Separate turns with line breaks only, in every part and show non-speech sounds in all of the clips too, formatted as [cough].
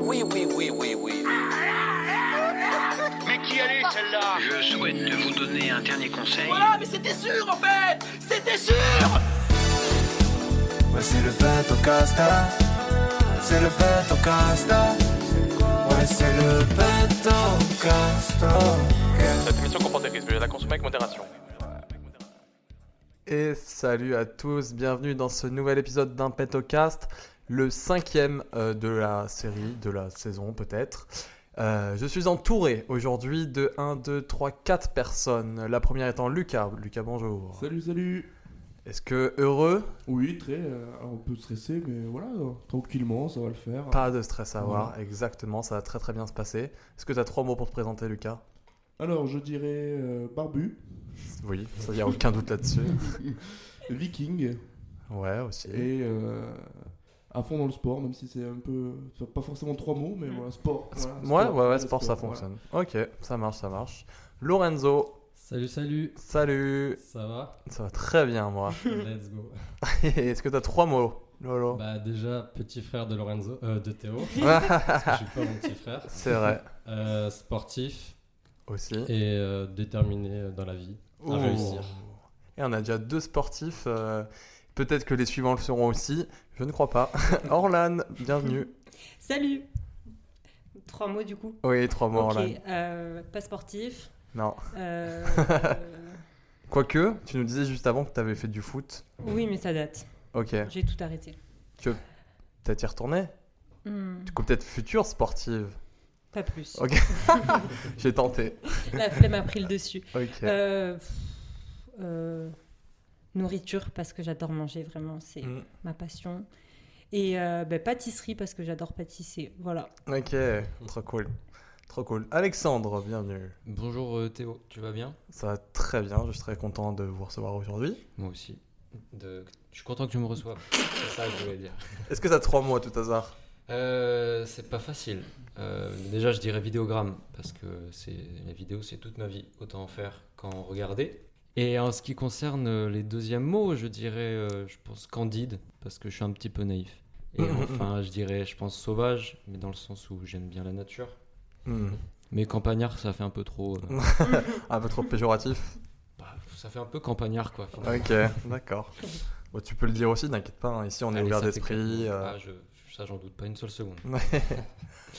oui, oui, oui, oui, oui.
Mais qui elle est celle-là
Je souhaite vous donner un dernier conseil.
Voilà, mais c'était sûr en fait C'était sûr
Ouais, c'est le bateau casta. C'est le bateau casta. Ouais, c'est le bateau casta.
Cette émission comporte des risques, veuillez la consommer avec modération.
Et salut à tous, bienvenue dans ce nouvel épisode d'un Petocast, le cinquième euh, de la série, de la saison peut-être. Euh, je suis entouré aujourd'hui de 1, 2, 3, 4 personnes. La première étant Lucas. Lucas, bonjour.
Salut, salut.
Est-ce que heureux
Oui, très, euh, un peu stressé, mais voilà, euh, tranquillement, ça va le faire.
Pas de stress à avoir, exactement, ça va très très bien se passer. Est-ce que tu as trois mots pour te présenter, Lucas
Alors, je dirais euh, barbu,
Oui, il n'y a aucun doute là-dessus.
viking
Ouais, aussi.
et euh, à fond dans le sport, même si c'est un peu, c'est pas forcément trois mots, mais voilà, sport.
Mm. Sp-
voilà,
ouais, ouais, ouais,
voilà,
sport, ça
voilà.
fonctionne. Ok, ça marche, ça marche. Lorenzo,
Salut, salut,
salut.
[laughs]
ça va
Ça va très bien, moi. [laughs]
Let's go.
Est-ce que tu as trois mots, Lolo
Bah déjà, petit frère de Lorenzo, euh,
[laughs]
de Théo, parce que je suis pas mon petit frère.
[laughs] C'est vrai,
Euh, sportif
aussi.
et euh, déterminé dans la vie.
Ouh.
À
Oh.
réussir.
Et on a déjà deux sportifs. euh, Peut-être que les suivants le seront aussi. Je ne crois pas. [laughs] Orlan, bienvenue.
Salut Trois mots du coup.
Oui, trois mots,
ok,
Orlan.
euh,
[laughs]
pas sportif.
Non.
euh,
Quoique, tu nous disais juste avant que tu avais fait du foot.
oui, mais ça date.
Ok.
J'ai tout arrêté.
T'as-t'y retourné
Hmm,
Du coup, peut-être future sportive.
pas plus.
Ok. J'ai tenté.
La flemme a pris le dessus.
Ok.
Euh, pff, euh, nourriture, parce que j'adore manger vraiment, c'est
Mm.
ma passion. Et euh, ben, pâtisserie, parce que j'adore pâtisser. Voilà.
Ok, trop cool. Trop cool. Alexandre, bienvenue.
Bonjour euh, Théo, tu vas bien
Ça va très bien, je suis très content de vous recevoir aujourd'hui.
Moi aussi. De- Je suis content que tu me
[laughs]
reçoives. C'est ça que je voulais dire.
Est-ce que t'as trois mots à tout hasard
Euh, c'est pas facile. Euh, déjà, je dirais vidéogramme parce que c'est la vidéo, c'est toute ma vie, autant en faire qu'en regarder. Et en ce qui concerne euh, les deuxièmes mots, je dirais, euh, je pense candide parce que je suis un petit peu naïf. Et
Mm-hmm.
enfin, je dirais, je pense sauvage, mais dans le sens où j'aime bien la nature.
Hmm.
Mais campagnard, ça fait un peu trop. euh,
[laughs] Un peu trop péjoratif.
bah, ça fait un peu campagnard quoi. finalement.
Ok, d'accord. Bon, tu peux le dire aussi, n'inquiète pas. hein. Ici, on est
Allez,
ouvert
ça fait
d'esprit.
quatre Ah, mots.
euh,
Ah, je- ça, j'en doute pas une seule seconde.
[laughs]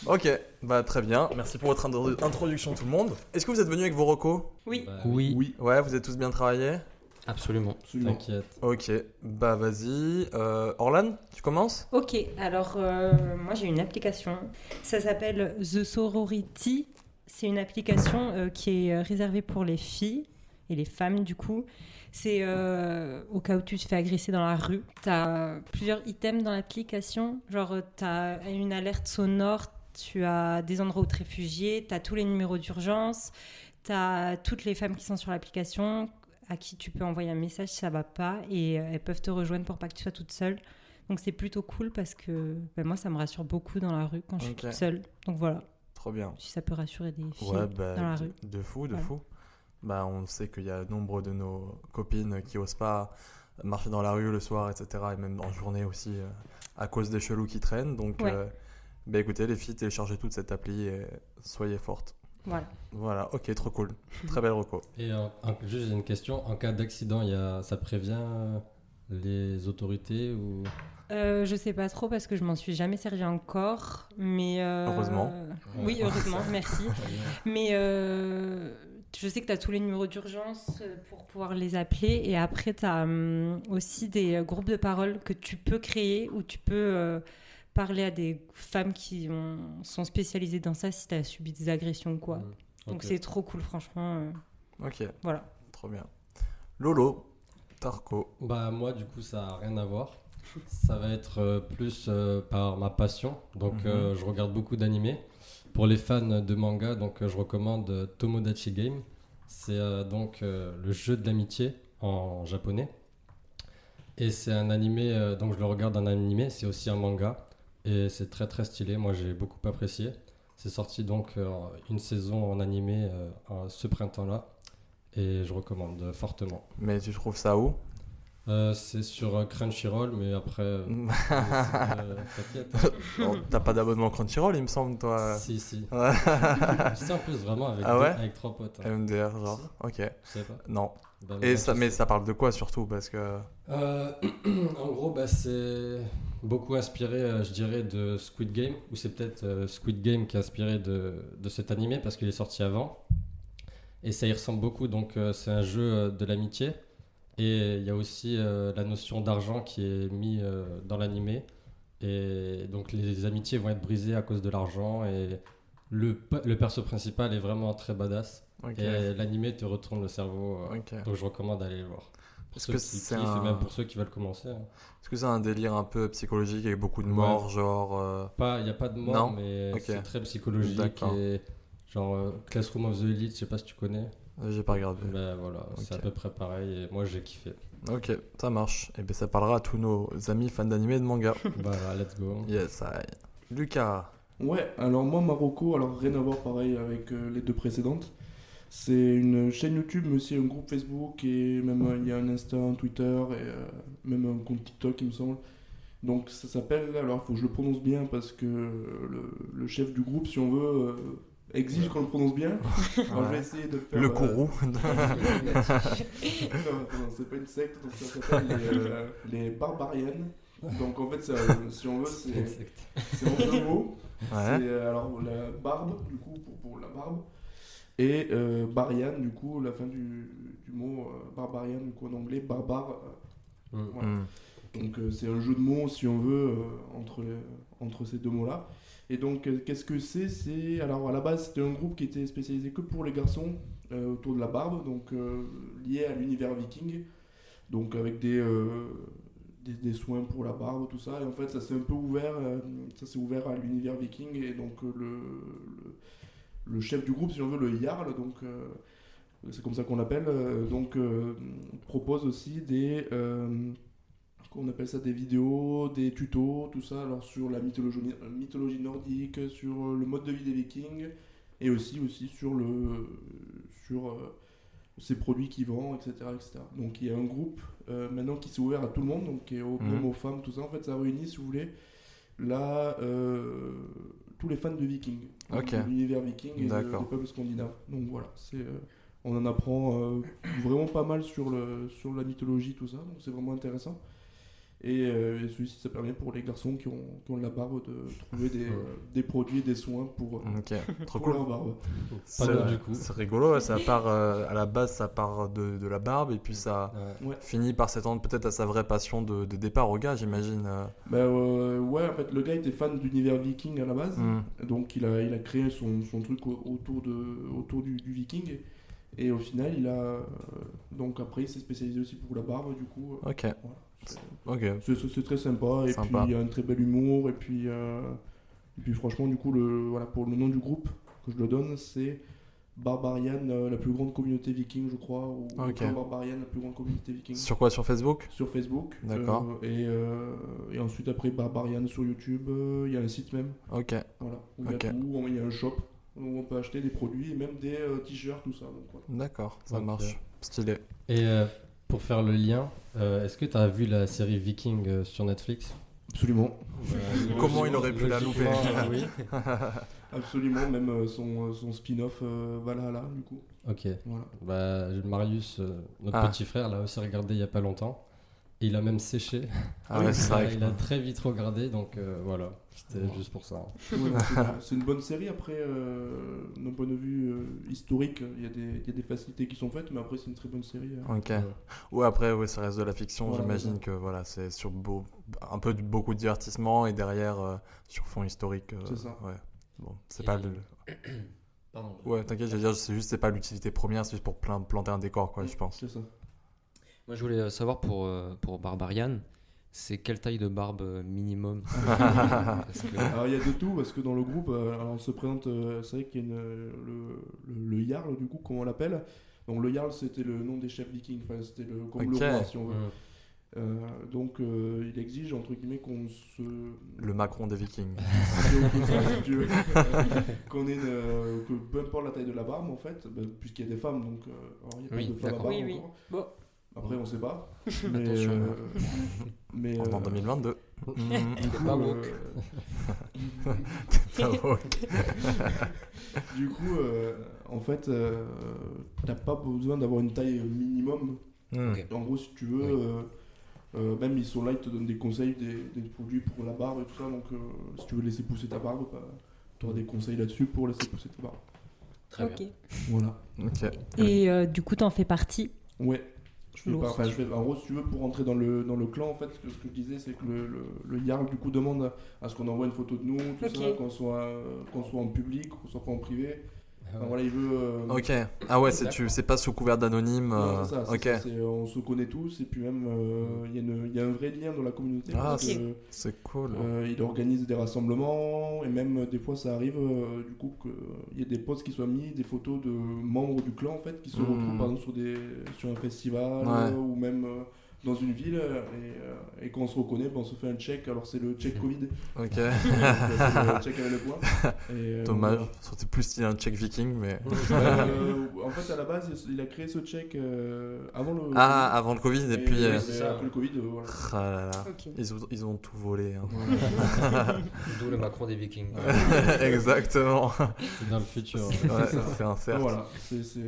Ok, bah très bien. Merci pour votre introdu- introduction, tout le monde. Est-ce que vous êtes venus avec vos recos
Oui.
Bah,
Oui,
Oui,
Ouais, vous êtes tous bien travaillés
absolument.
absolument.
T'inquiète.
Ok, bah vas-y. Euh, Orlan, tu commences
Ok, alors euh, moi j'ai une application. Ça s'appelle The Sorority. C'est une application euh, qui est euh, réservée pour les filles et les femmes du coup. C'est euh, au cas où tu te fais agresser dans la rue. T'as euh, plusieurs items dans l'application. Genre euh, t'as une alerte sonore, tu as des endroits où te réfugier, t'as tous les numéros d'urgence, t'as toutes les femmes qui sont sur l'application à qui tu peux envoyer un message si ça va pas et euh, elles peuvent te rejoindre pour pas que tu sois toute seule. Donc c'est plutôt cool parce que ben, moi ça me rassure beaucoup dans la rue quand je suis
Ok.
toute seule. Donc voilà,
Trop bien.
si ça peut rassurer des filles
Ouais, bah,
dans la
de,
rue.
de fou, de
Ouais.
fou. Bah, on sait qu'il y a nombre de nos copines qui osent pas marcher dans la rue le soir, etc. Et même en journée aussi, euh, à cause des chelous qui traînent. Donc,
Ouais.
euh, bah, écoutez, les filles, téléchargez toute cette appli et soyez fortes.
Voilà.
Voilà, ok, trop
[laughs]
cool. Très belle reco.
Et en- en- juste j'ai une question, en cas d'accident, il y a, ça prévient euh, les autorités ou...
Euh, je sais pas trop parce que je m'en suis jamais servi encore, mais euh,
Heureusement.
Oui, heureusement, merci. Mais euh, je sais que tu as tous les numéros d'urgence euh, pour pouvoir les appeler. Et après, tu as aussi des euh, groupes de parole que tu peux créer où tu peux euh, parler à des femmes qui ont- sont spécialisées dans ça si tu as subi des agressions ou quoi.
Mm.
Donc
Ok.
c'est trop cool, franchement. euh,
Ok,
voilà.
trop bien. Lolo, Tarko.
Bah moi du coup ça a rien à voir. Ça va être euh, plus euh, par ma passion. Donc
Mhm.
euh, je regarde beaucoup d'animés. Pour les fans de manga, donc euh, je recommande euh, Tomodachi Game. C'est euh, donc euh, le jeu de l'amitié en japonais. Et c'est un animé, euh, donc je le regarde en animé, c'est aussi un manga. Et c'est très très stylé, moi j'ai beaucoup apprécié. C'est sorti donc euh, une saison en animé euh, en- ce printemps-là. Et je recommande euh, fortement.
Mais tu trouves ça où
Euh, c'est sur euh, Crunchyroll, mais après. euh,
Mm.
euh,
[laughs]
t'inquiète.
Bon, T'as pas d'abonnement Crunchyroll, il me semble, toi. [laughs]
Si, si.
Ouais.
C'est en plus vraiment avec,
Ah
deux-
ouais
avec trois potes. hein.
MDR, genre. Ok.
Je sais pas.
Non.
Bah,
Et
voilà,
ça,
je
mais
sais.
ça parle de quoi surtout Parce que.
Euh, [clears throat] en gros, bah, c'est beaucoup inspiré, euh, je dirais, de Squid Game, ou c'est peut-être euh, Squid Game qui est inspiré de, de cet animé parce qu'il est sorti avant. Et ça y ressemble beaucoup, donc euh, c'est un jeu euh, de l'amitié. Et il y a aussi euh, la notion d'argent qui est mise euh, dans l'animé. Et donc les amitiés vont être brisées à cause de l'argent. Et le, pe- le perso principal est vraiment très badass.
Ok.
Et l'animé te retourne le cerveau. euh,
Ok.
donc je recommande d'aller le voir. Pour
Est-ce
ceux
que
qui
c'est
kiffent
un-
et même pour ceux qui veulent commencer. hein.
Est-ce que c'est un délire un peu psychologique avec beaucoup de
Ouais.
morts, genre. euh,
Pas, il n'y a pas de mort,
Non.
mais
Ok.
c'est très psychologique
D'accord.
et genre euh, Classroom of the Elite, je sais pas si tu connais.
J'ai pas regardé.
Ben voilà, c'est à
Ok.
peu près pareil et moi j'ai
[laughs]
kiffé.
Ok, ça marche. Et bien ça parlera à tous nos amis fans d'animé et de [laughs] manga.
Bah, voilà, let's go.
yes, aïe. Lucas.
Ouais, alors moi, Marocco, alors rien à voir pareil avec euh, les deux précédentes. C'est une chaîne YouTube, mais aussi un groupe Facebook, et même euh, il y a un Insta, un Twitter, et euh, même un compte TikTok, il me semble. Donc ça s'appelle, alors il faut que je le prononce bien, parce que le, le chef du groupe, si on veut, euh, exige qu'on le prononce
[laughs]
bien. Alors je vais essayer de faire...
Le
euh, [laughs]
courroux. [laughs]
non, non, c'est pas une secte, donc ça s'appelle les, euh, les Barbarians. Donc en fait, ça, euh, si on veut, c'est
Exact.
c'est en deux mots.
ouais.
C'est euh, alors la barbe, du coup, pour, pour la barbe. Et euh, barian, du coup, la fin du, du mot euh, barbarian, du coup, en anglais, barbare. euh,
Mm.
voilà.
Hmm.
Donc euh, c'est un jeu de mots, si on veut, euh, entre, les- entre ces deux mots-là. Et donc, euh, qu'est-ce que c'est C'est alors à la base, c'était un groupe qui était spécialisé que pour les garçons euh, autour de la barbe, donc euh, lié à l'univers viking, donc avec des, euh, des des soins pour la barbe, tout ça. Et en fait, ça s'est un peu ouvert, euh, ça s'est ouvert à l'univers viking et donc euh, le, le le chef du groupe, si on veut, le jarl, donc. euh, c'est comme ça qu'on l'appelle, euh, donc euh, propose aussi des, euh, qu'on appelle ça des vidéos, des tutos, tout ça, alors sur la mythologie, euh, mythologie nordique, sur euh, le mode de vie des vikings, et aussi, aussi sur, le, sur euh, ses produits qu'il vend, etc., etc. Donc il y a un groupe euh, maintenant qui s'est ouvert à tout le monde, donc qui est aux,
Mhm.
même aux femmes, tout ça, en fait ça réunit, si vous voulez, là, euh, tous les fans de vikings, donc
Ok.
de l'univers viking et de-
D'accord.
des peuples scandinaves. Donc voilà, c'est... euh, on en apprend euh, vraiment pas mal sur, le, sur la mythologie, tout ça, donc c'est vraiment intéressant. Et, euh, et celui-ci, ça permet pour les garçons qui ont, qui ont de la barbe de trouver des,
Ouais.
euh, des produits, des soins pour, euh,
Ok,
[laughs]
Mm, trop
pour
cool.
leur barbe.
Pas
C'est-
mal du coup.
C'est rigolo, ouais, ça part euh, à la base, ça part de, de la barbe et puis ça
Ouais.
finit par s'étendre peut-être à sa vraie passion de, de départ au gars, j'imagine. euh.
Bah, euh, ouais, en fait, le gars était fan d'univers viking à la base,
Hmm.
donc il a, il a créé son, son truc au- autour, de, autour du, du viking. Et au final, il a. euh, donc après, il s'est spécialisé aussi pour la barbe, du coup. euh,
Ok,
voilà. C'est-
ok.
C'est- C'est c'est très sympa, et puis
Sympa.
il y a un très bel humour, et puis, euh, et puis franchement, du coup, le, voilà, pour le nom du groupe que je le donne, c'est Barbarian, euh, la plus grande communauté viking, je crois, ou ou
Ok.
comme Barbarian, la plus grande communauté viking sur,
Sur quoi Sur Facebook
Facebook.
D'accord.
euh, et, euh, et ensuite, après Barbarian sur YouTube, euh, il y a un site même,
Ok,
voilà, où il y a
Ok.
tout, on- il y a un shop où on peut acheter des produits, et même des euh, t-shirts, tout ça. Donc, euh, voilà.
d'accord, ça
Ok.
marche.
[laughs]
Stylé.
Et euh, pour faire le lien, euh, est-ce que tu as vu la série Viking euh, sur Netflix
Absolument,
Comment il aurait pu la louper
Logiquement, oui.
Ah
absolument, même euh, son, son spin-off euh, Valhalla, du coup.
Ok.
Voilà.
Bah, Marius, euh, notre
Ah.
petit frère, l'a aussi regardé il y a pas longtemps. Et il a même séché.
Ah ouais, c'est
il, a,
vrai.
il a très vite regardé, donc euh, voilà. C'était
Voilà.
juste pour ça.
Ouais, non, c'est- c'est une bonne série. Après, euh, d'un point de vue euh, historique, il y, a des- il y a des facilités qui sont faites, mais après, c'est une très bonne série. euh.
Ok. Ouais, après, ouais, ça reste de la fiction.
Voilà,
J'imagine
voilà.
que voilà, c'est sur beau, un peu de- beaucoup de divertissement et derrière euh, sur fond historique. euh,
C'est ça.
Ouais. Bon, c'est
Et-
pas le.
Pardon.
Ouais, t'inquiète, j'allais dire, c'est juste, c'est pas l'utilité première, c'est juste pour plein, planter un décor, quoi, je pense.
C'est ça.
Moi, je voulais euh, savoir pour, euh, pour Barbarian, c'est quelle taille de barbe euh,
[laughs]
minimum Parce
[laughs]
que-
Alors, il y a de tout, parce que dans le groupe, euh, alors, on se présente. euh, c'est vrai qu'il y a une, euh, le, le, le Jarl, du coup, comment on l'appelle Donc, le Jarl, c'était le nom des chefs vikings. Enfin, c'était le, comme
Ok.
le roi, si on veut.
Mm.
Euh, donc, euh, il exige, entre guillemets, qu'on se.
Le Macron des Vikings.
Si on peut faire, si tu
[laughs]
veux. qu'on ait une, euh, que peu importe la taille de la barbe en fait bah, puisqu'il y a des femmes donc euh, alors, il y a
Oui,
pas de femmes à
d'accord.
barbe
Oui, oui.
encore.
Bon.
Après, on sait pas. Mais,
Attention.
euh, mais
On est en
euh,
2022.
[laughs]
Mhm.
du coup,
Pas
euh,
woke.
[laughs] Ah, ok.
du coup, euh, en fait, euh, t'as pas besoin d'avoir une taille minimum.
Mhm.
Ok.
En gros, si tu veux,
Oui.
euh, euh, même ils sont là, ils te donnent des conseils, des, des produits pour la barbe et tout ça. Donc, euh, si tu veux laisser pousser ta barbe, tu auras des conseils là-dessus pour laisser pousser ta barbe.
Très bien.
Voilà.
Ok.
Et euh, du coup, t'en fais partie.
Ouais. Je fais
Lourd.
pas- enfin, je fais- en gros, si tu veux, pour rentrer dans le, dans le clan, en fait, ce que, ce que je disais, c'est que le, le, le Jarl, du coup, demande à, à ce qu'on envoie une photo de nous, tout
Ok.
ça, qu'on soit, euh, qu'on soit en public, qu'on soit pas en privé. Enfin, voilà, il veut. euh,
Ah Ok. Ah ouais, c'est tu, c'est pas sous couvert d'anonyme.
non,
euh,
c'est ça, c'est
ok.
ça, c'est- on se connaît tous, et puis même, euh, il y a une- il y, a un vrai lien dans la communauté.
Ah,
parce
c'est-
que,
C'est cool.
euh, il organise des rassemblements, et même euh, des fois, ça arrive, euh, du coup, qu'il y ait des posts qui soient mis, des photos de membres du clan, en fait, qui se
Hmm.
retrouvent, par exemple, sur, des, sur un festival,
Ouais.
euh, ou même... euh, dans une ville euh, et, euh, et quand on se reconnaît, ben, on se fait un check. Alors c'est le
[laughs]
check Covid, donc, [laughs]
Ok.
euh, c'est le check avec le
[laughs]
poids. Et, euh,
Dommage. [laughs] C'était plus stylé un check viking, mais.
euh, en fait, à la base, il a créé ce check euh, avant le.
Ah, avant le Covid, et puis.
euh,
euh,
c'est après le Covid, euh, voilà.
[laughs] ah là là.
Ok.
Ils, ont- ils ont tout volé. hein.
D'où le Macron des Vikings.
[laughs] Exactement.
C'est dans le futur.
Ouais, c'est un cerf.
Voilà, c'est c'est-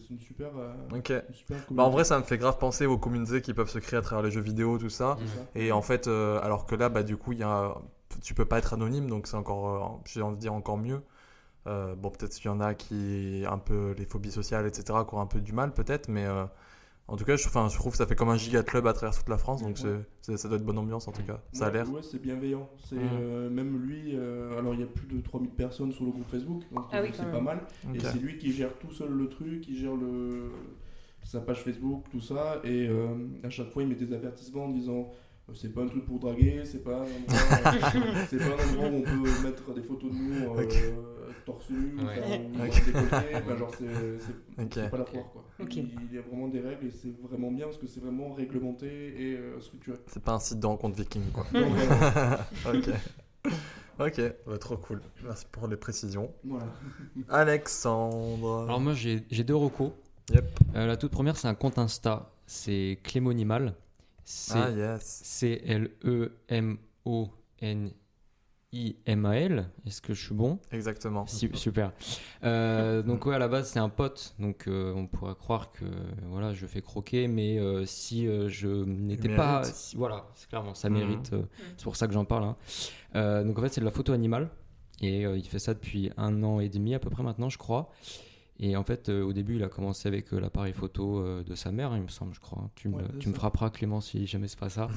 c'est une super. euh,
Ok.
une super
Bah, en vrai, ça me fait grave penser aux communautés qui peuvent se créer à travers les jeux vidéo, tout ça.
communauté, ça.
Et en fait, euh, alors que là, bah, du coup, il y a, tu peux pas être anonyme, donc c'est encore, euh, j'ai envie de dire encore mieux. Euh, bon, peut-être qu'il y en a qui, un peu, les phobies sociales, etc., qui ont un peu du mal, peut-être, mais euh, en tout cas, je, enfin, je trouve que ça fait comme un giga club à travers toute la France, donc c'est- c'est- ça doit être bonne ambiance, en tout cas. Ça a
Ouais,
l'air.
Ouais, c'est bienveillant. C'est
Mm.
euh, même lui. euh, alors, il y a plus de 3000 personnes sur le groupe Facebook, donc
Ah
euh,
oui, quand
c'est pas
même.
mal. Et
Ok.
c'est lui qui gère tout seul le truc, qui gère le... sa page Facebook, tout ça. Et euh, à chaque fois, il met des avertissements en disant euh, c'est pas un truc pour draguer, c'est pas, un endroit- euh,
[laughs]
c'est pas un endroit où on peut mettre des photos de nous euh,
Ok.
torse nu,
Ouais.
enfin, ou
Ok. [laughs]
décolleté. Enfin, genre, c'est- c'est
Ok.
c'est pas la foire quoi.
Ok.
Il, il y a vraiment des règles et c'est vraiment bien parce que c'est vraiment réglementé et euh,
[laughs]
structuré.
C'est pas un site de rencontre viking,
[laughs]
quoi.
Donc, voilà.
ok. Ok, Bah, trop cool. Merci pour les précisions.
Voilà. Mm.
Alexandre.
Alors moi j'ai j'ai deux recos.
Yep.
Euh, la toute première c'est un compte Insta, c'est Clémonimal. C'est
ah, yes.
euh, C-L-E-M-O-N-I-M-A-L. Est-ce que je suis bon
Exactement.
Su- Super. Euh, donc ouais, à la base c'est un pote, donc euh, on pourrait croire que voilà je fais croquer, mais euh, si euh, je n'étais
Il
pas,
mérite.
si- voilà, c'est clairement ça
Mhm.
mérite. euh, c'est pour ça que j'en parle. hein. Euh, donc en fait c'est de la photo animale et euh, il fait ça depuis un an et demi à peu près maintenant, je crois. Et en fait euh, au début il a commencé avec euh, l'appareil photo euh, de sa mère, il me semble, je crois. hein. Tu me,
Ouais, c'est
tu me
ça.
frapperas Clément si jamais c'est
[laughs]
pas ça.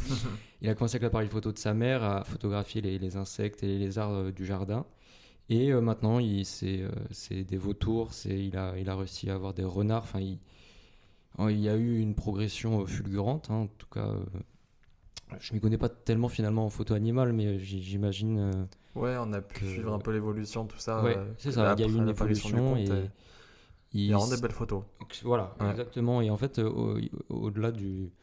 il a commencé avec l'appareil photo de sa mère à photographier les, les insectes et les lézards euh, du jardin. Et euh, maintenant, il- c'est euh, c'est des vautours, c'est- il a, il a réussi à avoir des renards. Enfin, il, oh, il y a eu une progression euh, fulgurante. hein, en tout cas, euh, je ne m'y connais pas tellement finalement en photo animale, mais j- j'imagine. euh,
Ouais, on a pu
que-
suivre un peu l'évolution, tout ça.
ouais,
euh,
c'est
que
ça. Il y a
après
eu une
l'apparition du
évolution.
compte, euh,
et,
Il y a vraiment des belles photos.
donc, Voilà,
Ouais.
exactement. Et en fait, euh, au- au-delà du,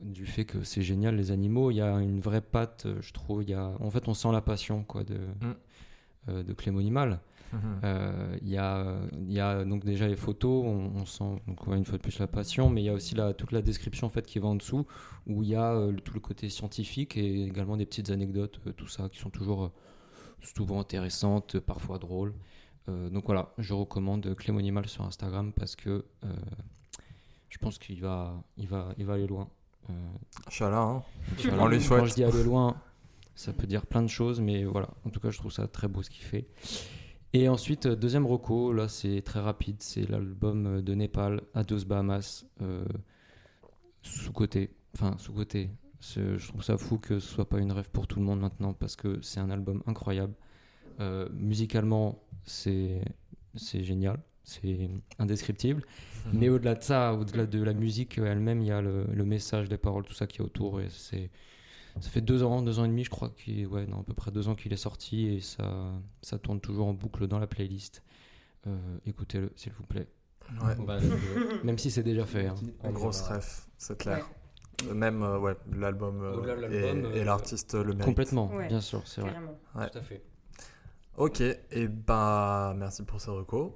du fait que c'est génial, les animaux, il y a une vraie patte, euh, je trouve. Il y a... En fait, on sent la passion quoi, de,
Mm.
euh, de Clément Nimal.
[laughs]
Euh, Il y, a, il y a donc déjà les photos, on, on sent donc, ouais, une fois de plus la passion, mais il y a aussi la, toute la description en fait, qui va en dessous, où il y a euh, le- tout le côté scientifique et également des petites anecdotes, euh, tout ça, qui sont toujours euh, souvent intéressantes, euh, parfois drôles. Euh, donc voilà, je recommande Clément Nimal sur Instagram parce que euh, je pense qu'il va, il va, il va aller loin. Euh,
Chala, hein.
voilà.
On lui
Quand je
souhaite.
dis aller loin, ça peut dire plein de choses, mais voilà. En tout cas, je trouve ça très beau ce qu'il fait. Et ensuite, euh, deuxième reco, là c'est très rapide, c'est l'album euh, de Népal, Ados Bahamas, euh, sous-côté. Enfin, sous-côté. C'est- Je trouve ça fou que ce soit pas une rêve pour tout le monde maintenant, parce que c'est un album incroyable. Euh, musicalement, c'est c'est génial, c'est indescriptible. Mais au-delà de ça, au-delà de la musique elle-même, il y a le, le message, les paroles, tout ça qui est autour. Et c'est, ça fait deux ans, deux ans et demi, je crois, qu'il, ouais, non, à peu près deux ans qu'il est sorti et ça, ça tourne toujours en boucle dans la playlist. Euh, écoutez-le, s'il vous plaît.
Ouais.
On va aller le-
[laughs] Même si c'est déjà fait. hein.
on
En grosse
verra.
ref, c'est clair. Euh, Même, euh, ouais, l'album euh,
Au-delà de l'album,
et, et
euh,
l'artiste le mérite.
Complètement,
Ouais.
bien sûr, c'est vrai.
Carrément.
Ouais.
Tout à fait.
Ok, et bah, merci ben, pour ces recos.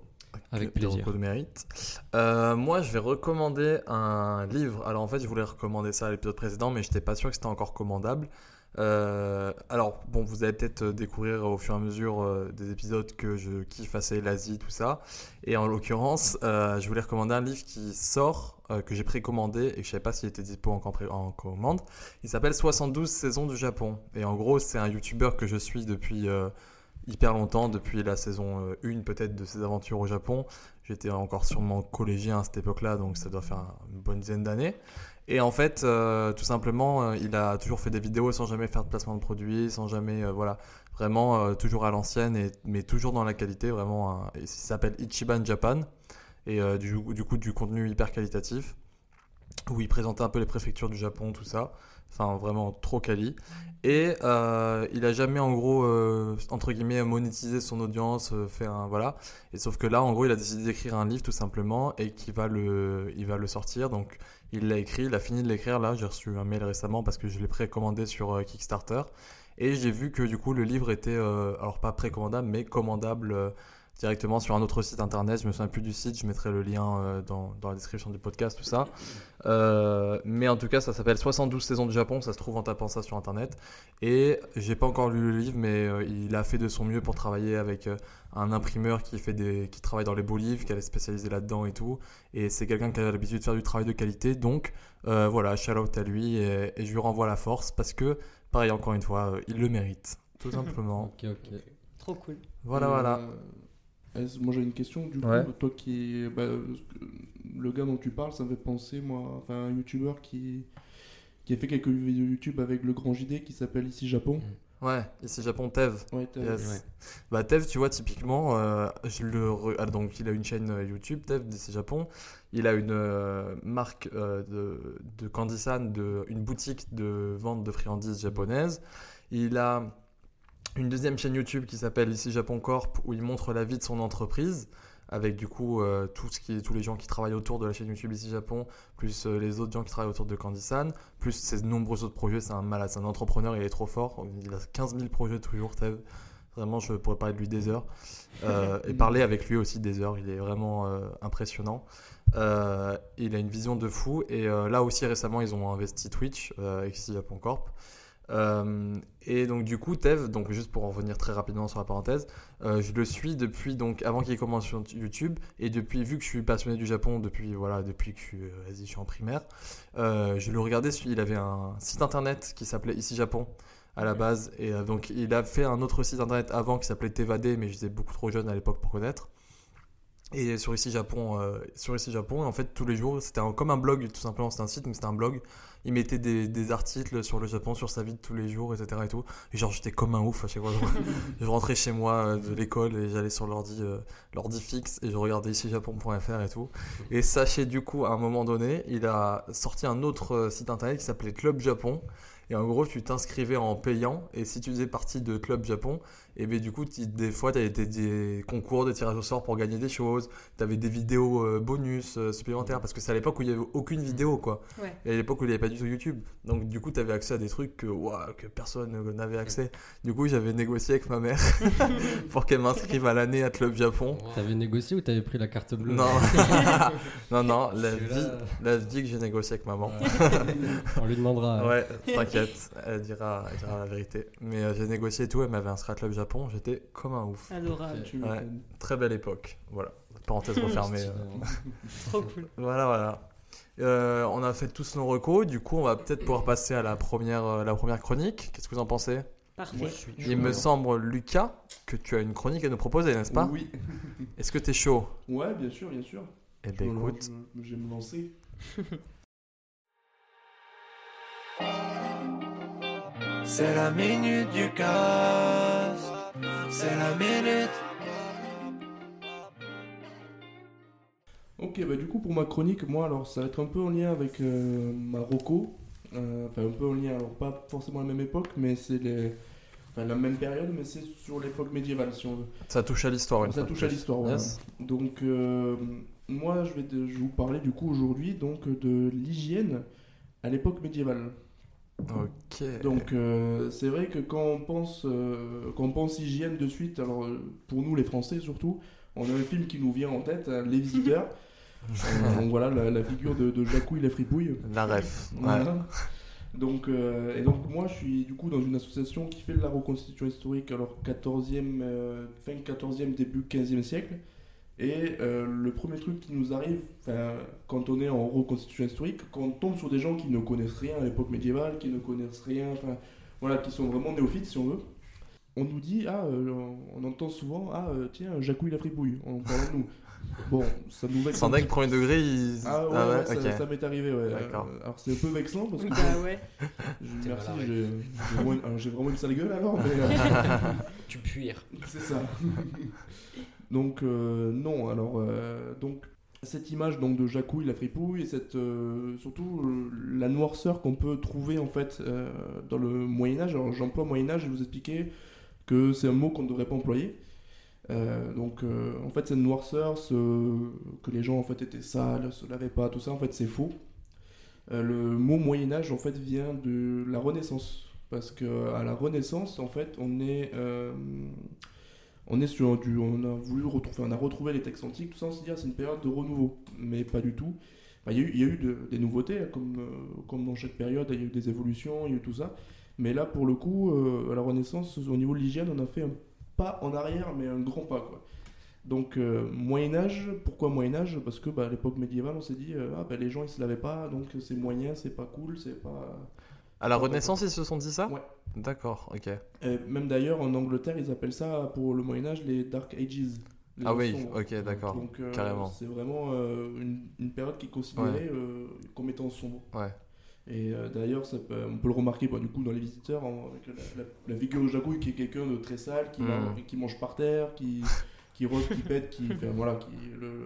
Avec
des
plaisir.
recos de mérite. Euh, moi, je vais recommander un livre. Alors, en fait, je voulais recommander ça à l'épisode précédent, mais j'étais pas sûr que c'était encore commandable. Euh, alors, bon, vous allez peut-être euh, découvrir au fur et à mesure euh, des épisodes que je kiffe assez l'Asie, tout ça. Et en l'occurrence, euh, je voulais recommander un livre qui sort, euh, que j'ai précommandé et que je savais pas s'il était dispo en, compré- en commande. Il s'appelle 72 saisons du Japon. Et en gros, c'est un YouTuber que je suis depuis euh, hyper longtemps, depuis la saison 1 peut-être de ses aventures au Japon. J'étais encore sûrement collégien à cette époque-là, donc ça doit faire un- une bonne dizaine d'années. Et en fait, euh, tout simplement, euh, il a toujours fait des vidéos sans jamais faire de placement de produits, sans jamais, euh, voilà, vraiment euh, toujours à l'ancienne, et- mais toujours dans la qualité, vraiment. un- et il s'appelle Ichiban Japan, et euh, du, du coup du contenu hyper qualitatif, où il présentait un peu les préfectures du Japon, tout ça. Enfin, vraiment trop quali. Et euh, il a jamais, en gros, euh, entre guillemets, monétisé son audience, euh, fait un voilà. Et sauf que là, en gros, il a décidé d'écrire un livre tout simplement et qu'il va le, il va le sortir. Donc, il l'a écrit, il a fini de l'écrire. Là, j'ai reçu un mail récemment parce que je l'ai précommandé sur euh, Kickstarter. Et j'ai vu que du coup, le livre était, euh, alors pas précommandable, mais commandable euh, directement sur un autre site internet. Je me souviens plus du site, je mettrai le lien euh, dans, dans la description du podcast, tout ça. Euh, mais en tout cas, ça s'appelle 72 saisons du Japon. Ça se trouve en tapant ça sur internet. Et j'ai pas encore lu le livre, mais euh, il a fait de son mieux pour travailler avec. euh, un imprimeur qui, fait des, qui travaille dans les beaux livres, qui est spécialisé là-dedans et tout. Et c'est quelqu'un qui a l'habitude de faire du travail de qualité. Donc euh, voilà, shout out à lui et, et je lui renvoie la force parce que, pareil, encore une fois, euh, il le mérite. Tout simplement.
Ok, ok.
Trop cool.
Voilà,
Euh,
voilà.
est-ce- Moi j'ai une question du coup,
Ouais.
toi qui bah, le gars dont tu parles, ça me fait penser moi, enfin un youtubeur qui qui a fait quelques vidéos YouTube avec le grand JD qui s'appelle ici Japon.
Ouais, ici Japon, Tev.
euh, Ouais, t'as-
Yes. Bah Tev, tu vois typiquement, euh, je le re- ah, donc il a une chaîne euh, YouTube Tev d'ici Japon. Il a une euh, marque euh, de, de Candy-san, de une boutique de vente de friandises japonaises. Il a une deuxième chaîne YouTube qui s'appelle ici Japon Corp où il montre la vie de son entreprise avec du coup euh, tout ce qui tous les gens qui travaillent autour de la chaîne YouTube ici Japon plus euh, les autres gens qui travaillent autour de Candy-san plus ses nombreux autres projets c'est un malade c'est un entrepreneur il est trop fort il a 15 000 projets toujours Tev Vraiment, je pourrais parler de lui des heures. Euh, et parler avec lui aussi des heures. Il est vraiment euh, impressionnant. Euh, il a une vision de fou. Et euh, là aussi, récemment, ils ont investi Twitch, euh, avec Japon Corp. Euh, et donc, du coup, Tev, donc juste pour en revenir très rapidement sur la parenthèse, euh, je le suis depuis, donc avant qu'il commence sur YouTube. Et depuis, vu que je suis passionné du Japon depuis, voilà, depuis que je suis, euh, vas-y, je suis en primaire, euh, je le regardais. celui- Il avait un site internet qui s'appelait Ici Japon à la base. Et euh, donc, il a fait un autre site internet avant qui s'appelait T'évader, mais j'étais beaucoup trop jeune à l'époque pour connaître. Et sur ici Japon, euh, sur ici Japon, en fait tous les jours, c'était un- comme un blog, tout simplement, c'était un site, mais c'était un blog. Il mettait des, des articles sur le Japon, sur sa vie de tous les jours, etc. Et tout. Et genre j'étais comme un ouf à chaque fois. Genre, je rentrais chez moi euh, de l'école et j'allais sur l'ordi, euh, l'ordi fixe et je regardais ici japon.fr et tout. Et sachez du coup, à un moment donné, il a sorti un autre euh, site internet qui s'appelait Club Japon. Et en gros, tu t'inscrivais en payant. Et si tu faisais partie de Club Japon, et ben du coup, tu- des fois, tu avais des, des concours, des tirages au sort pour gagner des choses. Tu avais des vidéos euh, bonus euh, supplémentaires. Parce que c'est à l'époque où il n'y avait aucune vidéo, quoi.
Ouais.
Et à l'époque où il n'y avait pas du tout YouTube. Donc, du coup, tu avais accès à des trucs que, ouah, que personne euh, n'avait accès. Du coup, j'avais négocié avec ma mère [laughs] pour qu'elle m'inscrive à l'année à Club Japon.
T'avais négocié ou t'avais pris la carte bleue
[laughs]
Non, non, non, la
Celui-là.
vie, la vie que j'ai négociée avec maman.
On lui demandera. euh,
Ouais, t'inquiète, elle dira, elle dira la vérité. Mais euh, j'ai négocié et tout, elle m'avait inscrit à Club Japon, j'étais comme un ouf.
Adorable.
[laughs] Tu
Ouais.
m'étonnes.
Très belle époque, voilà. Parenthèse
[laughs]
refermée.
stylé,
euh.
hein.
Trop cool.
Voilà, voilà. Euh, on a fait tous nos recos, du coup on va peut-être pouvoir passer à la première, euh, la première chronique. Qu'est-ce que vous en pensez
Parfait.
Ouais.
Il me semble, Lucas, que tu as une chronique à nous proposer, n'est-ce pas
Oui.
Est-ce que t'es chaud
Ouais, bien sûr, bien sûr.
Eh ben
Alors,
écoute,
Bah je- je vais me lancer.
[laughs] C'est la minute du cast. C'est la minute.
Ok, bah du coup pour ma chronique, moi alors ça va être un peu en lien avec euh, ma Rocco. Euh, Enfin, un peu en lien, alors pas forcément à la même époque, mais c'est les... enfin, la même période, mais c'est sur l'époque médiévale si on veut.
ça touche à l'histoire une
ça
fois de
touche à
plus.
l'histoire, voilà.
Yes.
Donc euh, moi je vais, de- je vais vous parler du coup aujourd'hui donc de l'hygiène à l'époque médiévale.
Ok.
Donc euh, c'est vrai que quand on pense euh, quand on pense hygiène de suite, alors euh, pour nous les Français surtout, on a un film qui nous vient en tête, hein, Les Visiteurs. Euh, donc voilà, la, la figure de, de Jacouille la fripouille.
La ref. ouais.
Voilà. Donc, euh, et donc moi je suis du coup dans une association qui fait de la reconstitution historique alors 14e, euh, fin 14e, début 15e siècle. Et euh, le premier truc qui nous arrive enfin, quand on est en reconstitution historique, quand on tombe sur des gens qui ne connaissent rien à l'époque médiévale, qui ne connaissent rien, enfin voilà, qui sont vraiment néophytes si on veut, on nous dit, ah, euh, on, on entend souvent, ah euh, tiens, Jacouille la fripouille, en parlant de nous. Bon, ça nous vexe.
Sans
un
dingue,
petit
premier degré, ils-
ah ouais, ouais, ça,
ok.
ça m'est arrivé, ouais.
D'accord.
Euh, Alors c'est un peu vexant parce que
Bah ouais.
je-
T'es
merci,
malade.
j'ai j'ai vraiment, alors, j'ai vraiment une sale gueule alors, mais euh,
[laughs] Tu puires.
c'est ça. [laughs] donc euh, non, alors euh, donc cette image donc de Jacouille la fripouille et cette euh, surtout euh, la noirceur qu'on peut trouver en fait euh, dans le Moyen Âge. Alors j'emploie Moyen Âge, je vais vous expliquer que c'est un mot qu'on ne devrait pas employer. Euh, donc euh, en fait cette noirceur, ce... que les gens en fait étaient sales, se lavaient pas, tout ça en fait c'est faux. Euh, le mot Moyen Âge en fait vient de la Renaissance parce que à la Renaissance en fait on est euh, on est sur du on a voulu retrouver on a retrouvé les textes antiques tout ça on se dit ah, c'est une période de renouveau mais pas du tout. Bah, Il y a eu, il y a eu de- des nouveautés hein, comme euh, comme dans chaque période il y a eu des évolutions il y a eu tout ça mais là pour le coup euh, à la Renaissance au niveau de l'hygiène on a fait un pas en arrière, mais un grand pas. Quoi. Donc, euh, Moyen-Âge, pourquoi Moyen-Âge Parce que bah, à l'époque médiévale, on s'est dit, euh, ah, bah, les gens ils se lavaient pas, donc c'est moyen, c'est pas cool, c'est pas.
À la Renaissance, ils se sont dit ça
Ouais.
D'accord, ok.
euh, Et même d'ailleurs, en Angleterre, ils appellent ça pour le Moyen-Âge les Dark Ages. les
Ah
âges
oui,
sombres.
ok, d'accord.
Donc, euh,
carrément.
c'est vraiment euh, une, une période qui est considérée euh, comme étant sombre.
Ouais.
Et euh, d'ailleurs, ça peut- on peut le remarquer bah, du coup dans les visiteurs en- avec la, la, la figure de Jacouille qui est quelqu'un de très sale, qui,
Mm.
mange, qui mange par terre, qui qui rote, qui pète, qui enfin, voilà, qui le, le-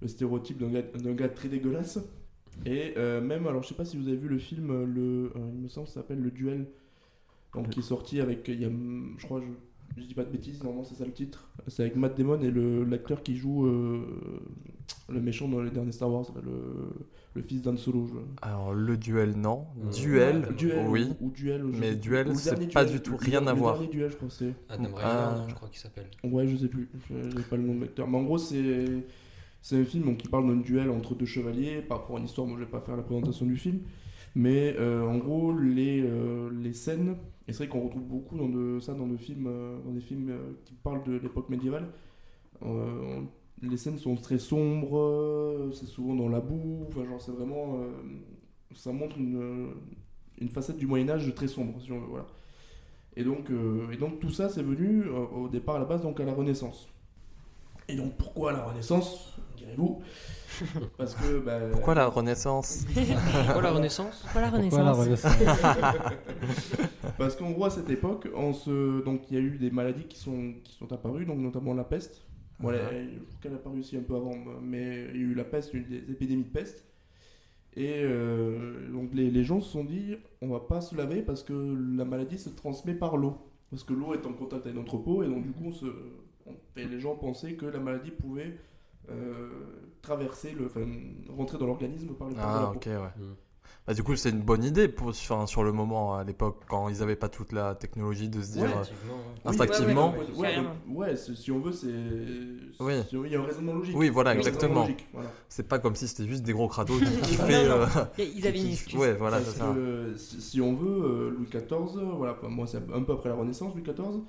le stéréotype d'un gars, d'un gars très dégueulasse. Et euh, même, alors je sais pas si vous avez vu le film, euh, le, euh, il me semble que ça s'appelle Le Duel, donc qui est sorti avec, il y a, hum, je crois, je, je dis pas de bêtises, normalement c'est ça le titre, c'est avec Matt Damon et le- l'acteur qui joue euh, le méchant dans les derniers Star Wars, là, le, le fils d'Han Solo. je-
Alors, le duel, non.
Euh,
Duel,
le
Duel,
oui.
ou, ou duel, je
Mais
sais plus.
duel,
Ou le
c'est
dernier
pas
duel,
du tout
le-
rien à
le
voir.
dernier duel, je crois, que c'est.
Adam
Ah.
Ryan, je crois qu'il s'appelle.
Ouais, je sais plus. Je- J'ai pas le nom de l'acteur. Mais en gros, c'est c'est un film donc, qui parle d'un duel entre deux chevaliers. Par rapport à une histoire, moi je vais pas faire la présentation du film. Mais euh, en gros, les, euh, les scènes, et c'est vrai qu'on retrouve beaucoup dans de, ça dans, de films, euh, dans des films euh, qui parlent de l'époque médiévale. Euh, on- les scènes sont très sombres, euh, c'est souvent dans la boue. Enfin, genre, c'est vraiment. euh, ça montre une, euh, une facette du Moyen-Âge très sombre, si on veut. Voilà. Et donc, euh, et donc tout ça, c'est venu euh, au départ à la base, donc à la Renaissance. Et donc pourquoi la Renaissance, direz-vous Parce que bah,
Pourquoi la Renaissance
Pourquoi la Renaissance
Voilà
Pourquoi la
Renaissance.
Renaissance
parce qu'on voit à cette époque, on se, donc il y a eu des maladies qui sont qui sont apparues, donc notamment la peste. Voilà, je crois qu'elle est apparue aussi un peu avant, mais il y a eu la peste, une des épidémies de peste. Et euh, donc les, les gens se sont dit, on va pas se laver parce que la maladie se transmet par l'eau. Parce que l'eau est en contact avec notre peau, et donc du coup, on se, on- et les gens pensaient que la maladie pouvait euh, traverser, le, enfin, rentrer dans l'organisme par le pores de la
Ah,
peau.
ok, ouais.
Mm.
Bah, du coup, c'est une bonne idée pour, enfin, sur le moment, à l'époque, quand ils n'avaient pas toute la technologie de se dire.
Ouais.
euh,
Effectivement,
Oui,
ouais.
instinctivement.
Ouais, ouais, ouais,
Carrément.
donc, ouais, c'est- si on veut, c'est.
Oui.
si on- Il y a un raisonnement logique.
Oui, voilà,
Il y a un raisonnement
exactement.
logique, voilà.
C'est pas comme si c'était juste des gros
[laughs]
crados qui
Ah
Non,
kiffaient.
non.
euh,
Ils avaient une
qui-
excuse.
Ouais, voilà,
Parce
c'est ça.
que si, si on veut, euh, Louis XIV, euh, voilà, enfin, moi c'est un peu après la Renaissance, Louis XIV.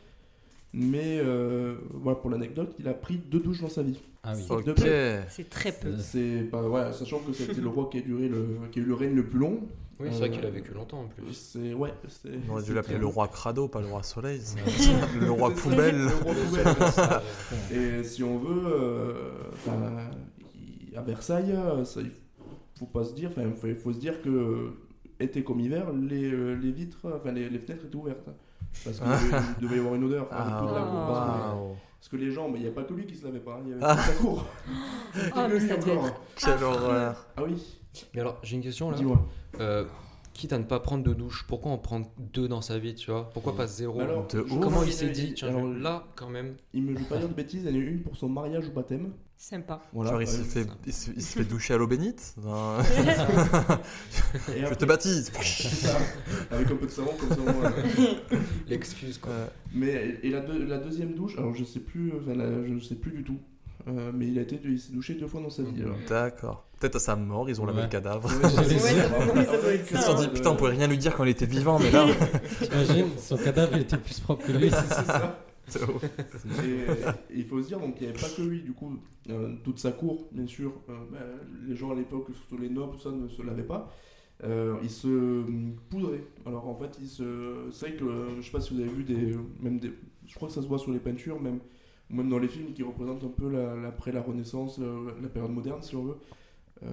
Mais euh, voilà, pour l'anecdote, il a pris deux douches dans sa vie.
Ah oui.
Ok.
C'est très
Euh.
peu.
C'est bah, voilà, sachant que c'était le roi qui a duré le, qui a eu le règne le plus long.
Oui, c'est
Euh,
vrai qu'il a vécu longtemps en plus.
C'est ouais, c'est.
On aurait dû
c'est
l'appeler
très-
le roi crado, pas le roi soleil.
[laughs]
c'est- le roi poubelle.
Le roi poubelle.
Ouais,
Et si on veut, euh, enfin, il- à Versailles, euh, ça, il faut pas se dire, enfin, il faut, il faut se dire que euh, été comme hiver, les, euh, les vitres, enfin les, les fenêtres étaient ouvertes. hein. Parce qu'il devait y avoir une odeur. enfin,
Ah,
toute la cour, parce, que,
waouh.
parce que les gens, mais il n'y a pas que lui qui se lavait pas, hein, il y avait toute la cour. Il y avait
mais
lui
ça devait
encore.
Quelle horreur.
Ah oui,
Mais alors, j'ai une question Oh là.
dis-moi.
Euh, quitte à ne pas prendre de douche, pourquoi en prendre deux dans sa vie, tu vois Pourquoi pas zéro
Mais alors, je-
de ouf.
Oh, Comment il
il-
s'est dit
il-
Tiens,
alors,
je- là, quand même.
Il me joue pas dire de bêtises, elle est une pour son mariage ou baptême.
Sympa.
Voilà.
Genre, il se
Euh,
fait, il se, il se fait doucher à l'eau bénite Non.
[laughs] et
Je
après-
te baptise
C'est ça. Avec un peu de savon comme ça. au moins, euh.
L'excuse, quoi.
Euh,
Mais et la, deux- la deuxième douche, alors je sais plus, enfin, la- je sais plus du tout. Euh, mais il a été, il s'est douché deux fois dans sa vie. alors.
D'accord. Peut-être à sa mort, ils ont lavé
Ouais.
le cadavre.
Ouais,
[laughs]
c'est sûr.
Ouais,
ça doit- ça doit être
Ils
ça,
se sont dit,
Ouais,
putain, on
ouais.
pouvait rien lui dire quand il était vivant, mais là,
T'imagines, son cadavre il était plus propre que lui.
Oui, c'est c'est ça.
c'est ouf.
Et euh, il faut se dire, donc il n'y avait pas que lui, du coup, euh, toute sa cour, bien sûr. euh, bah, les gens à l'époque, surtout les nobles, tout ça, ne se lavaient pas. Euh, ils se euh, poudraient. Alors en fait, ils se. C'est vrai que euh, je sais pas si vous avez vu des. Même des... Je crois que ça se voit sur les peintures, même, ou même dans les films qui représentent un peu la- l'après la Renaissance, euh, la période moderne, si on veut. Euh,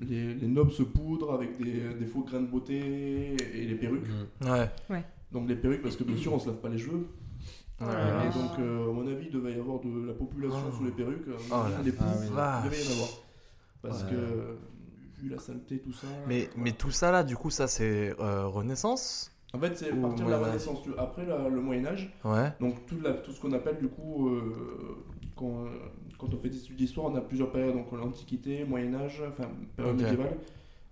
les, les nobles se poudrent avec des, des faux grains de beauté et les perruques.
Mm.
Ouais.
Donc les perruques, parce que bien sûr, on se lave pas les cheveux.
Oh
Et
là là.
donc, euh, à mon avis, il devait y avoir de la population
Oh.
sous les perruques. euh,
Oh la
les poules,
vache.
il devait y en avoir. Parce
Ouais.
que, euh, vu la saleté, tout ça.
Mais, mais tout ça là, du coup, ça c'est euh, Renaissance
En fait, c'est à
Ou
partir de la
ouais, ouais.
Renaissance, tu- après la- le Moyen-Âge.
Ouais.
Donc, tout, la- tout ce qu'on appelle, du coup, euh, quand, euh, quand on fait des études d'histoire, on a plusieurs périodes. Donc, l'Antiquité, Moyen-Âge, enfin, période
Ok.
médiévale,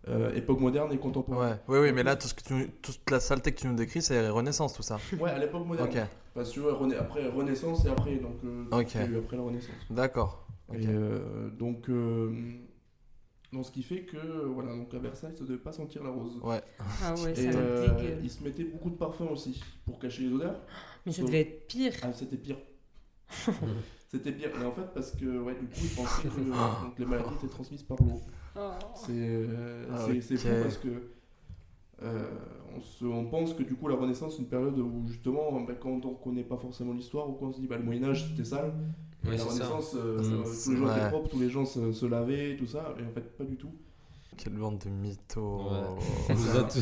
euh, époque moderne et contemporaine.
Ouais. Oui, oui, mais là, tout ce que tu, nous- toute la saleté que tu nous décris, c'est Renaissance, tout ça.
Ouais, à l'époque moderne.
Ok,
Parce que, ouais, Rena- après Renaissance et après, donc, euh,
Ok.
il y a eu après la Renaissance.
d'accord. Ok.
Et, euh, donc, euh, donc, ce qui fait que euh, voilà, donc à Versailles, ça ne devait pas sentir la rose.
Ouais.
Ah ouais, ça
Et
me
euh,
dégueule.
ils se mettaient beaucoup de parfums aussi pour cacher les odeurs.
Mais ça devait être pire.
Ah, c'était pire. c'était pire. Et en fait, parce que ouais, du coup, ils pensaient que euh, donc, les maladies étaient transmises par l'eau. C'est euh,
Ah,
c'est- c'est fou
ok.
parce que euh, on, se- on pense que du coup la Renaissance c'est une période où justement bah, quand on connaît pas forcément l'histoire ou quand on se dit bah, le Moyen Âge c'était sale
Ouais,
la
c'est ça.
Renaissance euh,
Mm,
tous les gens
ouais.
étaient propres tous les gens se, se lavaient tout ça et en fait pas du tout
Quelle bande de mythos.
Ouais.
[laughs]
On nous a, tout-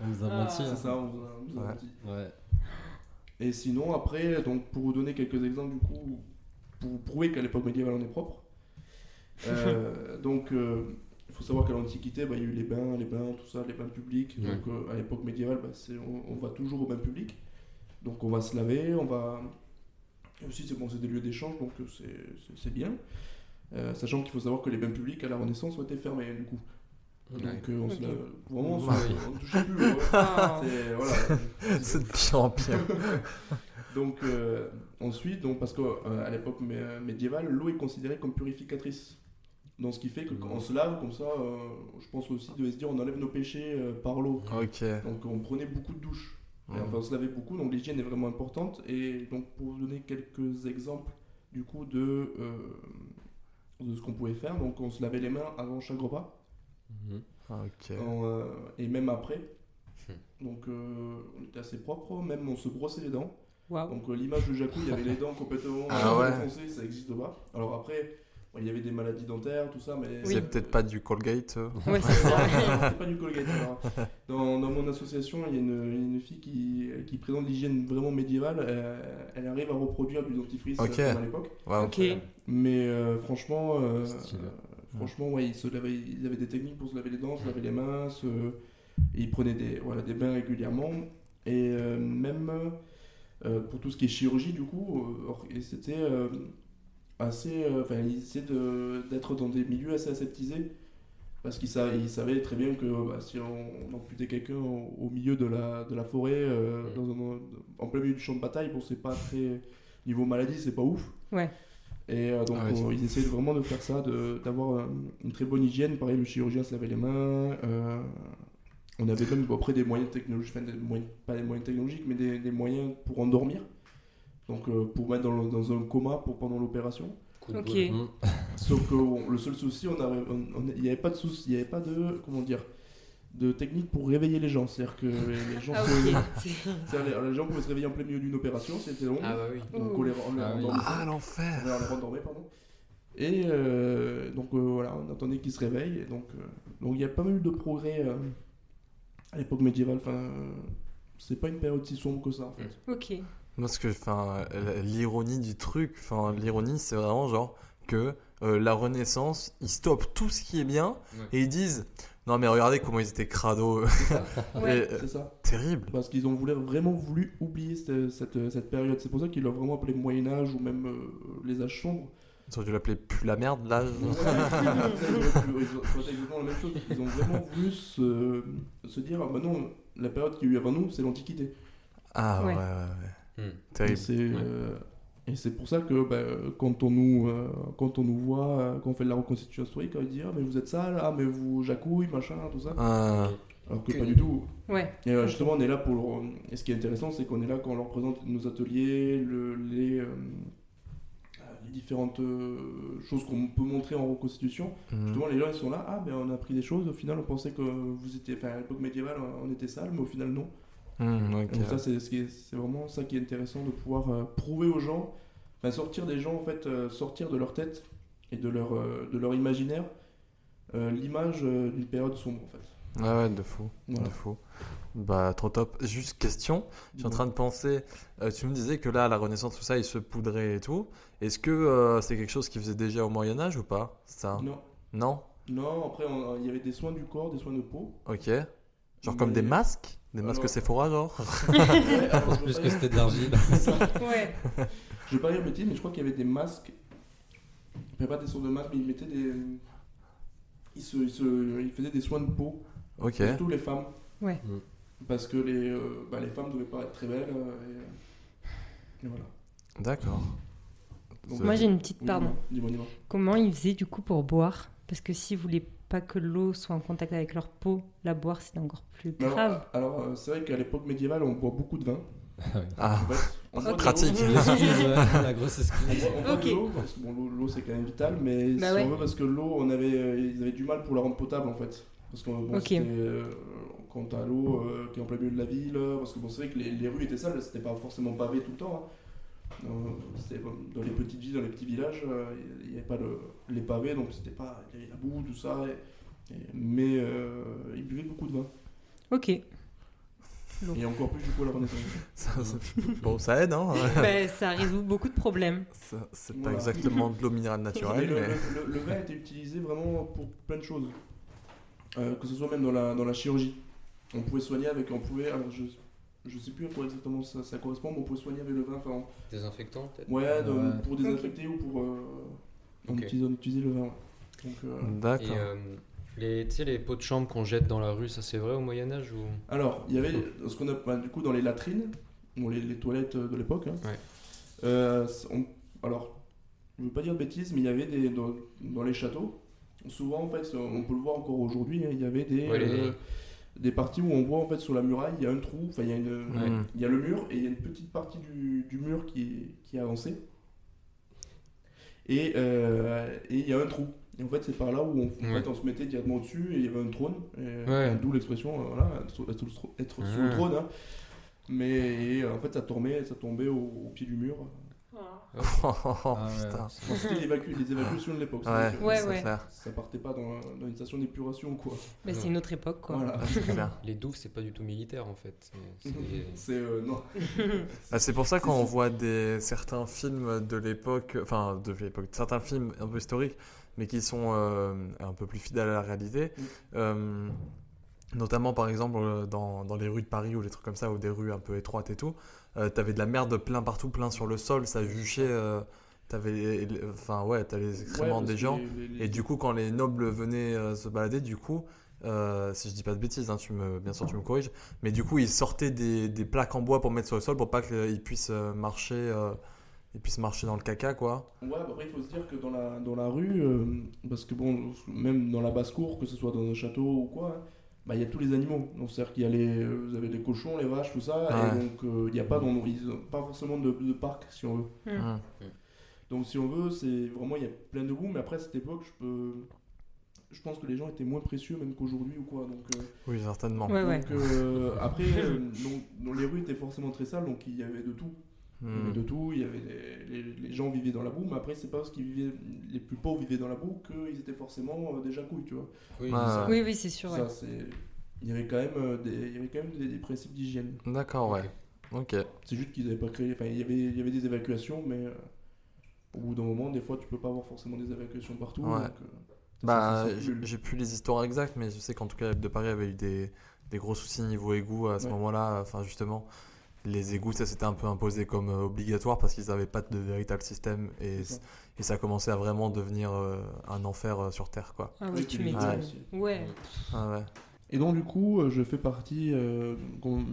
on nous a menti. hein.
c'est ça on vous a- on vous a
Ouais.
dit.
Ouais.
et sinon après donc pour vous donner quelques exemples du coup pour vous prouver qu'à l'époque médiévale on est propre euh, donc euh, il faut savoir qu'à l'Antiquité, bah, il y a eu les bains, les bains, tout ça, les bains publics.
Ouais.
Donc euh, à l'époque médiévale, bah, c'est- on, on va toujours aux bains publics. Donc on va se laver, on va. et aussi, c'est bon, c'est des lieux d'échange, donc euh, c'est- c'est c'est bien. Euh, sachant qu'il faut savoir que les bains publics à la Renaissance ont été fermés, du coup. Donc
Ouais.
euh, on se
Ok.
lave. Vraiment, on, se-
Ouais.
on touchait plus. hein. ouais. [laughs]
Oh,
C'est- voilà.
c'est de pire en pire.
[laughs] Donc euh, ensuite, donc, parce qu'à l'époque mé- euh, médiévale, l'eau est considérée comme purificatrice. Donc ce qui fait que quand on se lave comme ça, euh, je pense aussi de se dire on enlève nos péchés euh, par l'eau.
Ok.
Donc on prenait beaucoup de douches. Et
Mm.
enfin, on se lavait beaucoup, donc l'hygiène est vraiment importante. Et donc pour vous donner quelques exemples du coup de, euh, de ce qu'on pouvait faire, donc on se lavait les mains avant chaque repas.
Mhm.
Ok.
En, euh, et même après. Donc euh, on était assez propre, même on se brossait les dents.
Waouh.
Donc euh, l'image du jacou, il y avait les dents complètement
Ah ouais.
enfoncées, ça n'existe pas. Alors après, bon, il y avait des maladies dentaires, tout ça, mais...
C'est peut-être pas du Colgate. euh.
Ouais, c'est ça.
[laughs] C'est pas du Colgate. alors. Dans, dans mon association, il y a une, une fille qui, qui présente l'hygiène vraiment médiévale. euh, elle arrive à reproduire du dentifrice euh,
Ok.
comme à l'époque.
Waouh.
Ok.
Mais euh, franchement, euh,
Stylé.
euh, franchement, ouais, ils se lavaient- ils avaient des techniques pour se laver les dents, se laver les mains, se... et ils prenaient des, voilà, des bains régulièrement. Et euh, même euh, pour tout ce qui est chirurgie, du coup, euh, or- et c'était euh, assez. euh, Enfin, ils essayaient de- d'être dans des milieux assez aseptisés. Parce qu'ils sa- ils savaient très bien que bah, si on, on amputait quelqu'un au, au milieu de la, de la forêt, euh,
Mm.
dans un- en plein milieu du champ de bataille, bon, c'est pas très. Niveau maladie, c'est pas ouf.
Ouais.
Et euh, donc,
Ah ouais,
on- ils essayaient vraiment de faire ça, de- d'avoir euh, une très bonne hygiène. Pareil, le chirurgien se lavait les mains. euh, on avait même bon, après des moyens technologiques, enfin, des moyens- pas des moyens technologiques, mais des, des moyens pour endormir. Donc, euh, pour mettre dans, le- dans un coma pour, pendant l'opération.
Coup de
Ok.
bol.
Mm.
Sauf que on- le seul souci, on avait- on- on- il n'y avait pas de souci, il n'y avait pas de. Comment dire de technique pour réveiller les gens, c'est-à-dire que les les gens,
Ah,
pouvaient-
ok. C'est-
[laughs] c'est-à-dire les, les gens pouvaient se réveiller en plein milieu d'une opération, c'était long,
Ah bah oui.
donc on les, on les
Ah oui.
endormait.
Ah, l'enfer.
On les rendormait, pardon. Et euh, donc euh, voilà, on attendait qu'ils se réveillent. Et donc, euh, donc il y a pas mal de progrès euh, à l'époque médiévale. Enfin, euh, c'est pas une période si sombre que ça en fait.
Ok.
Moi, ce que, enfin, euh, l'ironie du truc, enfin, l'ironie, c'est vraiment genre que euh, la Renaissance, ils stoppent tout ce qui est bien
Ouais.
et ils disent Non, mais regardez comment ils étaient crado.
Ouais.
[laughs] Et, euh,
C'est ça.
terrible.
Parce qu'ils ont voulu, vraiment voulu oublier cette, cette- cette période. C'est pour ça qu'ils l'ont vraiment appelé Moyen-Âge ou même euh, les âges sombres.
Ils auraient dû l'appeler plus la merde, là.
[laughs] Ouais, ils ont- ils ont- c'est exactement la même chose. Ils ont vraiment voulu se, se dire ah bah non, la période qu'il y a eu avant nous, c'est l'Antiquité.
Ah ouais,
Ouais.
ouais, ouais.
Hmm.
Et
Terrible.
c'est euh, et c'est pour ça que bah, quand, on nous, euh, quand on nous voit, euh, quand on fait de la reconstitution historique, on dit ah mais vous êtes sale, ah mais vous jacouille, machin, tout ça.
Ah,
Alors que pas du tout.
Ouais.
Et euh, justement, on est là pour. leur- Et ce qui est intéressant, c'est qu'on est là quand on leur présente nos ateliers, le- les, euh, les différentes euh, choses qu'on peut montrer en reconstitution.
hmm.
Justement, les gens, ils sont là. Ah, ben on a appris des choses. Au final, on pensait que vous étiez. Enfin, à l'époque médiévale, on était sale, mais au final, non.
Hmm, ok.
Donc, ça, c'est ce qui est- c'est vraiment ça qui est intéressant de pouvoir euh, prouver aux gens, enfin, sortir des gens, en fait, euh, sortir de leur tête et de leur, euh, de leur imaginaire euh, l'image euh, d'une période sombre, en fait.
Ah ouais, de fou.
Voilà.
De fou. Bah, trop top. Juste question. Je suis en train de penser. euh, tu me disais que là, à la Renaissance, tout ça, ils se poudraient et tout. Est-ce que euh, c'est quelque chose qu'ils faisaient déjà au Moyen-Âge ou pas Ça
Non.
Non
Non, après, on- il y avait des soins du corps, des soins de peau.
Ok. Genre comme des
Mais-
masques Des
Ah
masques
non.
Sephora, genre
Ouais, alors, je,
Plus
veux
que
pas dire-
c'était de l'argile.
Ouais.
je veux pas dire bêtise, mais je crois qu'il y avait des masques. Ils faisaient pas des sortes de masques, mais ils mettaient des. Ils, se, ils, se- ils faisaient des soins de peau,
Ok.
surtout les femmes.
Ouais.
Parce que les, euh, bah, les femmes devaient paraître très belles. euh, et, et voilà.
D'accord.
Donc,
Moi j'ai une petite
Oui,
pardon.
dis-moi, dis-moi.
Comment ils faisaient du coup pour boire Parce que s'ils voulaient pas que l'eau soit en contact avec leur peau, la boire c'est encore plus
Mais alors,
grave.
alors, euh, c'est vrai qu'à l'époque médiévale, on boit beaucoup de vin.
Ah, [laughs]
en fait. On boit de
pratique.
l'eau.
[laughs] L'excuse, ouais, la grosse excuse.
On boit de
Ok.
l'eau, parce que bon, l'eau- l'eau c'est quand même vital, mais
Bah
si
ouais.
on veut, parce que l'eau, on avait, euh, ils avaient du mal pour la rendre potable en fait. Parce que bon,
Ok.
c'était, euh, quand t'as l'eau euh, qui est en plein milieu de la ville, euh, parce que bon, c'est vrai que les, les rues étaient sales, c'était pas forcément pavé tout le temps. hein. Euh, c'était, bon, dans les petites villes, dans les petits villages, euh, il n'y avait pas le- les pavés, donc c'était pas, il y avait la boue, tout ça. et- et- mais euh, ils buvaient beaucoup de vin.
Ok.
Et encore plus du coup à la Renaissance.
ça- c'est- bon, ça
[laughs]
aide, hein
Ben, ça résout beaucoup de problèmes.
Ça- C'est pas
Voilà.
exactement de l'eau minérale
Mais
naturelle,
le,
mais.
le- le- le vin a été utilisé vraiment pour plein de choses. Euh, que ce soit même dans la, dans la chirurgie. On pouvait soigner avec. On pouvait, alors je, je sais plus à quoi exactement ça, ça correspond, mais on pouvait soigner avec le vin. Enfin, on-
Désinfectant, peut-être
ouais, de-
Ouais.
pour désinfecter ou pour. euh, on,
Ok.
utilisait, on utilisait le vin. ouais. Donc, euh,
Et
D'accord.
euh, les, tu sais, les pots de chambre qu'on jette dans la rue, ça c'est vrai au Moyen-Âge ou...
Alors, il y avait ce qu'on a bah, du coup dans les latrines, bon, les, les toilettes euh, de l'époque. hein.
Ouais.
Euh, c- on- alors, je veux pas dire de bêtises, mais il y avait des dans, dans les châteaux. Souvent, en fait, on peut le voir encore aujourd'hui. hein, il y avait des
Ouais, les-
euh, des parties où on voit en fait sur la muraille, il y a un trou. Enfin, il y a une,
Ouais.
Hmm.
il y a le mur et il y a une petite partie du, du mur qui est, qui est avancée. Et euh, et il y a un trou. Et en fait, c'est par là où on, en
Ouais.
fait, on se mettait directement au-dessus et il y avait un trône. et-
Ouais.
D'où l'expression, euh, voilà, être, sur- être sur le tro- être sur le
Ah.
trône. hein. Mais et, euh, en fait, ça tombait, ça tombait au, au pied du mur.
Oh,
Ah ouais.
putain.
Bon, C'était l'évacu- les évacuations de l'époque.
[laughs] Ouais,
c'est-à-dire que
Ouais,
c'est
ouais.
clair.
Ça partait pas dans, dans une station d'épuration, quoi.
Ben, c'est une autre époque quoi.
Voilà.
Ah, c'est clair.
Les douves, c'est pas du tout militaire en fait. C'est- c'est-
C'est euh, non.
Ah, c'est pour ça quand on voit des certains films de l'époque, enfin de l'époque, certains films un peu historiques, mais qui sont euh, un peu plus fidèles à la réalité,
Mm.
euh, notamment par exemple euh, dans, dans les rues de Paris ou les trucs comme ça, ou des rues un peu étroites et tout, euh, t'avais de la merde plein partout, plein sur le sol, ça juchait, euh, t'avais, enfin ouais, t'avais les
Ouais,
excréments
parce
des
que
gens.
les- les-
Et du coup, quand les nobles venaient euh, se balader, du coup, euh, si je dis pas de bêtises, hein, tu me, bien sûr tu me corriges, mais du coup, ils sortaient des, des plaques en bois pour mettre sur le sol pour pas qu'ils puissent euh, marcher, euh, ils puissent marcher dans le caca, quoi.
Ouais, bah après, il faut se dire que dans la, dans la rue, euh, parce que bon, même dans la basse-cour, que ce soit dans un château ou quoi, hein, bah, il y a tous les animaux. Donc, c'est-à-dire qu'il y a les, euh, vous avez les cochons, les vaches, tout ça, et
Ouais.
donc euh, il n'y a pas, dans, ils ont pas forcément de, de parc, si on veut.
Mm.
Mm.
Donc, si on veut, c'est vraiment, il y a plein de goûts, mais après, à cette époque, je peux. Je pense que les gens étaient moins précieux même qu'aujourd'hui ou quoi. Donc, euh,
Oui, certainement.
Ouais ouais.
donc, euh, après, euh, donc, donc, les rues étaient forcément très sales, donc il y avait de tout. Il y
Mm.
avait de tout, il y avait des- les, les gens vivaient dans la boue, mais après c'est pas parce qu'ils vivaient, les plus pauvres vivaient dans la boue qu'ils étaient forcément euh, déjà couilles, tu vois.
Oui,
Ah,
Oui oui c'est sûr. ouais.
Ça c'est, il y avait quand même euh, des, il y avait quand même des, des principes d'hygiène.
D'accord, ouais. Ok.
C'est juste qu'ils n'avaient pas créé, enfin il y avait, il y avait des évacuations, mais euh, au bout d'un moment, des fois tu peux pas avoir forcément des évacuations partout.
Ouais.
donc, euh,
Bah,
c'est
j'ai
nul.
j'ai plus les histoires exactes, mais je sais qu'en tout cas, la ville de Paris avait eu des, des gros soucis niveau égout à ce
Ouais.
moment-là. Enfin, justement, les égouts, ça s'était un peu imposé comme euh, obligatoire parce qu'ils n'avaient pas de véritable système et,
C'est ça.
et ça commençait à vraiment devenir euh, un enfer euh, sur Terre, quoi.
Ah
Oui,
ouais, tu
tu
m'étonnes.
m'étonnes. Ouais.
Ah ouais.
Et donc du coup, euh, je fais partie, euh, qu'on-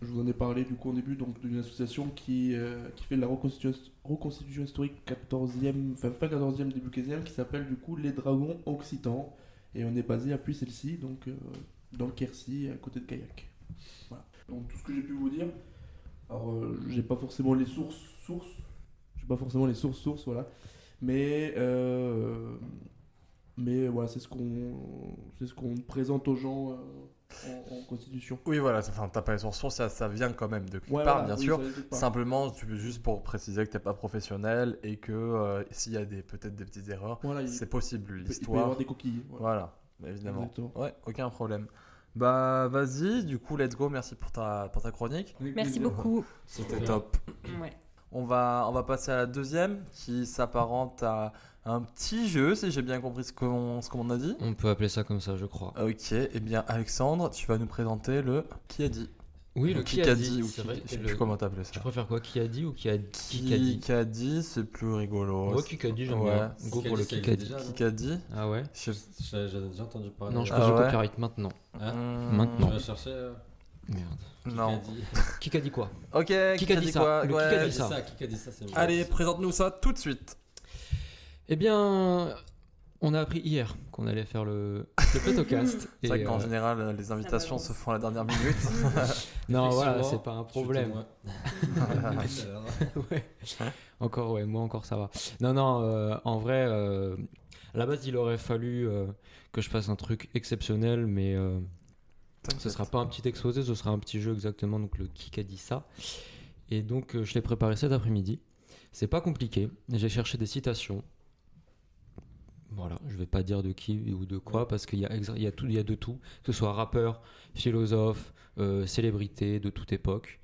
je vous en ai parlé du coup au début, donc d'une association qui, euh, qui fait de la reconstitution, reconstitution historique 14e, enfin fin 14e, début 15e, qui s'appelle du coup Les Dragons Occitans. Et on est basé à Puy-Celle-ci, donc euh, dans le Quercy, à côté de Kayak. Voilà. Donc tout ce que j'ai pu vous dire, alors euh, j'ai pas forcément les sources, sources, j'ai pas forcément les sources, sources, voilà. Mais euh, mais voilà, c'est ce qu'on c'est ce qu'on présente aux gens euh, en, en constitution.
Oui, voilà, ça- enfin, t'as pas les ressources, ça, ça vient quand même de quelque
Ouais,
part,
voilà,
bien
oui,
sûr.
ça n'hésite pas.
Simplement, tu, juste pour préciser que t'es pas professionnel et que euh, s'il y a des peut-être des petites erreurs,
Voilà, il,
c'est
il peut-
possible.
il peut y
L'histoire,
avoir des coquilles. voilà.
voilà, évidemment.
Exactement.
Ouais, aucun problème. Bah, vas-y, du coup, let's go. Merci pour ta, pour ta chronique.
Merci beaucoup.
C'était top.
Ouais.
On va, on va passer à la deuxième qui s'apparente à un petit jeu, si j'ai bien compris ce qu'on ce qu'on a dit.
On peut appeler ça comme ça, je crois.
Ok, et bien, Alexandre, tu vas nous présenter le qui a dit.
Oui,
Ou
le qui a dit,
ou
c'est
qui-
vrai.
Je sais
le-
plus comment t'appelles
Tu
ça.
préfères quoi Qui a dit ou qui a dit Qui a
Qui
dit
qu'a dit, c'est plus rigolo.
Moi, qui a dit, j'aime
Ouais.
bien. Go pour le
C'est
qui a dit.
déjà,
Qui
non
qu'a dit
Ah ouais
Je sais-
J'ai j'ai déjà entendu parler.
Non, je
Ah
pose le
ouais.
copyright maintenant.
Ah,
Hmm,
Tu
Maintenant.
vas chercher. euh,
Merde.
Qui a
Non.
dit
Qui a dit quoi
Ok, qui qu'a
dit
dit
ça
quoi
Le qui
Ouais.
qu'a
Qui a
dit
dit
ça
ça Qui a dit ça C'est moi.
Allez, présente-nous ça tout de suite.
Eh bien, on a appris hier qu'on allait faire le, le
[laughs]
pétocast.
C'est vrai
Et,
qu'en
euh,
général, euh, les invitations
balance.
se font à la dernière minute.
non, voilà,
Effectivement,
c'est pas un
Je suis
problème.
témoin.
[laughs] Ouais.
Hein
Encore, ouais, moi encore ça va. Non, non, euh, en vrai, euh, à la base, il aurait fallu euh, que je fasse un truc exceptionnel, mais euh, [laughs] ce sera pas un petit exposé, ce sera un petit jeu exactement, donc le qui a dit ça. Et donc, euh, je l'ai préparé cet après-midi. C'est pas compliqué, j'ai cherché des citations. Voilà, je vais pas dire de qui ou de quoi, parce qu'il y, a exa- il y, a tout- il y a de tout, que ce soit rappeur, philosophe, euh, célébrité de toute époque.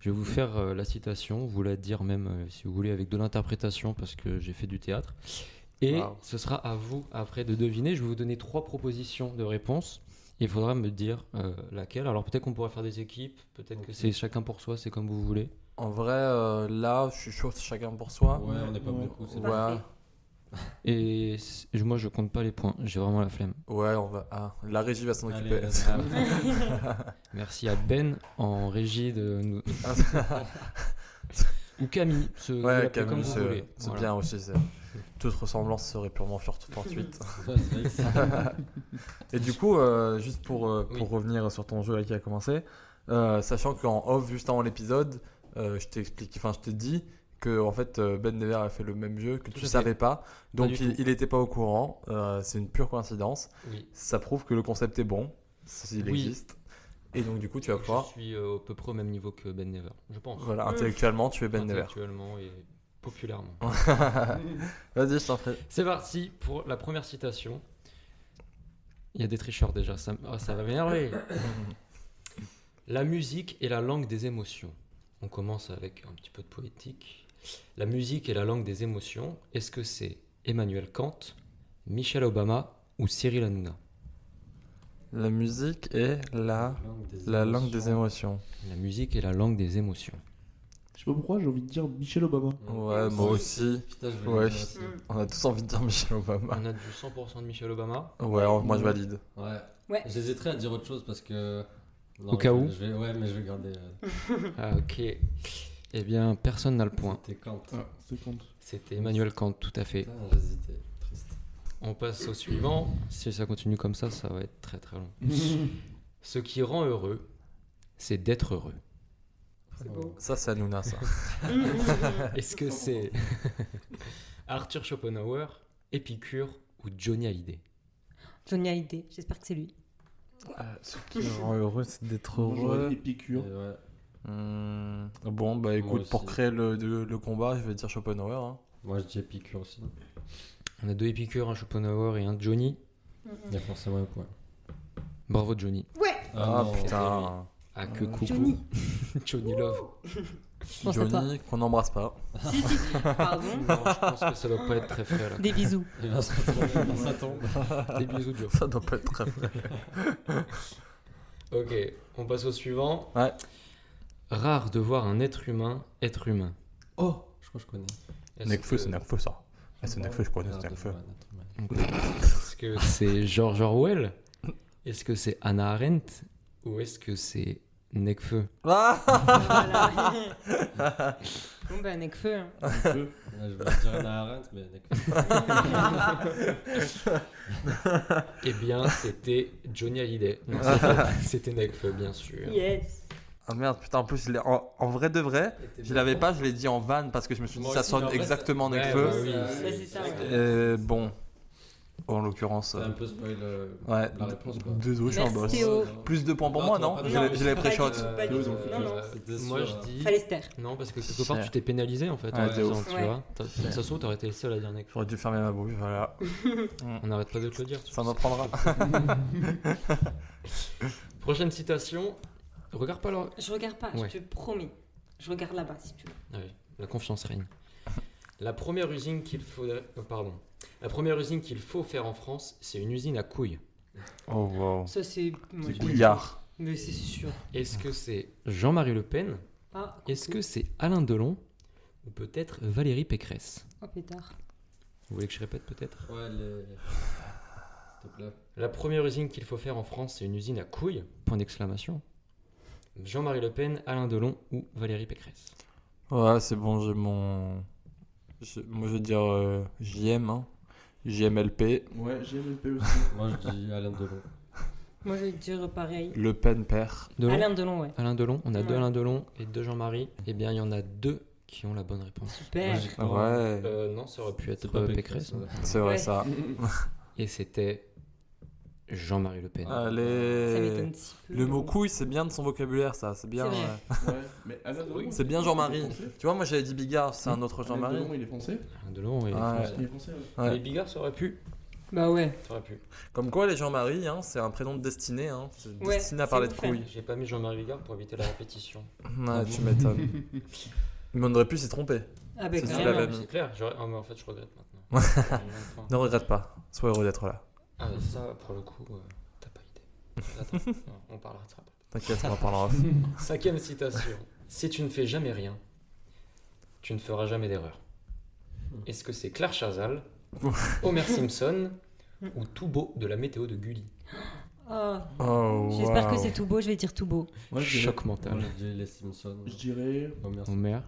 Je vais vous faire euh, la citation, vous la dire même euh, si vous voulez avec de l'interprétation parce que j'ai fait du théâtre. Et
Wow.
ce sera à vous après de deviner. Je vais vous donner trois propositions de réponse. Il faudra me dire euh, laquelle. Alors peut-être qu'on pourra faire des équipes, peut-être que c'est chacun pour soi, c'est comme vous voulez.
En vrai, euh, là, je suis chaud, c'est chacun pour soi.
Ouais, on n'est pas
Ouais.
beaucoup. c'est
Ouais.
bon.
Parfait.
Et c- moi je compte pas les points, j'ai vraiment la flemme.
Ouais, on va. ah, la régie va s'en
Allez,
occuper. [laughs]
ah,
Merci à Ben en régie de nous. [laughs] Ou Camille, ce, vous
Ah, ouais,
l'appelez comme
Camille,
vous
c'est
voulez.
c'est
Voilà.
bien aussi. c'est- Toute ressemblance serait purement fort-
[laughs]
fortuite.
ouais, ah, c'est vrai que c'est-
Et du coup, euh, juste pour, euh, pour
Oui.
revenir sur ton jeu là qui a commencé, euh, sachant qu'en off, juste avant l'épisode, euh, je t'ai expliqué, enfin, je t'ai dit que en fait euh, Ben Dever a fait le même jeu que
Tout
tu
à fait.
savais pas, donc
du
il,
tout.
il était pas au courant. euh, c'est une pure coïncidence.
Oui.
Ça prouve que le concept est bon, s'il
Oui.
existe. Et donc du coup, tu vas
Je
pouvoir,
suis euh, à peu près au même niveau que Ben Never, je pense.
voilà, intellectuellement, tu es Ben Dever.
Intellectuellement et populairement.
[laughs] Mm. Vas-y, je t'en prie.
C'est parti pour la première citation. Il y a des tricheurs déjà, ça, oh, ça va
[laughs]
m'énerver. la musique est la langue des émotions. On commence avec un petit peu de poétique. La musique est la langue des émotions. Est-ce que c'est Emmanuel Kant, Michelle Obama ou Cyril Hanouna
La musique est la, la langue des émotions.
La musique est la langue des émotions.
Je sais pas pourquoi j'ai envie de dire Michel Obama.
Ouais, moi aussi.
Putain, je
Ouais.
voulais dire aussi.
On a tous envie de dire Michel [laughs] Obama.
On a du 100% de Michelle Obama.
Ouais, moi je valide.
Ouais.
Ouais.
J'hésiterais à dire autre chose parce que. Non,
Au cas
je-
où.
je vais- Ouais, mais je vais garder. euh,
Ah, ok. Eh bien, personne n'a le point.
T'es Kant.
Ah, c'est [laughs] compte.
C'était Emmanuel Kant, tout à fait.
Putain, J'hésitais. Triste.
On passe au suivant. Si ça continue comme ça, ça va être très très long. Ce qui rend heureux, c'est d'être heureux.
C'est beau.
Ça, c'est Hanouna, ça.
Est-ce que c'est [laughs] Arthur Schopenhauer, Épicure ou Johnny Hallyday
[laughs] Johnny Hallyday, j'espère que c'est lui.
Euh, ce qui rend heureux, c'est d'être
Moi, j'aurais dit Épicure.
Et ouais.
Bon, bah écoute,
aussi.
pour créer le, le- le combat, je vais dire Schopenhauer. hein.
Moi, je dis Épicure aussi.
On a deux Épicures, un Schopenhauer et un Johnny.
Il y a forcément un point.
Bravo Johnny.
Ah,
Ah,
non.
putain.
Ah que
Euh,
[laughs] coucou.
Johnny.
Johnny Love.
Je pense à toi.
Johnny, qu'on n'embrasse pas. [laughs]
Si, si. Pardon.
Non, je pense que ça doit pas être très frais là.
Des bisous.
Il va se retrouver dans sa tombe.
[laughs] Des bisous Joe.
Ça doit pas être très vrai.
Ok, on passe au suivant.
Ouais.
Rare de voir un être humain être humain.
Oh, je crois que je connais.
Est-ce
Nekfeu,
que-
c'est Nekfeu, ça. Ah, c'est Nekfeu, je connais, c'est Nekfeu.
Est-ce que c'est George Orwell Est-ce que c'est Anna Arendt Ou est-ce que c'est Necfeu
Ah
[laughs] Voilà. [laughs] bon, bah, Nekfeu. hein.
Ouais, je voulais dire Anna Arendt, mais d'accord.
Eh bien, c'était Johnny Hallyday. Non, c'était- C'était Necfeu, bien sûr.
Yes.
Ah, merde, putain, en plus, je l'ai- en, en vrai de vrai, [laughs] je l'avais pas, je l'ai dit en vanne parce que je me suis dit
Moi
ça
aussi, mais
sonne
en vrai,
exactement
Ouais,
Nekfeu.
ouais, oui.
Bah, c'est ça.
Euh, bon, en l'occurrence,
T'as
euh,
un peu spoil euh,
ouais.
la réponse, quoi.
Désolé, je suis un
Merci, oh.
boss.
Théo.
Plus de points pour
Non,
moi,
toi,
non Je
pas du
l'ai-
tout.
Je l'ai
Pas
pré-shot.
du tout, pas du
Euh,
tout. Non, non.
c'était sûr,
Moi, je
hein.
dis...
Fallait se taire.
Non, parce que quelque part,
Cher.
tu t'es pénalisé, en fait.
Ouais,
en
de
disant,
ouf.
tu
Ouais.
vois. T'as- Ça se trouve, t'aurais été le seul à dire Necfeu.
J'aurais dû fermer ma bouche, voilà.
On n'arrête pas de te le dire. tu
Ça
sais.
m'en prendra.
Prochaine citation. Regarde pas leur...
Je regarde pas,
Ouais.
je te promets. Je regarde là-bas si tu veux.
Ah oui, la confiance règne. La première usine qu'il faudrait... euh, pardon. La première usine qu'il faut faire en France, c'est une usine à couilles.
Oh wow.
Ça,
C'est
c'est.
cool.
Couillard.
Mais c'est sûr.
Est-ce que c'est Jean-Marie Le Pen
Ah,
Est-ce que c'est Alain Delon Ou peut-être Valérie Pécresse
oh pétard.
Vous voulez que je répète peut-être
Ouais, les... S'il te plaît.
La première usine qu'il faut faire en France, c'est une usine à couilles Point d'exclamation. Jean-Marie Le Pen, Alain Delon ou Valérie Pécresse
Ouais, c'est bon, j'ai mon. je- Moi, je veux dire euh, JM, hein. JMLP,
Ouais, j'ai MLP [laughs] aussi.
Moi, je dis Alain Delon.
Moi, je vais dire pareil.
Le Pen père.
Delon
Alain Delon, ouais.
Alain Delon, on a deux
Ouais.
Alain Delon et deux Jean-Marie. Eh bien, il y en a deux qui ont la bonne réponse.
Super.
Moi, j'ai-
Ouais,
Euh, non, ça aurait pu être
C'est pas
euh,
Pécresse.
Pécresse.
ouais.
c'est vrai
ouais.
ça.
Et c'était Jean-Marie Le
Ah.
Pen.
Ça
Allez.
m'étonne si peu.
Le mot couille, c'est bien de son vocabulaire, ça. C'est bien.
C'est vrai.
ouais.
Ouais, mais Alain Delon,
C'est
il-
bien Jean-Marie.
il est français.
Tu vois, moi, j'avais dit Bigard, c'est un autre
Alain
Jean-Marie.
Delon, il est français.
Alain Delon et
Ouais.
François.
Il est français, ouais.
Ouais.
Mais Bigard, ça aurait pu.
Bah ouais.
Ça aurait pu.
Comme quoi, les Jean-Marie, hein, c'est un prénom de destinée. Hein. C'est
Ouais,
destiné à
c'est
parler de
pour faire.
couilles.
J'ai pas mis Jean-Marie Bigard pour éviter la répétition.
Ouais, tu m'étonnes. Mais on aurait pu s'y tromper.
Ah, bah
C'est
Ah,
tu
non,
carrément.
l'avais
mais
mis.
C'est clair. j'aurais- Ah, mais en fait, je regrette maintenant. J'ai une autre fois.
Ne regrette pas. Sois heureux d'être là.
ah, mais ça, pour le coup, euh, t'as pas idée. Attends,
[laughs]
non, on parlera de ça après.
T'inquiète, on en
[laughs]
parlera.
Cinquième citation. Si tu ne fais jamais rien, tu ne feras jamais d'erreur. Est-ce que c'est Claire
[laughs]
Chazal, Homer Simpson ou tout beau de la météo de Gulli
Oh,
Oh,
J'espère que
waouh.
c'est tout beau, je vais dire tout beau.
Moi, je dirais-
Choc mental.
Moi, je dis les Simpsons.
je dirais,
Homer Simpson.
Homer.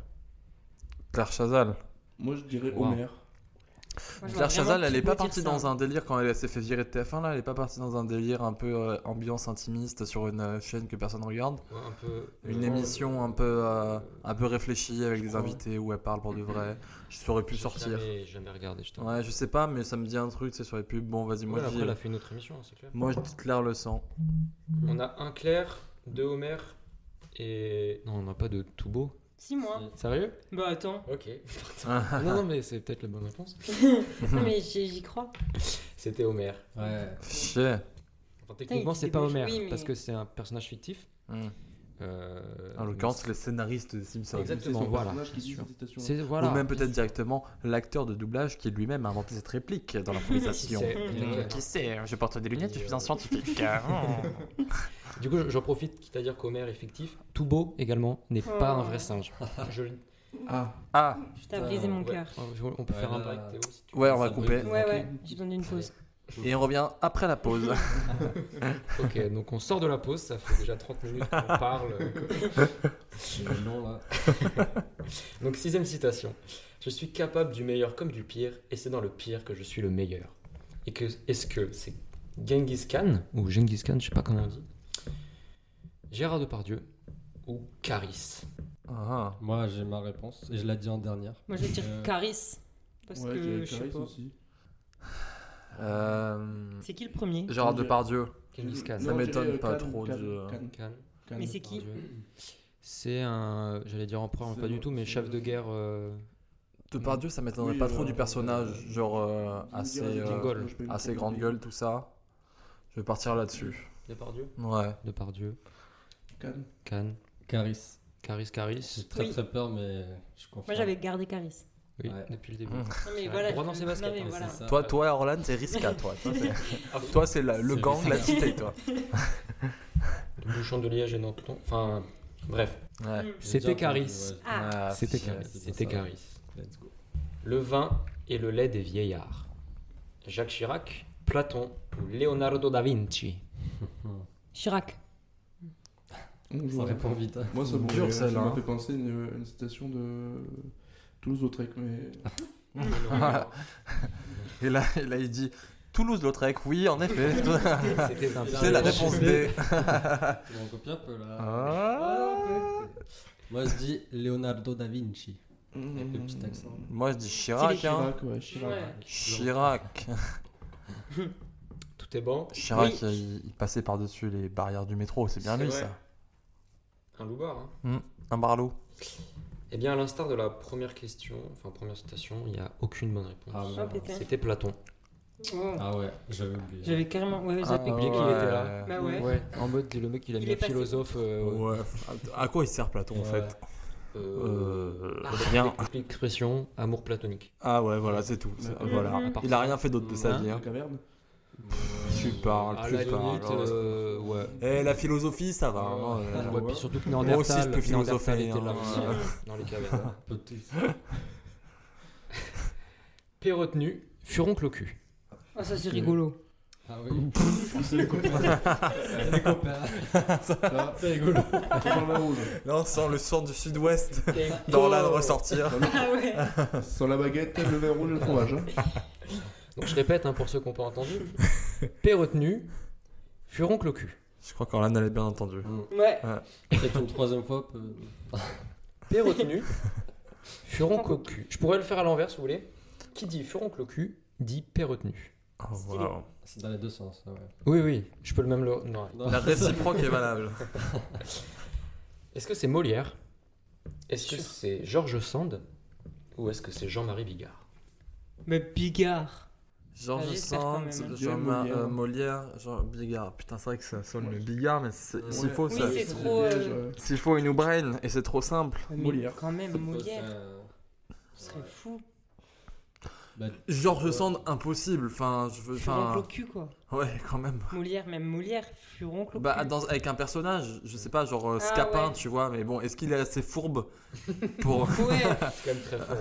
Claire Chazal.
moi, je dirais
Wow.
Homer.
Moi, je vois
Claire Chazal,
vraiment
elle est
tout
pas
beau dire
partie
ça.
dans un délire quand elle s'est fait virer de TF1 là, elle est pas partie dans un délire un peu euh, ambiance intimiste sur une euh, chaîne que personne regarde,
Ouais, un peu.
une
Ouais.
émission un peu euh, un peu réfléchie avec des
crois, ouais.
invités où elle parle pour de vrai. Je saurais pu
J'ai
sortir.
Mm-hmm. Jamais, jamais regardé, je t'en
Ouais, je sais pas, mais ça me dit un truc, c'est sur les pubs. Bon, vas-y, moi
Ouais,
je
après,
dis,
elle a fait une autre émission, hein, c'est clair.
moi je dis Claire le sang.
On a un Claire, deux Homer et. Non, on n'a pas de tout beau.
Si, moi.
Sérieux
Bah attends.
Ok. non, [laughs] non, mais c'est peut-être la bonne réponse.
[laughs] Non, mais j'y j'y crois.
C'était Homer.
Ouais.
Chier.
Enfin, techniquement,
Putain, il
c'est
était
pas
moche.
Homer
Oui, mais- Hmm.
parce que c'est un personnage fictif.
Mm.
Euh,
En l'occurrence, les scénaristes de Simpsons.
Exact. Exactement,
C'est son
voilà,
personnage qui
bien
dit
sûr.
cette citation.
c'est voilà.
Ou même peut-être directement l'acteur de doublage qui lui-même a inventé cette réplique
[laughs]
dans l'improvisation.
Qui sait
Mmh, Qui sait Je porte des lunettes, je suis
[laughs]
un scientifique.
Du coup, j'en profite, quitte à dire qu'Homer est fictif. Tout beau également n'est pas
Oh.
un vrai singe. [laughs] Je... le-
Ah,
Ah,
Je t'ai brisé mon
Ouais.
cœur.
On peut faire un break, Théo, si tu veux.
ouais, on va
Ça brûle.
couper.
Ouais, ouais, j'ai besoin d'une pause.
Et on revient après la pause. [laughs]
Ok, donc on sort de la pause, ça fait déjà 30 minutes qu'on parle.
C'est long, là.
[laughs] Donc sixième citation. Je suis capable du meilleur comme du pire, et c'est dans le pire que je suis le meilleur. Et que est-ce que c'est Genghis Khan ou Genghis Khan, je sais pas comment on dit. Gérard Depardieu ou Caris.
Ah,
Moi, j'ai ma réponse. Et je l'ai dit en dernière.
Moi, je vais dire
Euh,
Caris. Parce
ouais, je
que
dirais
je sais
Clarisse
pas.
aussi.
euh,
C'est qui le premier
Gérard Depardieu.
Genghis Khan.
Ça
Non, je
m'étonne
dirais, euh,
pas
Cannes,
trop
Cannes,
de-
Cannes,
Khan,
Cannes.
Mais c'est qui
Depardieu. C'est un, j'allais dire empereur, mais
C'est
pas du
le-
tout, mais
c'est
chef
le-
de guerre. euh,
Depardieu, ça m'étonnerait
Oui,
pas
euh,
trop du personnage,
euh,
genre euh,
Vous me
assez,
direz,
euh,
Jingle.
je peux me tromper.
assez grande gueule, tout ça. Je vais partir là-dessus.
Depardieu.
Ouais.
Depardieu.
Cannes.
Khan.
Caris.
Caris Caris.
J'ai très
Oui.
très peur, mais je confirme.
Moi, j'avais gardé Caris.
Oui,
Ouais.
depuis le début.
Mmh.
Non, mais
Ouais,
voilà.
droit dans
je-
ses
non,
baskets,
mais
Ouais, Ah, c'est
voilà.
ça.
Toi, toi, Orlan, c'est risqué, toi. Toi, c'est- Toi, c'est la- le
C'est
gang, la cité, toi.
Le bouchon de Liège et Nanton. Enfin, bref.
Ouais.
Mm.
J'ai
C'était
déjà entendu,
Caris.
ouais.
Ah,
Ah,
C'était
putain.
Caris.
c'est pour
C'était
ça.
Caris.
Let's go.
Le vin et le lait des vieillards. Jacques Chirac, Platon ou Leonardo da Vinci.
Chirac.
Ça
Bonjour.
répond vite. hein.
Moi, ça me
Dur,
ça
celle-là,
m'a
hein.
fait penser à une, une citation de Toulouse-Lautrec, mais
[laughs] Et là, et là, il dit Toulouse-Lautrec, oui, en effet.
C'était un
C'est la
Toulouse-Lautrec.
réponse D.
Tu m'en copies un peu là.
Ah.
Moi je dis Leonardo da Vinci. Avec le petit accent.
Moi, je dis Chirac.
C'est
Hein.
Ah, Chirac, ouais, Chirac.
Chirac.
Tout est bon.
Chirac,
Oui.
il, il passait par-dessus les barrières du métro. C'est bien
C'est
lui,
vrai.
ça.
Un loupard. Hein.
Un barlot.
Eh bien, à l'instar de la première question, enfin première citation, il n'y a aucune bonne réponse.
Ah,
Oh, putain.
C'était Platon.
Oh.
Ah ouais, j'avais oublié.
J'avais carrément. Ouais,
Ah,
zappé.
oublié qu'il était là.
Bah ouais.
en mode le mec il a
Il
mis
est
un
passé.
philosophe. euh,
Ouais. À quoi il sert Platon, en
Ouais.
fait
euh,
Euh,
ah,
Rien.
avec L'expression amour platonique.
Ah ouais, voilà, c'est tout. C'est-
Mhm.
Voilà. Il a rien fait d'autre de sa
Hein
vie.
La
Hein.
caverne.
Tu parles,
À
tu
la
parles.
limite,
genre.
euh, ouais.
Eh, la philosophie, ça va. hein,
Ouais.
euh,
[laughs] Ouais, puis surtout que
Moi aussi, je
Néandertal,
peux
Néandertal
philosopher,
était là
hein.
aussi, euh, [laughs] dans les cavernes.
Peut-être.
P retenu, furoncle au cul.
Oh, ça, c'est rigolo.
Ah oui.
C'est les
[laughs]
copains.
Les copains.
Ça,
C'est rigolo.
toujours la
[laughs]
rouge.
Là, on sent le sang du sud-ouest [laughs] dans là de ressortir.
Ah ouais.
Sans la baguette, le vin rouge et le fromage. hein.
Donc je répète hein, pour ceux qui n'ont pas
[laughs]
entendu. P retenu, furoncle au cul.
Je crois qu'Orlan avait bien entendu.
Ouais.
Peut-être une troisième fois. peut-
P retenu, furoncle au cul. Je pourrais le faire à l'envers si vous voulez. Qui dit furoncle au cul dit P retenu.
Oh,
Stylé.
wow.
C'est dans les deux sens. ah Ouais.
Oui, oui, je peux le même le. non.
Non,
La réciproque est valable.
Est-ce que c'est Molière Est-ce que c'est Georges Sand Ou est-ce que c'est Jean-Marie Bigard
[laughs] Mais Bigard. Ah,
Georges
j'espère quand
Sand,
même, hein.
Jean
Molière.
euh, Molière, Jean Bigard. Putain, c'est vrai que ça sonne le Bigard, mais c'est- s'il faut,
Oui,
ça.
c'est
le
trop, euh,
piège, ouais.
S'il faut, il nous brain, et c'est trop simple.
Mais
Molière.
Quand même,
faut
Molière.
faire-
Ce serait fou.
Bah,
Georges Sand, impossible. Enfin, je veux.
Furoncle au
Euh, Enfin,
cul, quoi.
ouais, quand même.
Molière, même Molière, furoncle au cul.
Bah, dans- avec un personnage, je sais pas, genre euh,
Ah,
Scapin,
ouais.
tu vois, mais bon, est-ce qu'il est assez
[laughs]
fourbe pour.
Ouais.
C'est quand même très fort.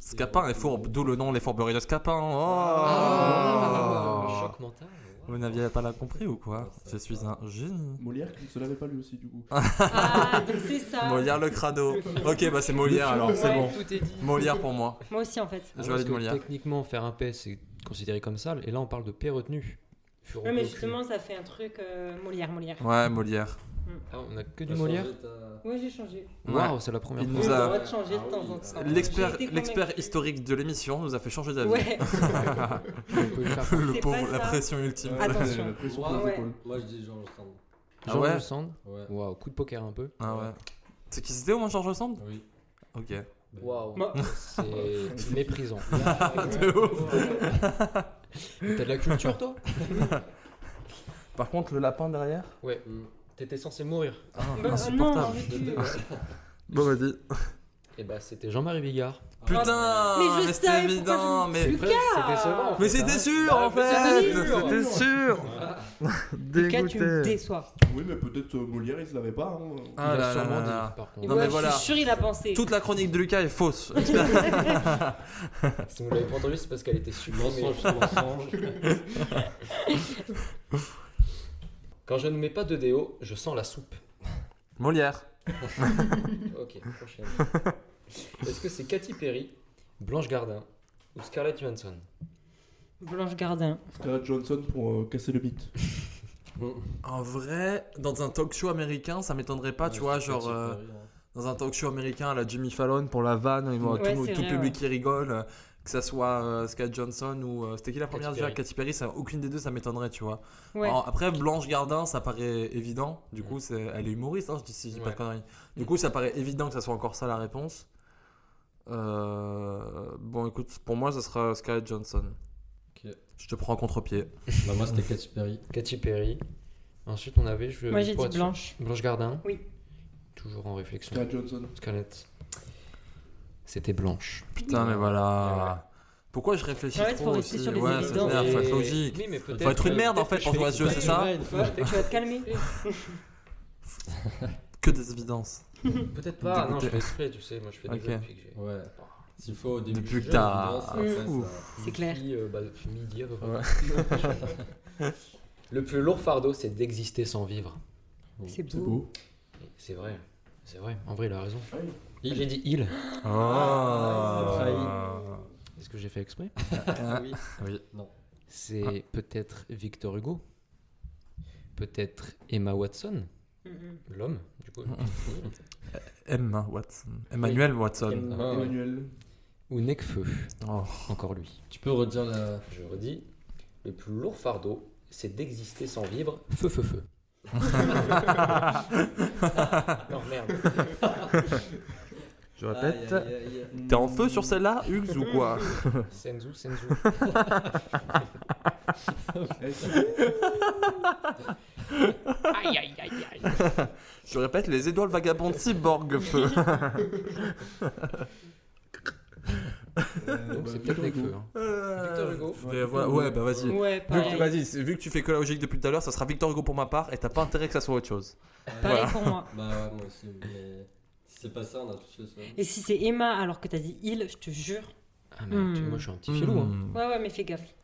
Scapin est fourbe, d'où le nom Les Fourberies de Scapin.
Ah,
Oh
Choc mental.
Vous n'aviez pas la compris ou quoi Je suis un génie.
Molière qui ne se l'avait pas lui aussi, du coup.
Ah, donc c'est ça.
Molière le crado. Ok, bah c'est Molière alors, c'est
Ouais,
bon.
Tout est dit.
Molière pour moi.
Moi aussi, en fait.
Ah,
Je
parce
valide
que
Molière.
Techniquement, faire un P, c'est considéré comme sale. Et là, on parle de P retenu. Furoncle
Ouais, mais
au cul.
justement, ça fait un truc euh, Molière, Molière.
Ouais, Molière.
Ah, on a que
t'as
du Molière
changé ta-
Ouais, j'ai changé.
Bah, Ouais.
Waouh, c'est la première
Il
fois.
On
nous
a
a-
le droit de changer de
Ah
temps
oui.
en temps.
L'expert,
J'ai été
l'expert
convaincue.
historique de l'émission nous a fait changer d'avis.
Ouais.
On peut le faire.
[laughs] le
C'est
pauvre,
pas
la
ça.
pression ultime.
Ouais,
Attention.
La pression
Ouais.
sur les épaules.
Moi je dis Georges Sand.
[laughs] Ah
Georges
ouais
Sand.
Ouais.
Waouh, coup de poker un peu.
Ah ouais. C'est qui c'était au moins Georges Sand
Oui.
Ok. Bah,
Waouh,
Moi-
[laughs]
c'est méprisant.
Ah,
De ouf.
T'as de la culture, toi
Par contre, le lapin derrière
Ouais. T'étais censé
[laughs]
mourir.
Ah,
Bah, non,
insupportable.
arrête.
Bon, vas-y.
Et bah, c'était Jean-Marie Bigard.
Putain,
Mais
mais
je
c'était
savais pourquoi
évident,
je-
mais.
Lucas
C'est décevant.
Ah, bah, Mais c'était sûr
hein.
en
Bah, mais
fait
c'était sûr. hein.
C'était sûr
Lucas, tu me
Dégoûté
déçois.
Oui, mais peut-être euh, Molière, il ne se l'avait pas. hein.
Ah
Il a
là là
sûrement
là
dit,
là.
par contre.
Non,
Ouais,
mais voilà.
Je suis sûr, il a pensé.
Toute la chronique de Lucas est fausse.
Si vous l'avez pas entendu, c'est parce qu'elle était supprimée.
Mensonge sur mensonge.
[laughs] Quand je ne mets pas de déo, je sens la soupe.
[laughs] Molière.
Ok, prochaine. Est-ce que c'est Katy Perry, Blanche Gardin ou Scarlett Johansson
Blanche Gardin.
Scarlett Johnson pour euh, casser le mythe.
En vrai, dans un talk show américain, ça m'étonnerait pas, tu
Ouais,
vois,
c'est
genre
Katy
euh,
Perry, hein.
dans un talk show américain à la Jimmy Fallon pour la vanne, il y aura
Ouais,
tout,
c'est
tout
vrai,
public
ouais.
qui rigole, euh, que ça soit euh, Scarlett Johnson ou euh, c'était qui la première
Katy
déjà
Perry.
Katy Perry, ça, aucune des deux, ça m'étonnerait, tu vois.
Ouais.
Alors, après Blanche Gardin, ça paraît évident. Du coup, c'est, elle est humoriste, hein, je dis si je dis pas
Ouais.
de conneries. Du coup, ça paraît évident que ça soit encore ça la réponse. Euh, bon, écoute, pour moi, ça sera Scarlett Johnson.
Ok.
Je te prends à contre-pied.
Bah, moi c'était Katy Perry.
Katy Perry. Ensuite, on avait. Je,
Moi, j'ai
pour
dit
être sûr.
Blanche.
Blanche Gardin
Oui.
toujours en réflexion.
Scarlett Johnson.
Scarlett. C'était blanche.
Putain, mais voilà. Pourquoi je réfléchis
Ouais, faut
trop
rester
aussi
sur les
Ouais, c'est
évidences.
clair, faut être
Et-
logique.
Oui, mais peut-être
Faut être une
que-
merde en
peut-être
fait
que
pour
je
jouer à
fais
ce jeu, c'est
exprès,
ça
une
Tu
fois.
vois, tu vas te calmer.
Que des évidences.
Peut-être pas, non,
Dégoûté.
je fais exprès, tu sais, moi je fais des
Ok.
jeux depuis que j'ai.
Ouais. S'il faut au début.
Depuis
du
que
jeu,
t'as-
évidemment, c'est- ça,
Ouf.
ça-
C'est clair.
Depuis, euh, bah, depuis midi à peu près. [laughs] Le plus lourd fardeau, c'est d'exister sans vivre.
C'est beau.
C'est beau.
Et C'est vrai, c'est vrai. En vrai, il a raison.
Oui.
Il- J'ai dit il.
Oh.
Est-ce que j'ai fait exprès
Ah,
Oui.
Oui.
Non.
C'est peut-être Victor Hugo. Peut-être Emma Watson,
Mhm.
l'homme, du coup.
Emma Watson. Emmanuel Watson.
Em-
Ah ouais.
Euh, Emmanuel.
[laughs] Ou Necfeu,
Oh.
encore lui.
Tu peux redire la.
Je redis, le plus lourd fardeau, c'est d'exister sans vivre. Feu, feu, [laughs]
[laughs]
feu. non, merde.
Je répète.
Aïe, aïe, aïe, aïe.
T'es en feu sur celle-là, Hugues, ou quoi
Senzu, Senzu.
Eh, si.
Aïe, aïe, aïe, aïe.
Je répète, les étoiles vagabondes cyborg
[laughs]
feu.
Euh,
Donc
bah,
c'est peut-être
Victor Hugo.
Necfeu. hein. Victor Hugo.
Euh, Mais voilà, ouais, bah vas-y.
Ouais,
Vu que,
pareil.
vas-y, c'est- vu que tu fais que la logique depuis tout à l'heure, ça sera Victor Hugo pour ma part et t'as pas intérêt que ça soit autre chose.
Pareil
Voilà.
pour moi.
Bah ouais, moi aussi. Mais si c'est pas ça, on a tous le seum.
Et si c'est Emma alors que t'as dit il, je te jure.
Ah merde, tu-
Hmm.
moi je suis un petit filou. hein.
Hmm. [laughs]
Ouais, ouais, mais fais gaffe.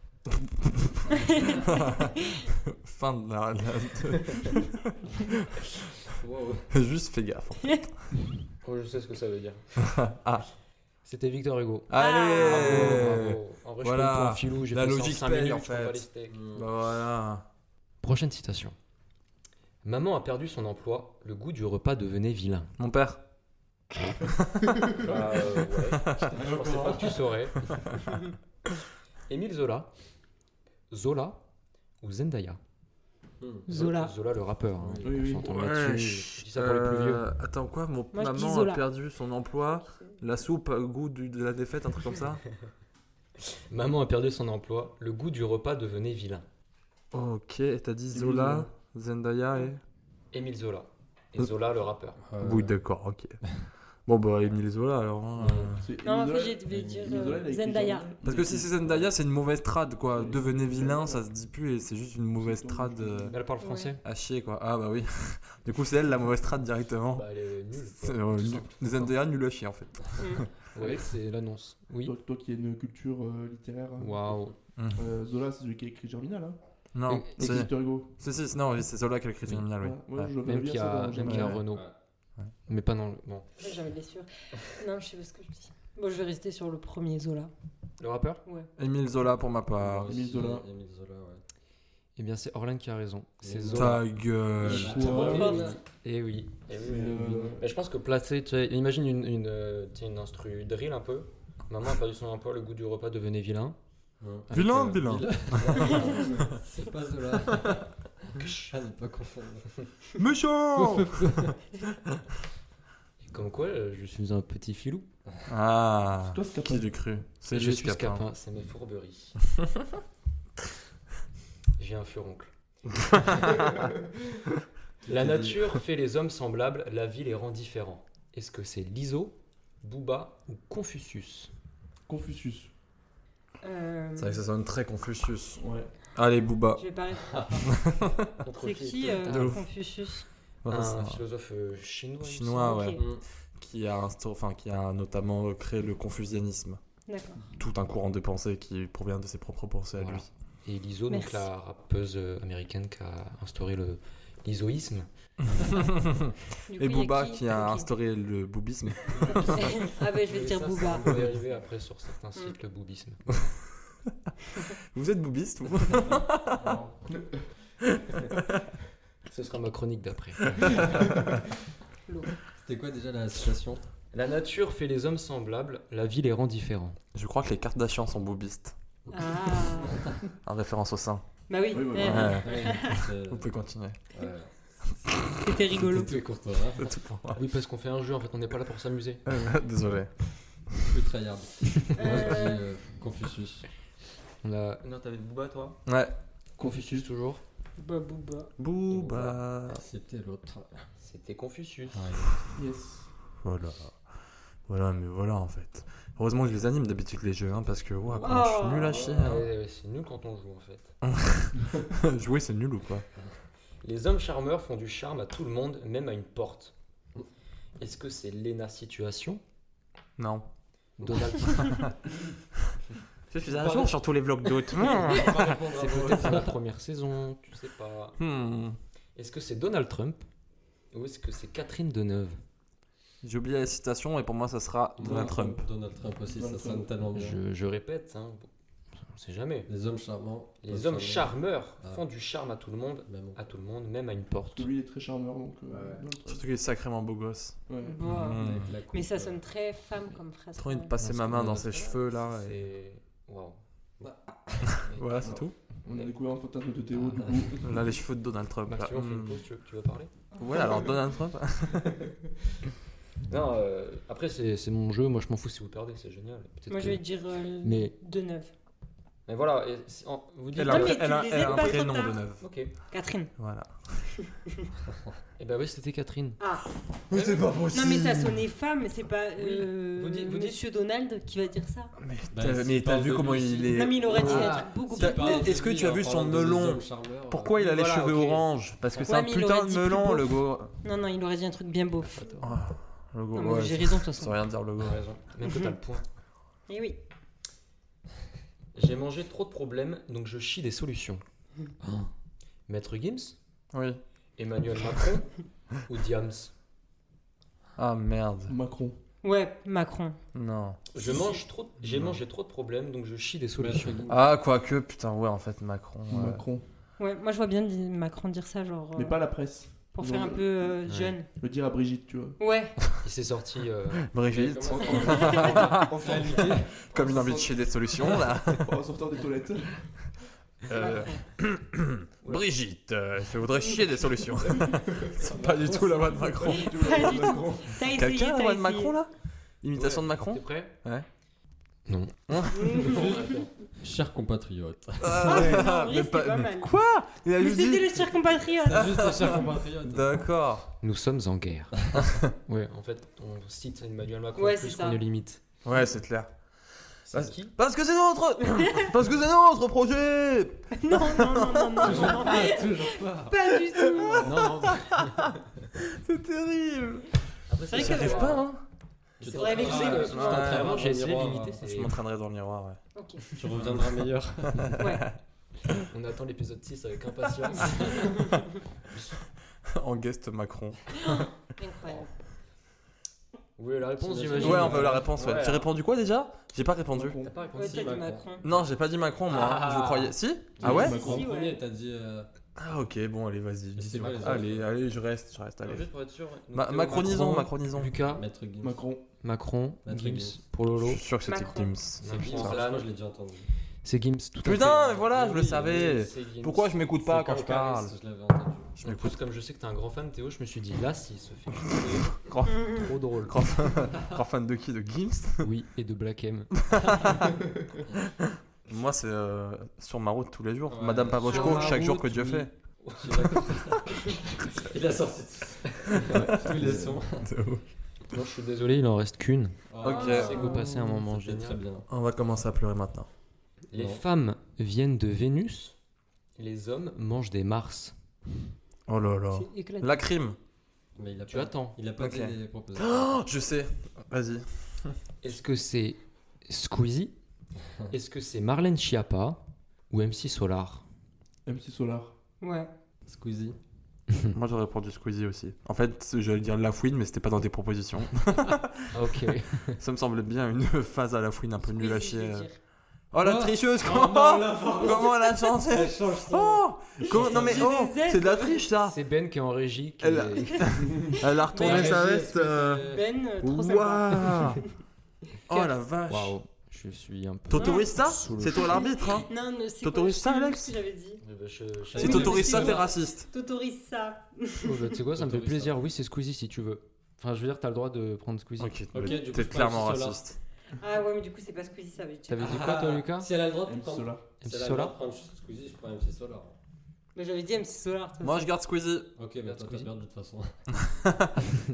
Fin de [laughs] la. la-
Wow.
Juste fais gaffe. hein.
Oh, je sais ce que ça veut [laughs] dire.
Ah.
C'était Victor Hugo. Ah. Bravo,
Allez
bravo. En vrai, je
Eh. Voilà.
suis pas un filou, j'ai
La
fait ça en
logique
cinq
paye,
minutes,
en
je prends pas
fait.
les steaks.
Bah voilà.
Prochaine citation. Maman a perdu son emploi, le goût du repas devenait vilain.
Mon père.
[laughs] Bah, euh, ouais. Je pensais pas que tu saurais. Émile Zola. Zola ou Zendaya
Hmm.
Zola.
Zola le rappeur. hein.
Oui,
On
oui.
s'entend là-dessus. Je dis ça pour les plus vieux.
Euh, Attends quoi Mon
Moi, je dis
maman a
Zola.
perdu son emploi. La soupe a goût du- de la défaite, un truc comme
[laughs]
ça.
Maman a perdu son emploi, le goût du repas devenait vilain.
Ok, et t'as dit Zola, Zendaya et.
Émile Zola. Et Zola le rappeur.
Euh,
Oui, d'accord, ok. Bon bah Emile Zola alors. hein.
C'est
Non, en fait,
Isola-
j'ai- je vais dire
Isola,
euh,
elle a écrit
Zendaya.
Zendaya.
Parce que si c'est Zendaya, c'est une mauvaise trad quoi. Devenez vilain, ça se dit plus et c'est juste une mauvaise trad euh,
Elle parle français
à chier quoi. Ah bah oui. [laughs] Du coup, c'est elle la mauvaise trad directement.
Bah, elle est nulle.
[laughs] C'est, euh, nul. Zendaya nul à chier en fait.
Ouais, c'est l'annonce. Oui.
Toi, toi qui as une culture euh, littéraire. hein.
Waouh.
Euh, Zola, c'est celui qui a écrit Germinal. Hein.
Non,
Et-
Et
c'est.
Victor Hugo.
Si, si, c'est- non, oui, c'est Zola qui a écrit Criminal, oui. Ah,
Voilà. Ouais,
Ouais.
je le verrais
Même
bien
qu'il y
ça
a,
dans
même qu'il y a
Germinal.
Renault.
Ouais.
Mais pas dans le. Bon.
J'ai envie de les suivre. Non, je sais pas ce que je dis. Bon, je vais rester sur le premier Zola.
Le rappeur
Émile Zola pour ma part.
moi aussi,
Émile Zola.
Émile Zola, ouais.
Eh bien, c'est Orlan qui a raison. C'est
Mais
Zola.
Ta gueule.
Bah,
Ouais.
Eh oui. Eh
Mais,
oui, oui, oui.
euh,
Mais je pense que placer. Tu sais, imagine une, une, euh, tu sais, une instru drill un peu. Maman a perdu son emploi, le goût du repas devenait vilain.
Ouais.
Avec,
Vilain,
euh,
vilain.
[laughs]
hein. C'est pas Zola. Ah, ne pas confondre.
Méchant
et Comme quoi, euh, je suis un petit filou.
[laughs] Ah.
Toi, c'est
Qui
capable.
l'eût cru C'est
je
juste
suis
Capin.
scapin, c'est mes fourberies. J'ai un furoncle. la nature fait les hommes semblables, la vie les rend différents. Est-ce que c'est Liso, Booba ou Confucius
Confucius.
Euh,
C'est vrai que ça sonne très Confucius.
Ouais.
Allez, Booba.
Je vais pas répondre.
Contre
C'est qui euh,
De ouf.
Confucius
Ouais,
Un
c'est-
philosophe euh, chinois. il me
Chinois,
Ok,
Ah ouais. Qui a, instaur- enfin, qui a notamment euh, créé le confucianisme.
D'accord.
Tout un courant de pensée qui provient de ses propres pensées à
Voilà.
lui.
semble. Et Liso, donc
Merci.
la rappeuse euh, américaine qui a instauré le l'isoïsme.
Du coup,
[laughs] Et
il y
Booba qui a
Ok.
instauré le [laughs] boobisme.
[laughs] ah, bah, je vais
Et
dire
ça,
Booba. Mm.
Ça va arriver après sur certains sites, le boobisme.
Vous êtes boobiste, vous
Ce sera ma chronique d'après. [laughs]
C'était quoi déjà la situation
La nature fait les hommes semblables, la vie les rend différents.
Je crois que les Kardashians sont boobistes.
Ah.
En référence au sein.
Bah oui,
Oui, oui,
eh,
Ouais.
C'est-
Vous pouvez continuer.
euh, ouais.
c'était rigolo.
C'était court, hein.
C'est tout pour moi.
Ah Oui, parce qu'on fait un jeu, en fait, on n'est pas là pour s'amuser.
Euh, [laughs] Désolé.
Plus tryhard. Moi, je
Euh,
dis, euh, Confucius.
On a... Non, t'avais Booba, toi
Ouais.
Confucius, toujours.
Bah, booba.
Booba.
C'était l'autre.
C'était Confucius.
Yes.
Voilà. Voilà, mais voilà en fait. Heureusement que je les anime d'habitude les jeux, hein, parce que ouah, comment je suis nul à chier.
Ouais,
hein.
ouais, c'est nul quand on joue en fait.
[laughs] Jouer c'est nul ou quoi
Les hommes charmeurs font du charme à tout le monde, même à une porte. Est-ce que c'est Lena Situation
Non.
Donald
Je suis à jour sur tous les blocs [laughs] d'hôtes.
C'est peut-être la première saison, tu sais pas.
Hmm.
Est-ce que c'est Donald Trump Ou est-ce que c'est Catherine Deneuve
J'ai oublié la citation et pour moi ça sera Donald Trump.
Donald Trump aussi,
Donald
ça sonne
Trump.
tellement bien.
je, je répète, hein, on sait jamais.
Les hommes charmants.
Les hommes
charmants.
charmeurs
Ah.
font du charme à tout le monde,
Mais bon.
à tout le monde, même à une porte.
Lui, il est très charmeur, donc. euh, dans le truc.
Surtout qu'il est sacrément beau gosse.
Ouais.
Bah.
Hmm.
Avec la coupe,
Mais ça
euh,
sonne très femme comme phrase.
J'ai trop envie de
Ouais.
passer ma main dans ses cheveux là. et-
C'est. Waouh. [laughs]
Voilà, c'est tout.
On a découvert un fantasme de Théo, du coup.
Là, les cheveux de Donald Trump.
Max,
là.
tu veux, on fait une
Hmm.
pause, tu veux, tu veux parler
Ouais, alors Donald Trump.
Non, euh, après, c'est c'est mon jeu, moi je m'en fous si vous perdez, c'est génial. Peut-être
Moi,
que-
je vais dire euh,
Mais-
de neuf.
Mais voilà, et si- en- vous dites.
Elle a, un
mais
pré-
tu
elle a-
les
elle a
aides
un
pas,
prénom
trop tard.
de neuf.
Ok. Et
[laughs]
Catherine.
Voilà.
bah oui, c'était Catherine.
Ah.
Mais c'est pas possible.
Non, mais ça sonnait femme, mais c'est pas euh,
Vous dites- vous dites-
Monsieur Donald qui va dire ça.
Mais
Bah,
t'as-
s'il
mais t'as
parle
vu
de
comment
lui,
il
s'il-
est.
Non, mais il aurait dit
Ah.
des trucs beaucoup
Ça-
plus.
S'il parle
Est-ce que
de lui
tu as
en
vu son
parlant de- des
melon
hommes charmeurs,
Pourquoi il a les
Voilà,
cheveux
ok.
orange Parce que c'est
Ouais,
un
mais il
putain
aurait
de
dit
melon,
plus beau.
le go.
Non, non, il aurait dit un truc bien beau.
Oh, le go.
Non, mais
ouais,
j'ai
ça-
raison de toute
ça veut
façon.
rien dire le go.
T'as raison. Même que t'as le point.
Et oui.
[laughs] J'ai mangé trop de problèmes, donc je chie des solutions. Ah. Maître Gims
Oui.
Emmanuel [laughs] Macron Ou Diams
Ah merde.
Macron.
Ouais, Macron.
Non.
Je mange trop. J'ai mangé trop de problèmes, donc je chie des solutions.
Ah, quoique, putain, ouais, en fait, Macron. ouais.
Macron.
Ouais, moi je vois bien di- Macron dire ça, genre euh,
Mais pas la presse.
pour faire un peu euh, jeune.
Le dire à Brigitte, tu vois.
Ouais.
Il s'est sorti. euh,
Brigitte, Ah.
En réalité, [laughs]
comme une envie de chier des solutions, là.
en sortant des toilettes.
Euh, Brigitte, euh, je voudrais chier des solutions. c'est pas du tout la voix de Macron.
Pas du tout. T'as essayé.
Quelqu'un a la
t'as
voix de
essayé.
Macron, là Imitation de
[laughs]
Macron
T'es prêt
Ouais.
Non.
[laughs]
euh, Chers compatriotes.
Ah,
non, en vrai,
mais
c'était pas
mais
mal.
Quoi Il a
Mais
juste
c'était
dit...
le cirque compatriote.
Juste les chers compatriotes.
D'accord.
Nous sommes en guerre. [laughs] ouais, en fait, on cite Emmanuel Macron
Ouais,
plus
c'est
qu'on
ça.
ne limite.
Ouais, c'est clair.
C'est qui
Parce que c'est notre... [laughs] Parce que c'est notre projet
Non, non, non, non, non, non,
Toujours pas.
pas du tout.
Non, non,
C'est terrible
Après,
C'est vrai que-
J'arrive pas, hein
tu
C'est vrai,
t'entraîneras-
les filles,
tu
ouais.
t'entraîneras
Vraiment, j'ai
dans le
essayé de
miroir,
limiter.
euh,
c'est-
Je m'entraînerai dans le miroir, ouais. [laughs]
Ok.
Tu reviendras meilleur.
Ouais.
On attend l'épisode 6 avec
[laughs]
impatience.
en guest Macron.
Incroyable.
Oh,
Vous voulez la réponse, j'imagine
Ouais, on veut la réponse, ouais. J'ai
alors.
répondu quoi déjà J'ai pas répondu.
Macron.
T'as pas
Ouais,
répondu.
t'as dit Macron.
Non, j'ai pas dit Macron, moi. hein.
Ah.
Je vous croyais. Si Ah ouais
Si,
En
ouais.
premier, t'as dit. euh,
Ah ok, bon, allez, vas-y.
Mais
dis
c'est
Macron.
quoi les
Allez,
autres
allez, je reste, je reste,
Alors,
allez.
Juste pour être sûr. donc,
Ma-
Théo,
macronisons,
Macron,
macronisons.
Lucas,
Maître Gims.
Macron.
Macron,
Maître
Gims,
Gims.
pour
Je
Lolo.
suis sûr que c'était
Macron.
Gims.
C'est Gims,
Ah,
c'est
je
la-
crois que je l'ai déjà entendu.
C'est Gims, tout à
Putain,
fait.
mais voilà, je le
Oui,
savais.
C'est Gims.
Pourquoi je m'écoute pas
C'est
quand je parle
Paris, Je l'avais entendu.
Je
En
m'écoute.
plus, comme je sais que t'es un grand fan, Théo, je me suis dit là, s'il se fait choper,
[laughs] Grand,
trop drôle.
grand fan, [laughs] grand fan de qui De Gims
Oui, et de Black M.
[laughs] Moi, c'est euh, sur ma route tous les jours.
Ouais,
Madame
sur
Pavochko,
ma
chaque jour
route,
que Dieu
oui.
fait.
[laughs] Il a sorti tous les sons.
Non, je suis désolé, il en reste qu'une.
Ok.
Je
Ah,
sais que vous passez un moment
C'était très
génial.
bien.
On va commencer à pleurer maintenant.
Les
Non.
femmes viennent de Vénus, les hommes mangent des Mars.
Oh là là.
C'est éclatant.
La crime.
Mais il a
Tu
pas-
attends.
Il a pas
Ok.
dit les propositions.
Oh, je sais. Vas-y.
Est-ce que c'est Squeezie Est-ce que c'est Marlène Schiappa ou MC Solar
MC Solar.
Ouais.
Squeezie.
Moi, j'aurais répondu Squeezie aussi. En fait, c'est- j'allais dire La Fouine, mais c'était pas dans tes propositions.
Ok. [laughs]
Ça me semble bien une [laughs] phase à La Fouine un peu nulle à
Squeezie,
chier.
je veux dire.
Oh la
Oh.
tricheuse,
Oh
comment,
non, là, pardon.
[laughs] comment elle a chanté
[laughs] Elle change son-
Oh Comment- Non mais
J'ai
oh,
des ailes.
c'est de la triche ça
C'est Ben qui est en régie. qui
Elle-
est-
Elle a retourné
Mais
sa
Régis,
veste. euh,
Ben, euh, trop sympa.
Waouh Oh la vache
Waouh, je suis un peu.
T'autorises ça
Sous le
C'est toi l'arbitre hein
Non, non, c'est quoi, je
T'autorises
sais
ça,
plus
Alex
ce que j'avais dit.
Eh ben, je- je-
Si
Oui,
t'autorises ça,
mais-
t'es raciste.
T'autorises ça. [laughs]
Oh, bah, Tu sais quoi, ça me fait
T'autorises ça.
plaisir. Oui, c'est Squeezie si tu veux. Enfin, je veux dire, t'as le droit de prendre Squeezie.
Ok,
Ok,
mais
du coup,
t'es
je
clairement
parle sur Solar.
raciste.
Ah ouais, mais du coup, c'est pas Squeezie, ça veut dire.
T'avais dit quoi, toi, Lucas
Si elle a le droit de
MC
prendre.
Solar.
Si
MC
elle a le droit
Ah. Solar
de prendre Squeezie, je prends MC Solar.
Mais Bah, j'avais dit MC Solar. toi.
Moi, je garde Squeezie.
Ok, mais toi, t'as
Squeezie.
perdu de toute
[laughs]
façon.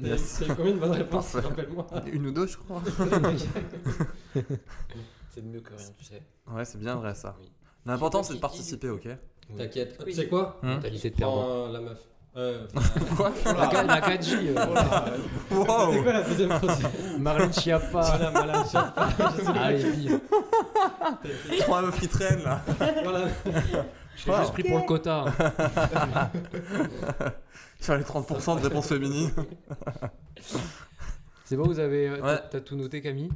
Yes.
C'est combien de bonnes réponses
Parfait.
Rappelle-moi.
Une ou deux, je crois.
C'est mieux que rien, tu sais.
Ouais, c'est bien vrai ça.
Oui.
L'important,
Qui-
c'est de
qui-
participer, ok
Oui.
T'inquiète.
Oui.
Tu sais quoi
Hum
Mentalité de
Prends
perdant.
euh, la meuf. Euh,
Quoi
Voilà.
La, la 4J, euh,
Voilà.
C'est
Wow
quoi la deuxième [laughs] phrase
Marlène Schiappa.
[laughs] Voilà, voilà, je-
Ah, les filles.
Trois meufs qui traînent là
voilà.
Je l'ai juste pris pour le quota. hein.
Sur les 30% de réponses féminines.
C'est bon, vous avez. euh, t'as-
Ouais.
T'as tout noté, Camille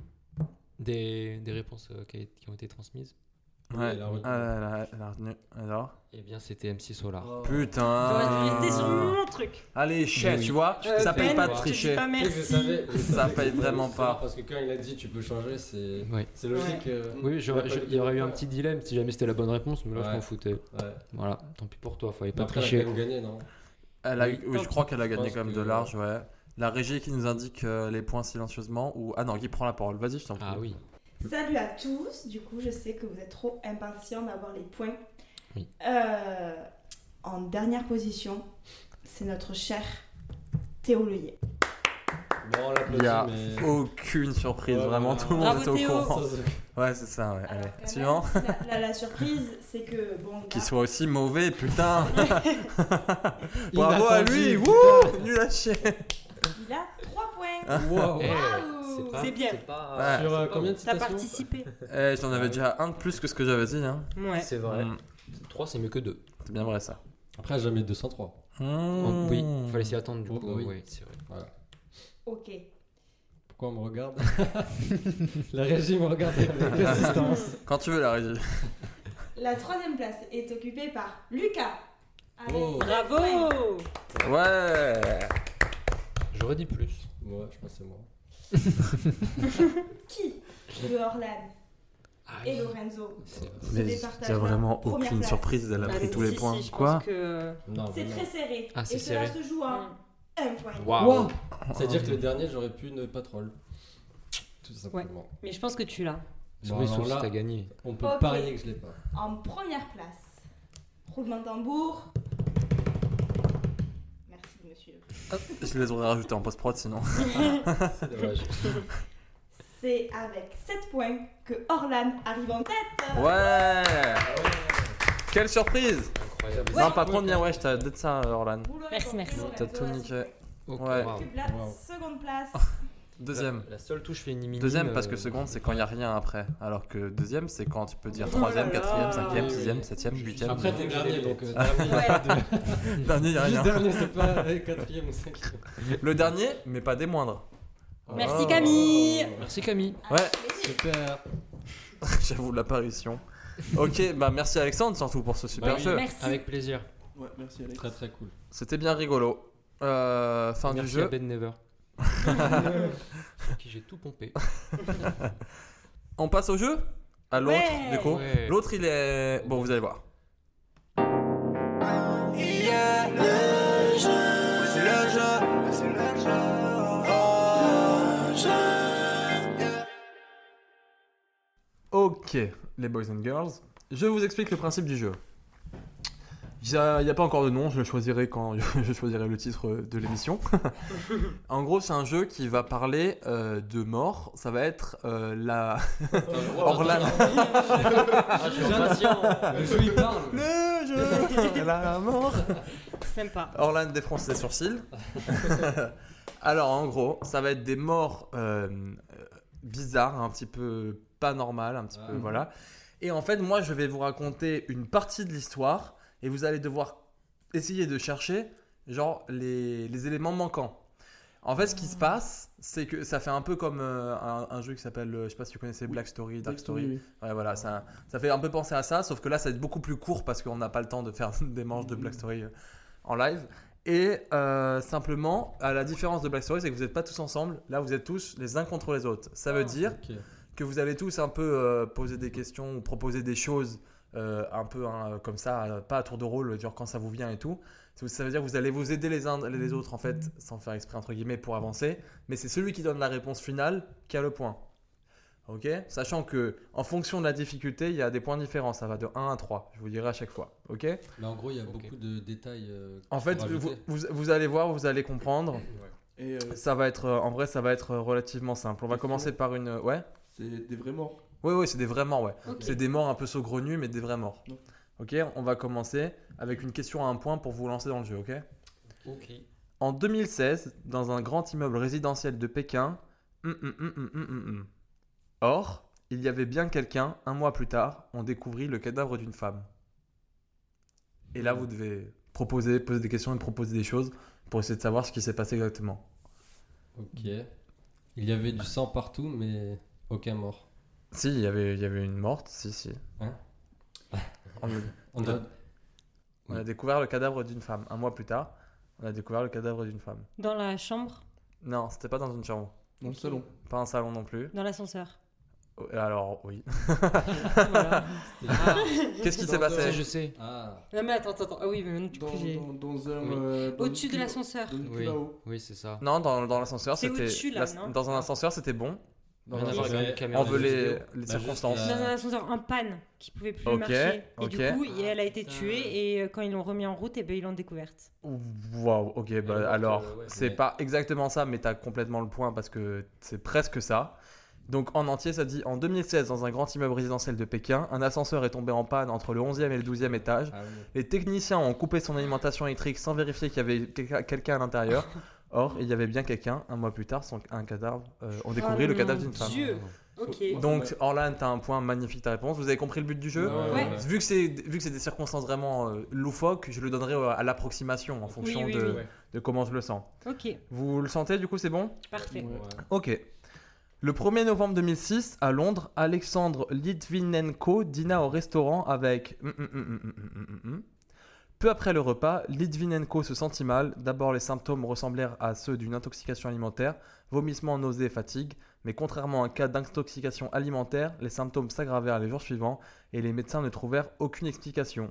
des, des réponses euh, qui, qui ont été transmises
Ouais,
elle a retenu.
Ah, elle a- elle a retenu. Alors
Eh bien, c'était MC Solar.
Oh.
Ah.
J'aurais dû rester sur
Putain
mon truc.
Allez, chef,
Mais oui.
tu vois
Euh,
Ça paye
Ben,
pas de
je te dis
tricher.
pas
Je savais-
merci.
je
Ça
savais que
paye
c'était
vraiment
Solar,
pas.
Parce que quand il a dit tu peux changer, c'est
Oui.
c'est logique. euh,
Oui, j'aurais- je- il y aurait eu un petit dilemme si jamais c'était la bonne réponse, mais là je
Ouais.
m'en foutais.
Ouais.
Voilà, tant pis pour toi, fallait pas
Après, elle a
tricher.
quand même gagné, non
Elle a eu- oui,
Oui,
je crois qu'elle a
je
gagné
pense
quand même de
que-
large, ouais. La régie qui nous indique euh, les points silencieusement ou ah non qui prend la parole vas-y je t'en prie
Ah oui,
Salut à tous. Du coup, je sais que vous êtes trop impatients d'avoir les points.
Oui.
Euh, en dernière position, c'est notre cher Théo Leuillet.
Bon, on
il y a
l'applaudit, mais.
aucune surprise
Ouais,
vraiment
ouais,
tout le
ouais.
monde
Bravo,
était au
Théo. Ah,
courant
Ça, c'est-
ouais c'est ça ouais
Alors,
allez
quand même,
suivant
la, la- la surprise, c'est que bon, là,
qu'il soit aussi mauvais
[laughs]
putain bravo
Inattendu.
à lui wouh nul à chier
il a 3 points.
Wow.
Eh,
Waouh.
c'est pas-
C'est bien.
pas-
Ouais.
Sur euh,
c'est pas
combien de
bon.
T'as
citations
participé.
Eh, j'en avais déjà un de plus que ce que j'avais dit hein
Ouais.
C'est vrai.
Mm,
3 c'est mieux que 2.
c'est bien vrai ça
Après, jamais 203.
Mm.
Oui, il
[laughs]
fallait s'y attendre du
Oh,
coup.
oui.
ouais, c'est vrai.
Ok.
Pourquoi on me regarde [laughs] La régie me
[laughs]
regarde avec assistance.
quand tu veux la régie
La troisième place est occupée par Lucas. Avec
Oh.
cinq points.
Bravo
ouais
J'aurais dit plus.
Ouais, je pense que c'est moi.
Qui Le Orlan
Ah,
et Lorenzo.
c'est-
se départagent
il y a
la
vraiment
première
aucune
place.
surprise elle a
Bah,
pris
si,
tous les
si,
points
si, je
quoi
pense que- Hmm.
Non,
C'est
mais
très serré.
Ah, c'est
et cela
serré.
se joue en un point.
Waouh.
Wow. C'est-à-dire que le dernier, j'aurais pu ne pas troll. Tout simplement.
Mais je pense que tu l'as.
Bon,
oui,
alors
sauf si
là,
t'as [laughs] gagné.
on peut
Ok.
parier que je l'ai pas.
En première place, roulement de tambour. Merci, monsieur.
je les aurais rajoutés en post prod sinon
C'est dommage.
C'est avec 7 points que Orlan arrive en tête.
Ah
ouais quelle surprise
Incroyable.
Non, pas contre bien, ouais, je t'ai dit de ça, Orlan.
Vous l'aurez
Merci,
compris,
merci.
Lorenzo
T'as tout
a
niqué.
second-
Ok,
Ouais.
waouh.
occupe la
Wow.
seconde place.
Deuxième.
La seule touche féminine.
Deuxième, parce que
euh,
seconde, c'est quand il n'y a rien après. Alors que deuxième, c'est quand tu peux dire
Oh
troisième,
là là.
quatrième, cinquième,
Oui,
sixième,
oui.
septième, huitième.
Après,
j'ai
t'es
des
dernier,
lunettes.
donc euh, dernier,
Ouais.
[laughs]
Dernier, il n'y a [laughs]
juste
rien.
dernier, c'est pas euh, quatrième ou cinquième.
Le dernier, mais pas des moindres.
Merci,
Oh.
Camille.
Merci Camille.
Ouais, [laughs]
Super.
j'avoue l'apparition. Ok, bah merci Alexandre surtout pour ce super
Bah oui.
jeu.
Merci.
Avec plaisir.
Ouais, merci Alex.
Très très cool.
C'était bien rigolo. Euh, fin
Merci
du
à
jeu.
Ben Never. [laughs] Sur qui j'ai tout pompé.
On passe au jeu À l'autre,
Ouais.
du coup.
Ouais.
L'autre, il est. Bon, vous allez voir.
Il y a le jeu, c'est le jeu, c'est le jeu. Oh, le jeu.
Ok, les boys and girls, je vous explique le principe du jeu. Il n'y a, il y a pas encore de nom, je le choisirai quand [laughs] je choisirai le titre de l'émission. en gros, c'est un jeu qui va parler euh, de mort. Ça va être euh, la. Orlan.
Ah, je suis impatient. Le jeu il parle.
Le jeu La mort
Sympa.
Orlan défronce les sourcils. Alors, en gros, ça va être des morts euh, euh, bizarres, un petit peu pas normales, un petit peu
Ouais.
voilà. Et en fait, moi, je vais vous raconter une partie de l'histoire et vous allez devoir essayer de chercher, genre, les, les éléments manquants. En fait, ce qui se passe, c'est que ça fait un peu comme euh, un, un jeu qui s'appelle, euh, je sais pas si tu connaissais, Black Story, Dark Story.
Oui, oui.
Ouais, voilà, ça, ça fait un peu penser à ça, sauf que là, ça va être beaucoup plus court parce qu'on n'a pas le temps de faire [laughs] des manches de Black Story euh, en live. Et euh, simplement, à la différence de Black Story, c'est que vous n'êtes pas tous ensemble. Là, vous êtes tous les uns contre les autres. Ça veut dire
Ok.
que vous allez tous un peu euh, poser des questions ou proposer des choses euh, un peu hein, comme ça, euh, pas à tour de rôle, genre quand ça vous vient et tout. Ça ça veut dire que vous allez vous aider les uns les autres en fait, sans faire exprès entre guillemets pour avancer. Mais c'est celui qui donne la réponse finale qui a le point. Ok Sachant que en fonction de la difficulté, il y a des points différents. Ça va de 1 à 3. Je vous dirai à chaque fois. Ok
Mais en gros, il y a
Ok.
beaucoup de détails. euh,
En
qu'il
fait,
faut
vous,
rajouter.
vous- vous allez voir, vous allez comprendre.
Et euh,
Ça va être, euh, en vrai, ça va être euh, relativement simple. On va commencer par une. Ouais
c'est des vrais morts.
Oui, oui, c'est des vrais morts, ouais.
Ok.
C'est des morts un peu saugrenus, mais des vrais morts.
Non.
Ok, on va commencer avec une question à un point pour vous lancer dans le jeu, ok
Ok.
En 2016, dans un grand immeuble résidentiel de Pékin. hum, hum, hum, hum, hum, hum, hum. Or, il y avait bien quelqu'un, un mois plus tard, on découvrit le cadavre d'une femme. Et là, vous devez proposer, poser des questions et proposer des choses pour essayer de savoir ce qui s'est passé exactement.
Ok. Il y avait du sang partout, mais aucun mort.
Si, il y avait, il y avait une morte, si, si.
Hein
On a-
On a-
On a découvert le cadavre d'une femme. Un mois plus tard, on a découvert le cadavre d'une femme.
Dans la chambre,
Non, c'était pas dans une chambre.
Dans le salon.
Pas un salon non plus.
dans l'ascenseur.
Euh, Alors, oui. Ah.
Voilà.
Qu'est-ce qui
Dans
s'est
un-
Ça,
passé
je sais.
Ah,
Non mais attends, attends, attends. Ah oui, mais du
Dans,
coup j'ai...
dans- dans un.
Oui.
euh, dans
Au-dessus
le
de
cul-
l'ascenseur.
dans le cul
Oui.
là-haut.
Oui, c'est ça.
Non, dans, dans l'ascenseur,
C'est
c'était.
au-dessus, là, non Ah.
dans un ascenseur, c'était bon.
Rien à voir avec
Ouais.
la caméra
On
de
veut les,
vidéo.
les
Bah,
circonstances.
juste
Dans
là.
un ascenseur en panne qui pouvait plus
Ok,
marcher. Et
ok.
du coup, il- elle a été
putain.
tuée et euh, quand ils l'ont remis en route, et ben ils l'ont découverte.
Waouh, ok, bah
donc, euh,
alors,
ouais,
c'est
mais-
pas exactement ça, mais t'as complètement le point parce que c'est presque ça. Donc en entier, ça dit en 2016, dans un grand immeuble résidentiel de Pékin, un ascenseur est tombé en panne entre le 11e et le 12e étage.
ah oui.
Les techniciens ont coupé son alimentation électrique sans vérifier qu'il y avait quelqu'un- quelqu'un à l'intérieur. Or, il y avait bien quelqu'un. Un mois plus tard, son- un cadavre. euh, on découvrit
Oh
le
mon
cadavre d'une femme.
Dieu.
Ok.
Ok.
Ouais.
Donc, Orlan, t'as un point magnifique ta réponse. Vous avez compris le but du jeu
Ouais.
Ouais.
Vu que c'est vu que c'est des circonstances vraiment euh, loufoques, je le donnerai euh, à l'approximation en fonction
oui,
de,
oui.
de comment je le sens.
Ok,
Vous le sentez du coup, c'est bon
parfait.
Ouais.
Ok. Le 1er novembre 2006, à Londres, Alexandre Litvinenko dîna au restaurant avec... Hum, hum, hum, hum, hum, hum, hum. Peu après le repas, Litvinenko se sentit mal. D'abord, les symptômes ressemblèrent à ceux d'une intoxication alimentaire, vomissements, nausées, fatigue. Mais contrairement à un cas d'intoxication alimentaire, les symptômes s'aggravèrent les jours suivants et les médecins ne trouvèrent aucune explication.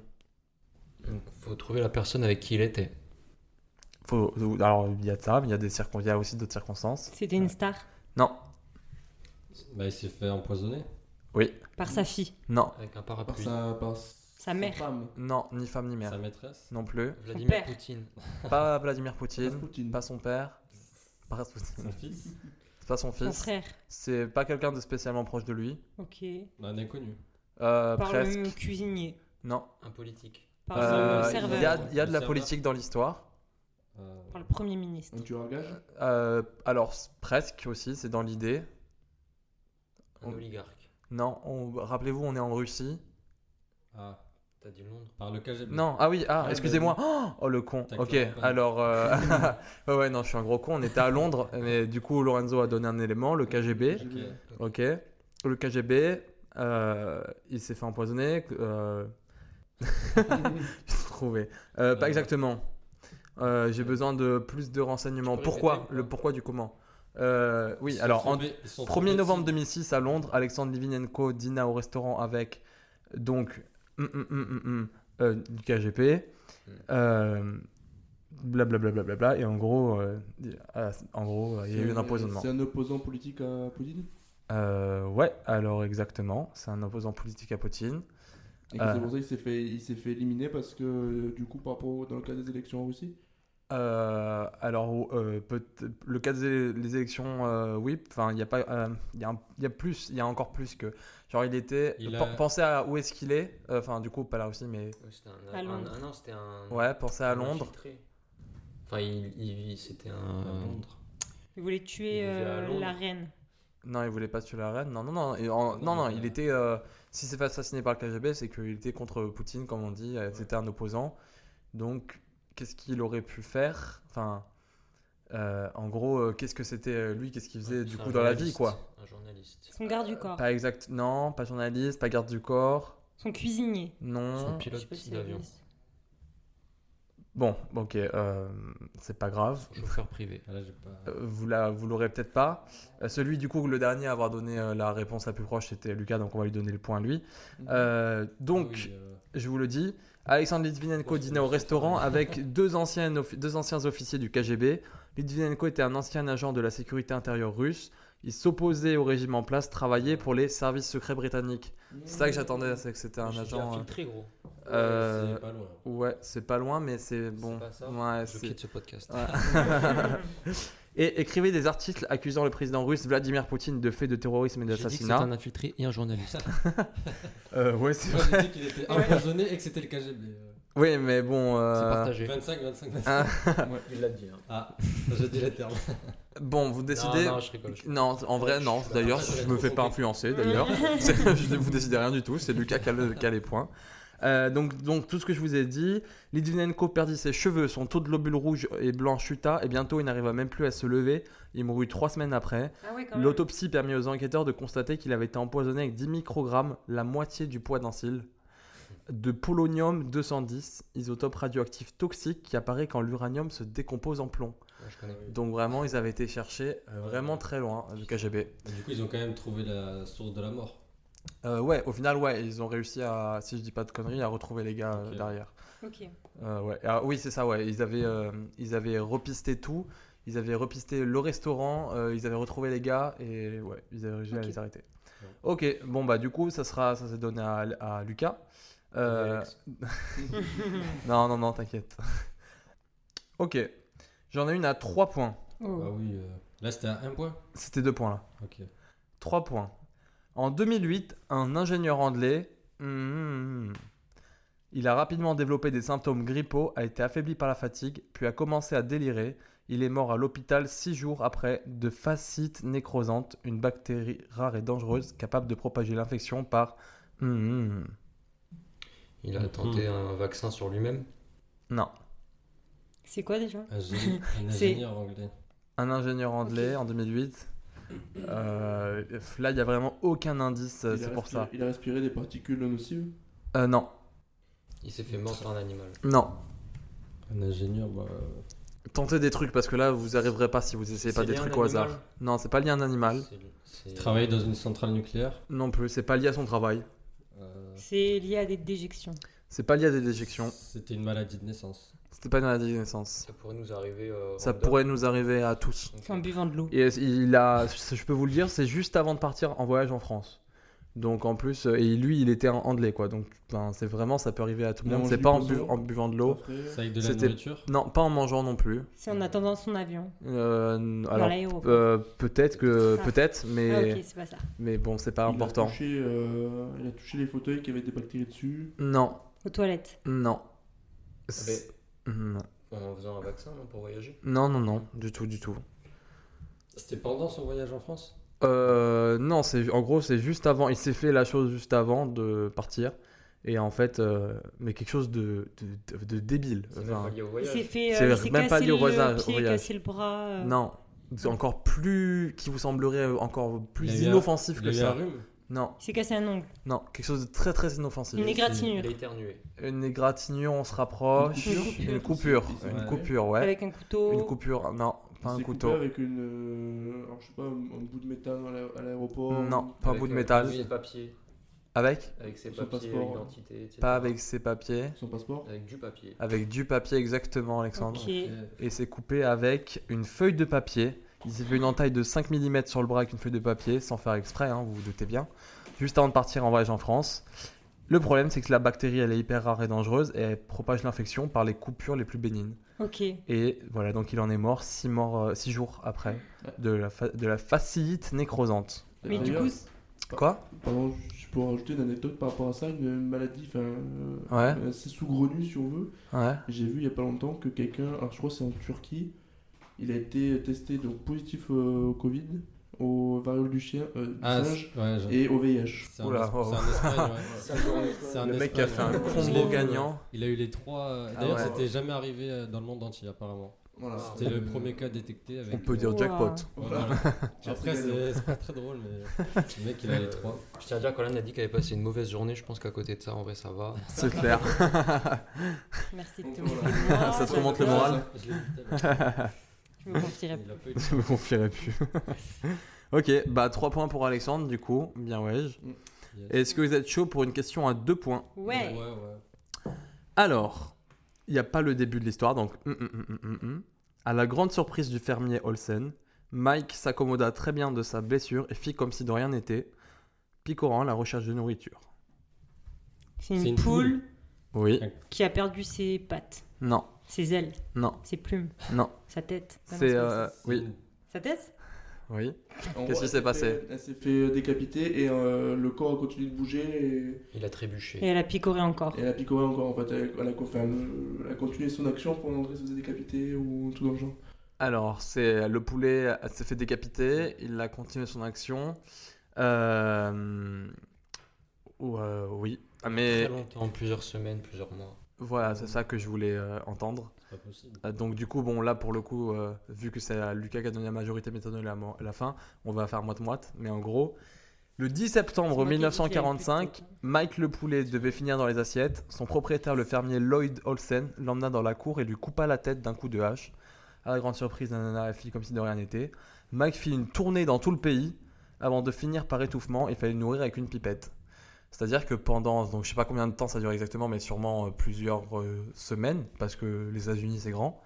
Faut trouver la personne avec qui il était.
Faut- Alors, il y a de ça, mais il y a, des circon- il y a aussi d'autres circonstances.
C'était une star
Non,
Bah, il s'est fait empoisonner.
par sa fille.
non,
Avec un
Par
parapluie.
sa, par sa
mère.
femme.
non, ni femme ni mère.
Sa maîtresse.
Non plus.
Vladimir
père.
Poutine.
Pas Vladimir Poutine,
Rasputin.
pas son père, pas Rasputin,
Son fils.
c'est pas son
Son
fils,
frère.
c'est pas quelqu'un de spécialement proche de lui.
Ok.
Un inconnu.
Euh,
Par
presque.
le cuisinier.
Non.
Un politique.
Par
Euh,
le
Il
serveur.
y a, il y a de
Le
la
serveur.
politique dans l'histoire.
Euh,
Par le premier ministre.
Un tueur à gage.
Euh, alors s- presque aussi, c'est dans l'idée.
Un
On-
oligarque.
Non, on- rappelez-vous, on est en Russie.
Ah,
T'as dit Londres.
par le KGB.
Non, ah oui, ah,
Ah,
excusez-moi. Oh, oh, le con.
T'as
Ok,
clairement pas-
alors.
[laughs]
euh, [laughs] ouais, ouais, non, je suis un gros con. On était à Londres, mais du coup, Lorenzo a donné un élément, le KGB.
Ok.
Ok. Le KGB, euh, il s'est fait empoisonner. Euh... [laughs] J'ai trouvé. Euh, pas
Euh.
exactement. Euh, J'ai besoin de plus de renseignements.
Tu peux
Pourquoi
répéter ou pas
Le pourquoi du comment Euh, Oui,
Ils sont
alors, en
tombés- ils sont
1er
tombés
novembre
dessus.
2006 à Londres, Alexandre Livinenko dîna au restaurant avec, donc, hum, hum, hum, hum, hum, euh, du KGB.
Mm.
euh, Blablabla, et en gros, euh, euh, en gros, il y a eu un empoisonnement.
C'est un opposant politique à Poutine.
Euh, ouais, alors exactement. C'est un opposant politique à Poutine.
Et que
Euh.
c'est pour ça qu'il s'est fait, il s'est fait éliminer parce que euh, du coup, par rapport au- dans le cas des élections en Russie.
Euh, alors, euh, peut- le cas des les élections, euh, oui, enfin, il y a pas, euh, il y, a un- il y a plus, il y a encore plus que. Genre, il était.
Il
Pen-
a-
Pensez à où est-ce qu'il est. euh, Enfin, du coup, pas là aussi, mais
Ouais, C'était un,
À
un-
Londres.
un- non, c'était un.
Mmh.
ouais, pensez à
un
Londres.
infiltré. Enfin, il, il- il- c'était
À
un.
Londres.
Il voulait tuer
Il vivait à
euh,
Londres.
la reine.
Non, il voulait pas tuer la reine. Non, non, non, et en- non,
Non,
non,
mais-
il était. euh, si c'est fait assassiner par le KGB, c'est qu'il était contre Poutine, comme on dit. euh, C'était un opposant. Donc, qu'est-ce qu'il aurait pu faire Enfin, euh, en gros, euh, qu'est-ce que c'était euh, lui Qu'est-ce qu'il faisait du
C'est
coup
un
dans la vie,
journaliste.
quoi
Un journaliste.
Son garde du corps.
Pas exact. Non, pas journaliste, pas garde du corps.
Son cuisinier.
Non.
Son
hein. Je sais pas
pilote
si c'est la
d'avion.
liste.
Bon, ok, euh, c'est pas grave.
Son chauffeur privé.
Ah, là, j'ai pas.
Euh, Vous la- vous l'aurez peut-être pas. Euh, celui du coup, le dernier à avoir donné euh, la réponse la plus proche, c'était Lucas, donc on va lui donner le point lui.
Mhm.
Euh, donc,
Ah oui, euh,
je vous le dis. Alexandre Litvinenko dînait au
[laughs]
restaurant avec deux anciens, offi- deux anciens officiers du KGB. Litvinenko était un ancien agent de la sécurité intérieure russe. il s'opposait au régime en place, travaillait pour les services secrets britanniques. C'est ça que j'attendais, c'est que c'était un agent.
très gros.
euh,
C'est pas loin.
ouais, c'est pas loin, mais c'est bon.
pas ça. Je
Ouais, c'est-
quitte ce podcast.
Ouais. [laughs] et écrivait des articles accusant le président russe Vladimir Poutine de faits de terrorisme et
J'ai dit que c'était un
d'assassinat.
infiltré et un journaliste.
Euh, [laughs] ouais, c'est
[laughs]
Moi,
vrai.
j'ai dit qu'il était empoisonné et que c'était le KGB. euh.
Oui, mais bon. euh,
C'est partagé.
25, 25, 25.
Ah.
[laughs] Il l'a dit. hein.
Ah, [laughs] j'ai dit les termes.
Bon, vous décidez.
Non, non, je rigole. je-
Non, en vrai, non. D'ailleurs,
après, ça va
je
être
me
trop
fais pas
compliqué.
influencer,
[laughs]
d'ailleurs. C'est- je ne vous décidez rien du tout. C'est Lucas qui a, le- qui a les points. Euh, donc, donc, tout ce que je vous ai dit, Litvinenko perdit ses cheveux, son taux de globules rouges et blancs chuta, et bientôt il n'arriva même plus à se lever. Il mourut trois semaines après.
Ah ouais, quand même.
L'autopsie permit aux enquêteurs de constater qu'il avait été empoisonné avec 10 microgrammes, la moitié du poids d'un cil, de polonium 210, isotope radioactif toxique qui apparaît quand l'uranium se décompose en plomb.
Ouais, je connais.
Donc vraiment, ils avaient été cherchés euh, vraiment très loin euh, du KGB.
Mais Du coup, ils ont quand même trouvé la source de la mort.
Euh, ouais, au final, ouais, ils ont réussi à, si je dis pas de conneries, à retrouver les gars euh,
Ok.
derrière.
Ok.
Euh, ouais. Ah, oui, c'est ça, ouais. Ils avaient, euh, ils avaient repisté tout. Ils avaient repisté le restaurant, euh, ils avaient retrouvé les gars et ouais, ils avaient réussi à
Ok.
les arrêter. Ok, bon bah du coup ça sera, ça s'est donné à, à Lucas. Euh, [laughs] non non non t'inquiète. ok, j'en ai une à 3 points.
Oh.
Ah oui, euh, là c'était à un point.
C'était 2 points là.
Ok.
3 points. En 2008, un ingénieur anglais, hmm, il a rapidement développé des symptômes grippaux, a été affaibli par la fatigue, puis a commencé à délirer. Il est mort à l'hôpital 6 jours après de fascite nécrosante, une bactérie rare et dangereuse capable de propager l'infection par... hmm,
Il a
Hmm.
tenté un vaccin sur lui-même.
non.
C'est quoi déjà
Un,
[laughs]
génie- un
C'est-
ingénieur anglais.
Un ingénieur anglais en 2008. Euh, là, il n'y a vraiment aucun indice, euh,
Il a
c'est pour
respiré-
ça.
Il a respiré des particules nocives.
Euh, non,
Il s'est fait mordre par un animal.
non.
Un ingénieur, bah. euh,
Tentez des trucs parce que là vous arriverez pas si vous essayez pas
C'est
des
lié à un
trucs au
animal
hasard. Non, c'est pas lié à un animal.
C'est- c'est-
Travailler dans une centrale nucléaire.
Non plus, c'est pas lié à son travail.
euh,
C'est lié à des déjections.
C'est pas lié à des déjections.
C'était une maladie de naissance.
C'était pas une maladie de naissance.
Ça pourrait nous arriver. euh,
Ça
random.
pourrait nous arriver à tous.
Donc,
C'est en buvant de l'eau.
Et il a, je peux vous le dire, c'est juste avant de partir en voyage en France. Donc en plus, euh, et lui il était un Handley quoi. Donc ben, c'est vraiment, ça peut arriver à tout le
Il a
monde.
mangé
C'est pas en,
du poisson.
bu- en buvant de l'eau.
Après,
C'est avec de la
C'était-
nourriture.
Non, pas en mangeant non plus.
C'est en attendant son avion.
Euh, n-
dans
alors
l'aéroport.
euh, peut-être que,
Ah.
peut-être,
Ah,
mais
ok, c'est pas ça.
mais bon, c'est pas
il a
important.
touché, euh, il a touché les fauteuils qui avaient des bactéries dessus.
Non,
Aux toilettes.
non. C'est- Non.
Ah, En faisant un vaccin non, pour voyager.
Non, non, non, du tout, du tout.
C'était pendant son voyage en France.
Euh, non, c'est en gros, c'est juste avant. Il s'est fait la chose juste avant de partir. Et en fait, euh, mais quelque chose de, de, de- de débile.
C'est même
Enfin,
pas lié au
Il s'est
voyage.
fait.
C'est
euh, il s'est
même pas
cassé
lié au voisage-
Le
au
pied,
voyage.
cassé le bras. euh.
non, c'est encore plus. qui vous semblerait encore plus
Il y a eu un-
inoffensif
Il a
que
eu un
ça.
rhume.
Non,
Il s'est cassé un ongle.
non, quelque chose de très très inoffensif.
Une
Il a
égratignure.
éternué.
Une égratignure, on se rapproche.
Une
Une coupure, une
Ouais.
coupure, ouais.
Avec un couteau.
Une coupure, non,
Il
pas un
s'est coupé
couteau.
Avec une, euh, alors, je sais pas, un, un bout de métal à l'a- à l'aéroport.
Non, pas un
Avec,
bout de
euh,
métal.
Ses papiers.
Avec
Avec ses
Son
papiers,
passeport.
l'identité, etc.
Pas avec ses papiers.
Son passeport.
Avec du papier. Euh,
Avec du papier exactement, Alexandre.
Ok.
et s'est coupé avec une feuille de papier. Il s'est fait une entaille de 5 mm sur le bras avec une feuille de papier, sans faire exprès, hein, vous vous doutez bien, juste avant de partir en voyage en France. Le problème, c'est que la bactérie, elle est hyper rare et dangereuse, et elle propage l'infection par les coupures les plus bénignes.
Ok.
Et voilà, donc il en est mort 6 jours après, de la, fa- de la fasciite nécrosante.
Mais du
D'ailleurs,
coup,
Quoi
Pardon, je pourrais rajouter une anecdote par rapport à ça, une maladie, enfin, euh,
Ouais.
assez sous-grenue si on veut.
Ouais.
J'ai vu il y a pas longtemps que quelqu'un, alors je crois que c'est en Turquie, il a été testé donc positif euh, au Covid, aux variole du chien, euh, du
Ah,
singe
c'est- ouais, je-
et au VIH.
C'est un,
Oula,
es-
oh.
c'est un Espagne, ouais. C'est
[laughs]
un
Le mec a fait
Espagne,
un
ouais.
combo gagnant.
Il a eu les trois. euh,
Ah
D'ailleurs,
ouais.
c'était jamais arrivé euh, dans le monde entier, apparemment.
Voilà.
C'était le premier cas détecté avec.
On euh, peut
euh,
dire
Ouah.
jackpot. [laughs]
voilà.
Voilà.
Après, c'est c'est pas très drôle, mais le mec, il a
[laughs]
les trois.
Je tiens à dire qu'Olane a dit qu'elle avait passé une mauvaise journée. Je pense qu'à côté de ça, en vrai, ça va.
C'est clair. [laughs]
merci de
Donc,
te
voilà.
Ça te remonte le
[laughs]
moral
Je l'ai dit tout à l'heure.
Je me confierai
Il a pas eu
[laughs] Je me confierai plus. ok, bah 3 points pour Alexandre, du coup. Bien, ouais.
de- Yes.
Est-ce que vous êtes chaud pour une question à 2 points
Ouais.
Ouais, ouais.
Alors, mm, il n'y a pas le début de l'histoire, donc. hum, hum, hum, hum, hum, hum. À la grande surprise du fermier Olsen, Mike s'accommoda très bien de sa blessure et fit comme si de rien n'était, picorant la recherche de nourriture.
C'est une, poule
Oui.
qui a perdu ses pattes,
Non.
ses ailes,
Non.
ses plumes,
Non.
sa tête. Ah non,
C'est...
pas
euh,
ça.
oui.
Sa tête
Oui.
En
Qu'est-ce
gros,
qui s'est
elle
passé
fait- Elle s'est fait décapiter et euh, le corps a continué de bouger
Il a
Et
trébuché.
elle a picoré encore.
et, et elle a picoré encore en fait. Elle, elle a, enfin, euh, elle a continué son action pendant qu'elle se faisait décapiter ou tout dans le genre.
Alors, c'est le poulet s'est fait décapiter, il a continué son action. Euh, ou, euh, oui, Ah, mais
Très longtemps, plusieurs semaines, plusieurs mois.
voilà, c'est ça que je voulais euh, entendre.
C'est pas possible.
Euh, donc du coup, bon, là pour le coup, euh, vu que c'est à Lucas qui a donné la majorité méthode à la fin, on va faire moite-moite. Mais en gros, le 10
C'est
septembre
moi qui ai dit qu'il y avait plus de
1945,
tête, hein.
Mike le poulet devait finir dans les assiettes. Son propriétaire, le fermier Lloyd Olsen, l'emmena dans la cour et lui coupa la tête d'un coup de hache. À la grande surprise de Nana, elle fit comme si de rien n'était. Mike fit une tournée dans tout le pays avant de finir par étouffement. Il fallait le nourrir avec une pipette. C'est-à-dire que pendant, donc je sais pas combien de temps ça dure exactement, mais sûrement euh, plusieurs euh, semaines, parce que les États-Unis c'est grand.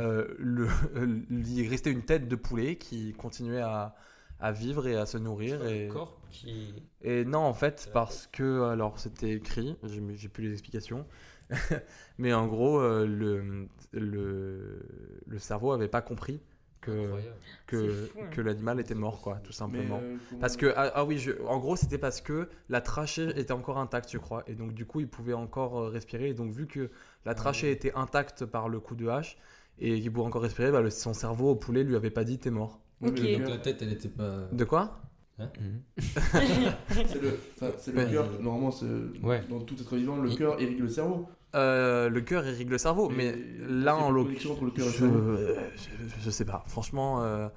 euh, le, [laughs] il restait une tête de poulet qui continuait à, à vivre et à se nourrir. Et...
Le corps qui.
Et non, en fait,
la
parce que, alors, c'était écrit, j'ai j'ai plus les explications, [laughs] mais en gros, euh, le, le, le cerveau avait pas compris que,
Incroyable.
que,
C'est fou, hein.
que l'animal était mort, quoi, tout simplement.
Mais, euh, comment-
Parce que, ah, ah oui, je- en gros, c'était parce que la trachée était encore intacte, je crois. Et donc, du coup, il pouvait encore euh, respirer. Et donc, vu que la trachée était intacte par le coup de hache et qu'il pouvait encore respirer, bah, le- son cerveau au poulet lui avait pas dit t'es mort.
Oui,
Ok.
mais le
Donc
cœur,
la tête, elle était pas.
De quoi
C'est le, enfin, c'est le
Ouais.
cœur, normalement, c'est-
Ouais.
dans tout être vivant, le
Il-
cœur irrigue le cerveau.
Euh, Le cœur irrigue le cerveau.
Et-
Mais
et
là,
c'est
en
une
l'occurrence.
connexion entre le cœur et le
Je,
cerveau.
euh, je, je sais pas. Franchement, euh,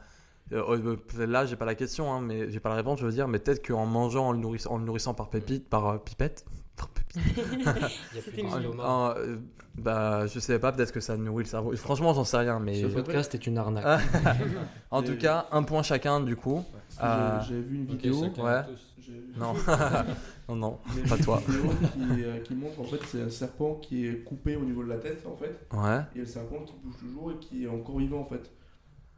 euh, euh, là, j'ai pas la question, hein, mais j'ai pas la réponse. Je veux dire, mais peut-être qu'en mangeant, en le nourrissant, en le nourrissant par pépite, par euh, pipette, par pépite,
Il y a plus
C'était
de
mignon.
l'estomac.
en- euh, bah, je sais pas. Peut-être que ça nourrit le cerveau. Franchement, j'en sais rien, mais
Ce podcast est une arnaque.
en tout cas, un point chacun du coup.
Parce que
Ah.
j'ai- J'avais vu une
Ok,
vidéo.
chacun
ouais.
tous.
j'ai-
Non, non, [laughs] non,
j'ai
pas
vu
toi.
Une vidéo qui, euh, qui montre, en fait, c'est un serpent qui est coupé au niveau de la tête, en fait.
Ouais.
Et le serpent qui bouge toujours et qui est encore vivant, en fait.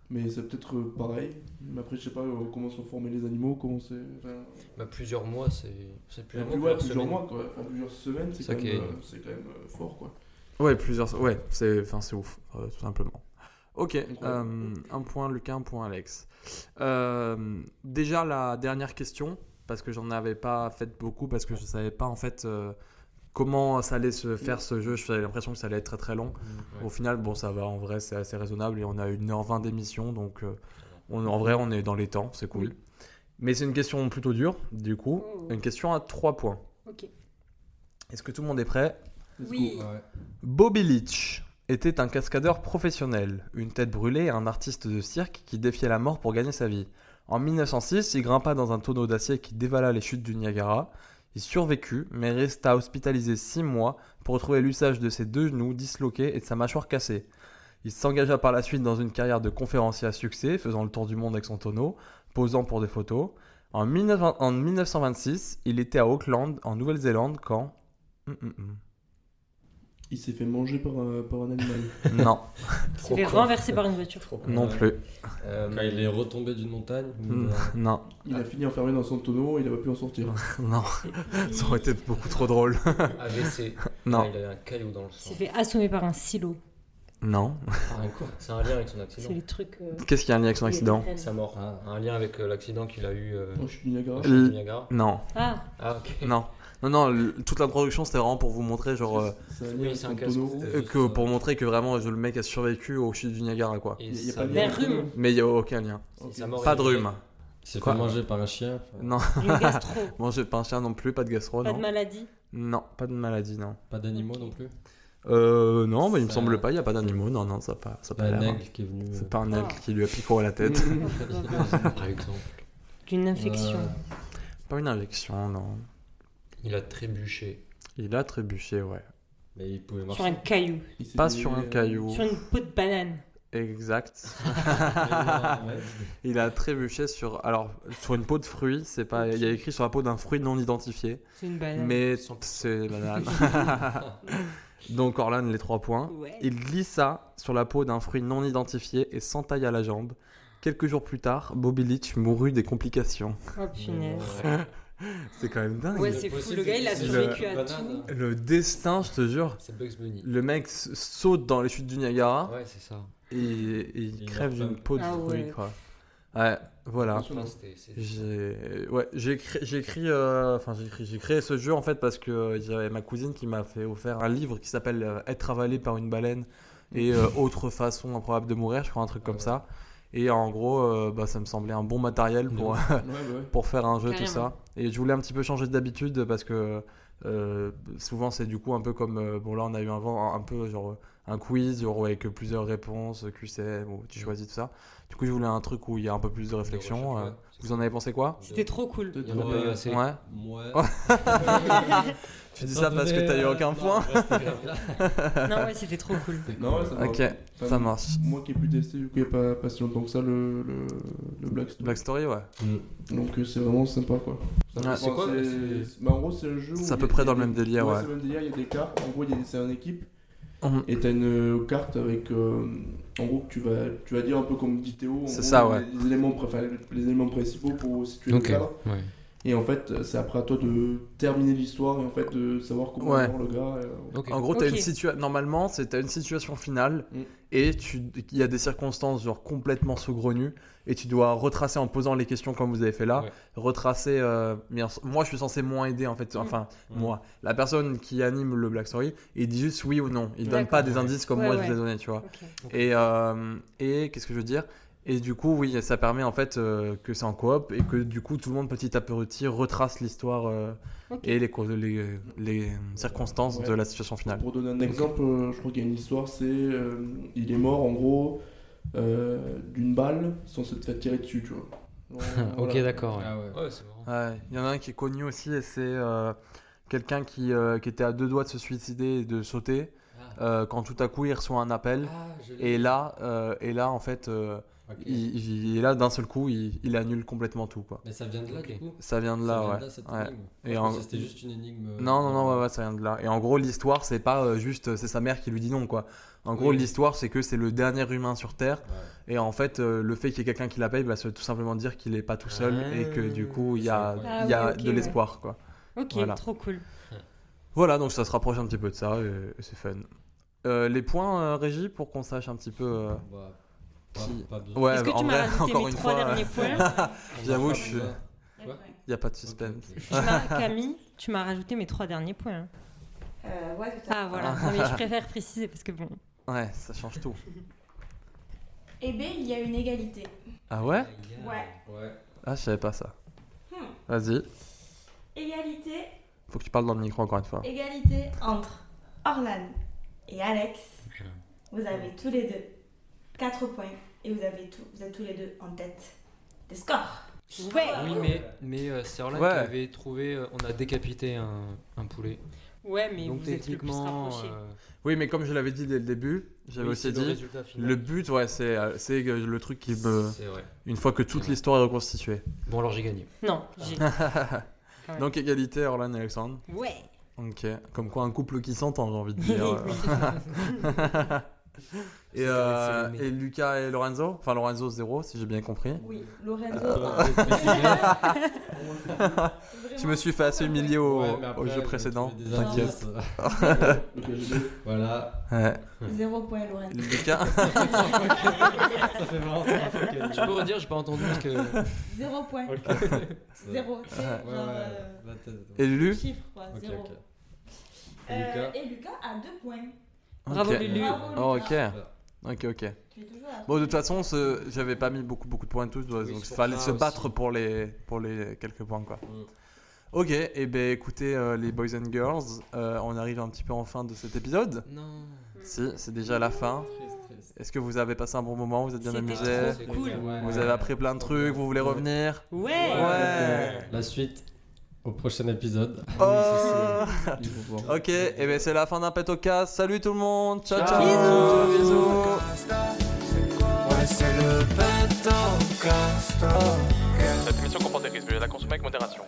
Mais c'est peut-être euh, pareil. Mais après, je sais pas euh, comment sont formés les animaux, comment c'est. Enfin,
Bah, plusieurs mois, c'est. C'est
Bah, plus,
plusieurs
ouais,
mois.
plusieurs,
semaines.
mois, quoi. Enfin, plusieurs semaines, c'est
Ça
quand,
qui
même,
est-
euh, c'est quand même euh, fort, quoi.
Ouais, plusieurs. Ouais, c'est enfin, c'est ouf, euh, tout simplement. Ok, euh, un point Lucas, un point Alex. Euh, déjà la dernière question, parce que j'en avais pas fait beaucoup, parce que je savais pas en fait euh, comment ça allait se faire ce jeu. J'avais l'impression que ça allait être très très long. Au final, bon, ça va, en vrai, c'est assez raisonnable et on a 1h20 d'émission, donc euh, on, en vrai, on est dans les temps, c'est cool. Mais c'est une question plutôt dure, du coup,
[laughs] Oh.
une question à 3 points.
Ok.
Est-ce que tout le monde est prêt
Let's
Oui.
go.
Ouais.
Bobby Leach était un cascadeur professionnel, une tête brûlée et un artiste de cirque qui défiait la mort pour gagner sa vie. En 1906, il grimpa dans un tonneau d'acier qui dévala les chutes du Niagara. Il survécut, mais resta hospitalisé six mois pour retrouver l'usage de ses deux genoux disloqués et de sa mâchoire cassée. Il s'engagea par la suite dans une carrière de conférencier à succès, faisant le tour du monde avec son tonneau, posant pour des photos. En, 19 en 1926, il était à Auckland, en Nouvelle-Zélande, quand... Hum, hum, hum.
Il s'est fait manger par, un- par un animal.
Non,
Il s'est fait
con.
renverser par une voiture.
non plus.
Euh,
Quand il est retombé d'une montagne. euh,
Mm, [laughs] Non,
Il a fini enfermé dans son tonneau, il a pas pu en sortir.
non, ça aurait été beaucoup trop drôle.
AVC.
[laughs] Non,
Il avait un caillou dans le
Il s'est
sang.
fait assommer par un silo.
non.
Un coup. C'est un lien avec son
C'est
accident.
les trucs. euh,
Qu'est-ce qui a un lien avec son accident
les
Sa
traînent.
mort.
Ah.
Un lien avec euh, l'accident qu'il a eu euh,
Moi, je suis du Niagara.
au
Le-
Niagara.
Non,
Ah,
Ah, ok.
non. Non, non, l- toute l'introduction c'était vraiment pour vous montrer, genre, euh,
C'est un
Oui,
lien avec
c'est
son
un casque.
tonneau.
C'était-
euh, que pour montrer que vraiment euh, le mec a survécu au chute du Niagara, quoi.
Et
Il n'y a
sa
pas de
mort-
lien
Mais
avec le
rhume.
tonneau.
Mais il n'y a aucun lien.
Ok.
sa mort
Pas
est
de
liée.
rhume.
Il s'est
Quoi
fait manger par un chien.
Non, [laughs]
une gastro.
bon, j'ai pas un chien non plus, pas de gastro,
Pas de
non.
maladie.
Non, pas de maladie, non.
Pas d'animaux non plus.
Euh, non, bah, il me
Ça-
semble pas, il n'y a pas d'animaux, non, non, ça a pas, ça a pas
Pas un
l'air.
aigle qui est venu. euh,
C'est pas un aigle
Ah.
qui lui a picoré
[laughs]
la tête.
Par exemple,
D'une infection.
euh,
Pas une injection, non.
il a trébuché.
Il a trébuché, ouais.
Mais il pouvait
Sur un
marcher.
caillou.
Il s'est euh,
Pas
fait-
sur un caillou.
Sur une peau de banane.
[laughs] Exact.
Ouais.
Il a trébuché sur alors sur une peau de fruit, c'est pas il y a écrit sur la peau d'un fruit non identifié,
C'est une banane.
mais c'est banal. [laughs] Donc Orlan les trois points.
Ouais.
Il glissa sur la peau d'un fruit non identifié et s'entailla la jambe. Quelques jours plus tard, Bobby Leach mourut des complications.
Oh
Euh,
punaise.
C'est quand même dingue.
Ouais, c'est fou. Le gars, il a
c'est
survécu à
banane.
tout.
Le destin, je te jure.
C'est Bugs Bunny.
Le mec s- saute dans les chutes du Niagara
Ouais, c'est ça.
et, et il
Il
crève
meurt pas.
d'une peau de
Ah
fruit,
ouais.
quoi. Ouais, voilà.
Enfin, c'était- c'était-
J'ai ouais, j'ai cré- j'ai écrit euh, enfin j'ai écrit- j'ai créé ce jeu en fait parce que euh, il y avait ma cousine qui m'a fait offert un livre qui s'appelle euh, Être avalé par une baleine et euh, autre façon improbable de mourir, je crois un truc comme ça. Et en gros, euh, bah, ça me semblait un bon matériel pour
Ouais, bah ouais.
[laughs] pour faire un jeu tout
Carrément.
ça. Et je voulais un petit peu changer d'habitude parce que euh, souvent c'est du coup un peu comme euh, bon là on a eu un vent un peu genre euh, un quiz genre avec plusieurs réponses QCM où tu choisis tout ça. Du coup je voulais un truc où il y a un peu plus de réflexion.
recherche,
euh,
ouais.
vous en avez pensé quoi
C'était trop cool.
[laughs]
Il y en a
euh,
pas eu assez.
Ouais.
Ouais.
Ah. [laughs] Tu dis ça parce que t'as eu aucun point.
Non, ouais, c'était trop cool.
Non, ouais, ça
[laughs] Ok,
marche. Enfin,
ça marche.
Moi qui ai pu tester, du coup, il n'y a pas, pas si longtemps que ça le, le, le Black Stone.
Black Story, ouais.
Donc euh, c'est vraiment sympa quoi.
Ouais.
C'est quoi,
c'est-
c'est-
c'est- bah, En gros, c'est un jeu. où
C'est à
il y
peu
a-
près
il y a
dans
des-
le même délire, ouais.
c'est le même délire, il y a des cartes. En gros, il y a- c'est un équipe.
Mhm.
Et t'as une euh, carte avec. euh, en gros, que tu vas, tu vas dire un peu comme dit Théo. en
C'est
gros,
ça, ouais.
Les, les éléments, pré- enfin, les éléments principaux pour situer
Ok.
le cadre.
Ouais.
Et en fait, c'est après à toi de terminer l'histoire et en fait de savoir comment
Ouais.
voir le gars. euh,
Ok.
En gros, t'as
Ok.
une situation. Normalement, c'est t'as une situation finale
Mm.
et tu, il y a des circonstances genre complètement saugrenues et tu dois retracer en posant les questions comme vous avez fait là.
Ouais.
Retracer. euh, mais en- moi, je suis censé moins aider en fait. Enfin,
Mm.
moi, la personne qui anime le Black Story, il dit juste oui ou non. Il donne
D'accord.
pas des indices comme
Ouais,
moi je
ouais.
vous ai donné, tu vois.
Ok.
Et, euh, et qu'est-ce que je veux dire Et du coup, oui, ça permet en fait euh, que c'est en coop et que du coup, tout le monde petit à petit retrace l'histoire euh,
Ok.
et les, causes- les, les circonstances de
Ouais.
la situation finale.
Pour donner un exemple, euh, je crois qu'il y a une histoire, c'est euh, il est mort en gros euh, d'une balle sans se faire tirer dessus, tu vois. Voilà.
Ok, d'accord. ouais.
Ah ouais.
Ouais, c'est marrant.
Ouais, Il y en a un qui est connu aussi et c'est euh, quelqu'un qui, euh, qui était à deux doigts de se suicider et de sauter
Ah.
euh, quand tout à coup il reçoit un appel.
Ah,
Et là, euh, et là, en fait, euh,
Ok.
il, il- et là d'un seul coup, il, il annule complètement tout. Quoi.
Mais ça vient de là, du coup
Ça vient de
Ça
là,
vient
ouais.
de cette
Ouais.
énigme.
Et
Je
en-
pensais que C'était juste une énigme. euh,
Non, non, non, ouais, ouais, ça vient de là. Et en gros, l'histoire, c'est pas euh, juste, euh, c'est sa mère qui lui dit non, quoi. En gros,
Oui.
l'histoire, c'est que c'est le dernier humain sur Terre.
Ouais.
Et en fait, euh, le fait qu'il y ait quelqu'un qui l'appelle, bah, ça veut tout simplement dire qu'il est pas tout seul
Ah.
et que du coup, il y a,
Ah
il y a
oui, ok,
de l'espoir, quoi.
Ok,
Voilà.
trop cool.
Voilà, donc ça se rapproche un petit peu de ça et, et c'est fun. Euh, les points, euh, Régie, pour qu'on sache un petit peu. euh,
Bah,
Qui-
pas, pas besoin.
Ouais,
Est-ce que
bah, en
tu m'as
vrai,
rajouté
encore
mes
une
trois
fois, euh,
derniers points
j'avoue, je
suis.
suis- il n'y a pas de suspense.
Tu m'as-
[laughs]
Camille, tu m'as rajouté mes trois derniers points. hein.
Euh, ouais, tout à
Ah voilà,
[laughs]
Non, mais je préfère préciser parce que bon.
Ouais, ça change tout.
fait. Et B, Eh ben, il y a une égalité.
Ah ouais
Ouais.
Ouais.
Ah, je savais pas ça.
Hmm.
Vas-y,
Égalité,
faut que tu parles dans le micro encore une fois.
égalité entre Orlan et Alex. Vous avez tous les deux 4 points et vous, avez tout- vous êtes tous les deux en tête des scores.
Ouais,
Oui, mais, mais euh, c'est Orlan
Ouais.
qui avait trouvé. euh, on a décapité un, un poulet.
ouais, mais
Donc
vous êtes le plus
techniquement.
rapprochés.
euh,
Oui, mais comme je l'avais dit dès le début, j'avais
oui,
aussi
c'est
dit.
le résultat final.
Le but, ouais, c'est euh, c'est que le truc qui me.
C'est vrai.
Une fois que toute
Ouais.
l'histoire
[laughs]
est reconstituée.
Bon, alors j'ai gagné.
Non, j'ai.
[laughs]
Ouais.
Donc égalité, Orlan et Alexandre.
Ouais.
Ok. Comme quoi, un couple qui s'entend, j'ai envie de
[laughs]
dire.
[laughs]
et, euh,
C'est le
et Lucas et Lorenzo Enfin, Lorenzo 0, si j'ai bien compris.
Oui, Lorenzo.
Euh, [laughs] Je me suis fait
[laughs]
assez humilier [laughs] au,
Ouais, mais après,
au jeu
j'ai
précédent.
trouvé des
T'inquiète.
indices.
[laughs]
Ok, j'ai deux.
[laughs]
[laughs]
Voilà.
Ouais.
0 point Lorenzo.
Lucas
[laughs]
Ça fait vraiment trois fois qu'elle dit.
Tu peux redire, j'ai pas entendu parce que.
0 point.
Ouais,
0. Tu sais, genre,
ouais.
euh,
Là, t'as-
et Lulu
chiffre quoi,
Ok,
0.
ok.
Euh,
Lucas.
Et Lucas a 2 points.
Bravo
Ok.
Lulu.
Bravo, Lucas.
Oh, ok. Ok, ok.
Tu es toujours à
Bon, de toute façon, ce- j'avais pas mis beaucoup, beaucoup de points tous, donc
Oui,
il
c'est pour
fallait
ça
se
aussi.
battre pour les, pour les quelques points, quoi.
Mm.
Ok, et ben écoutez, euh, les boys and girls, euh, on arrive un petit peu en fin de cet épisode.
Non.
Mm.
Si, c'est déjà la fin.
Triste, triste.
Est-ce que vous avez passé un bon moment Vous êtes bien
C'était
amusés
trop cool.
Ouais.
Vous avez appris plein de trucs Vous voulez revenir
Ouais.
Ouais
La suite au prochain épisode.
Oh
Il faut voir.
Ok, et ben c'est la fin d'un pet au casse. Salut tout le monde Ciao, ciao
Bisous.
Bisous
Ouais, c'est le pet au casse
Cette émission comporte des risques. Veuillez la consommer avec modération.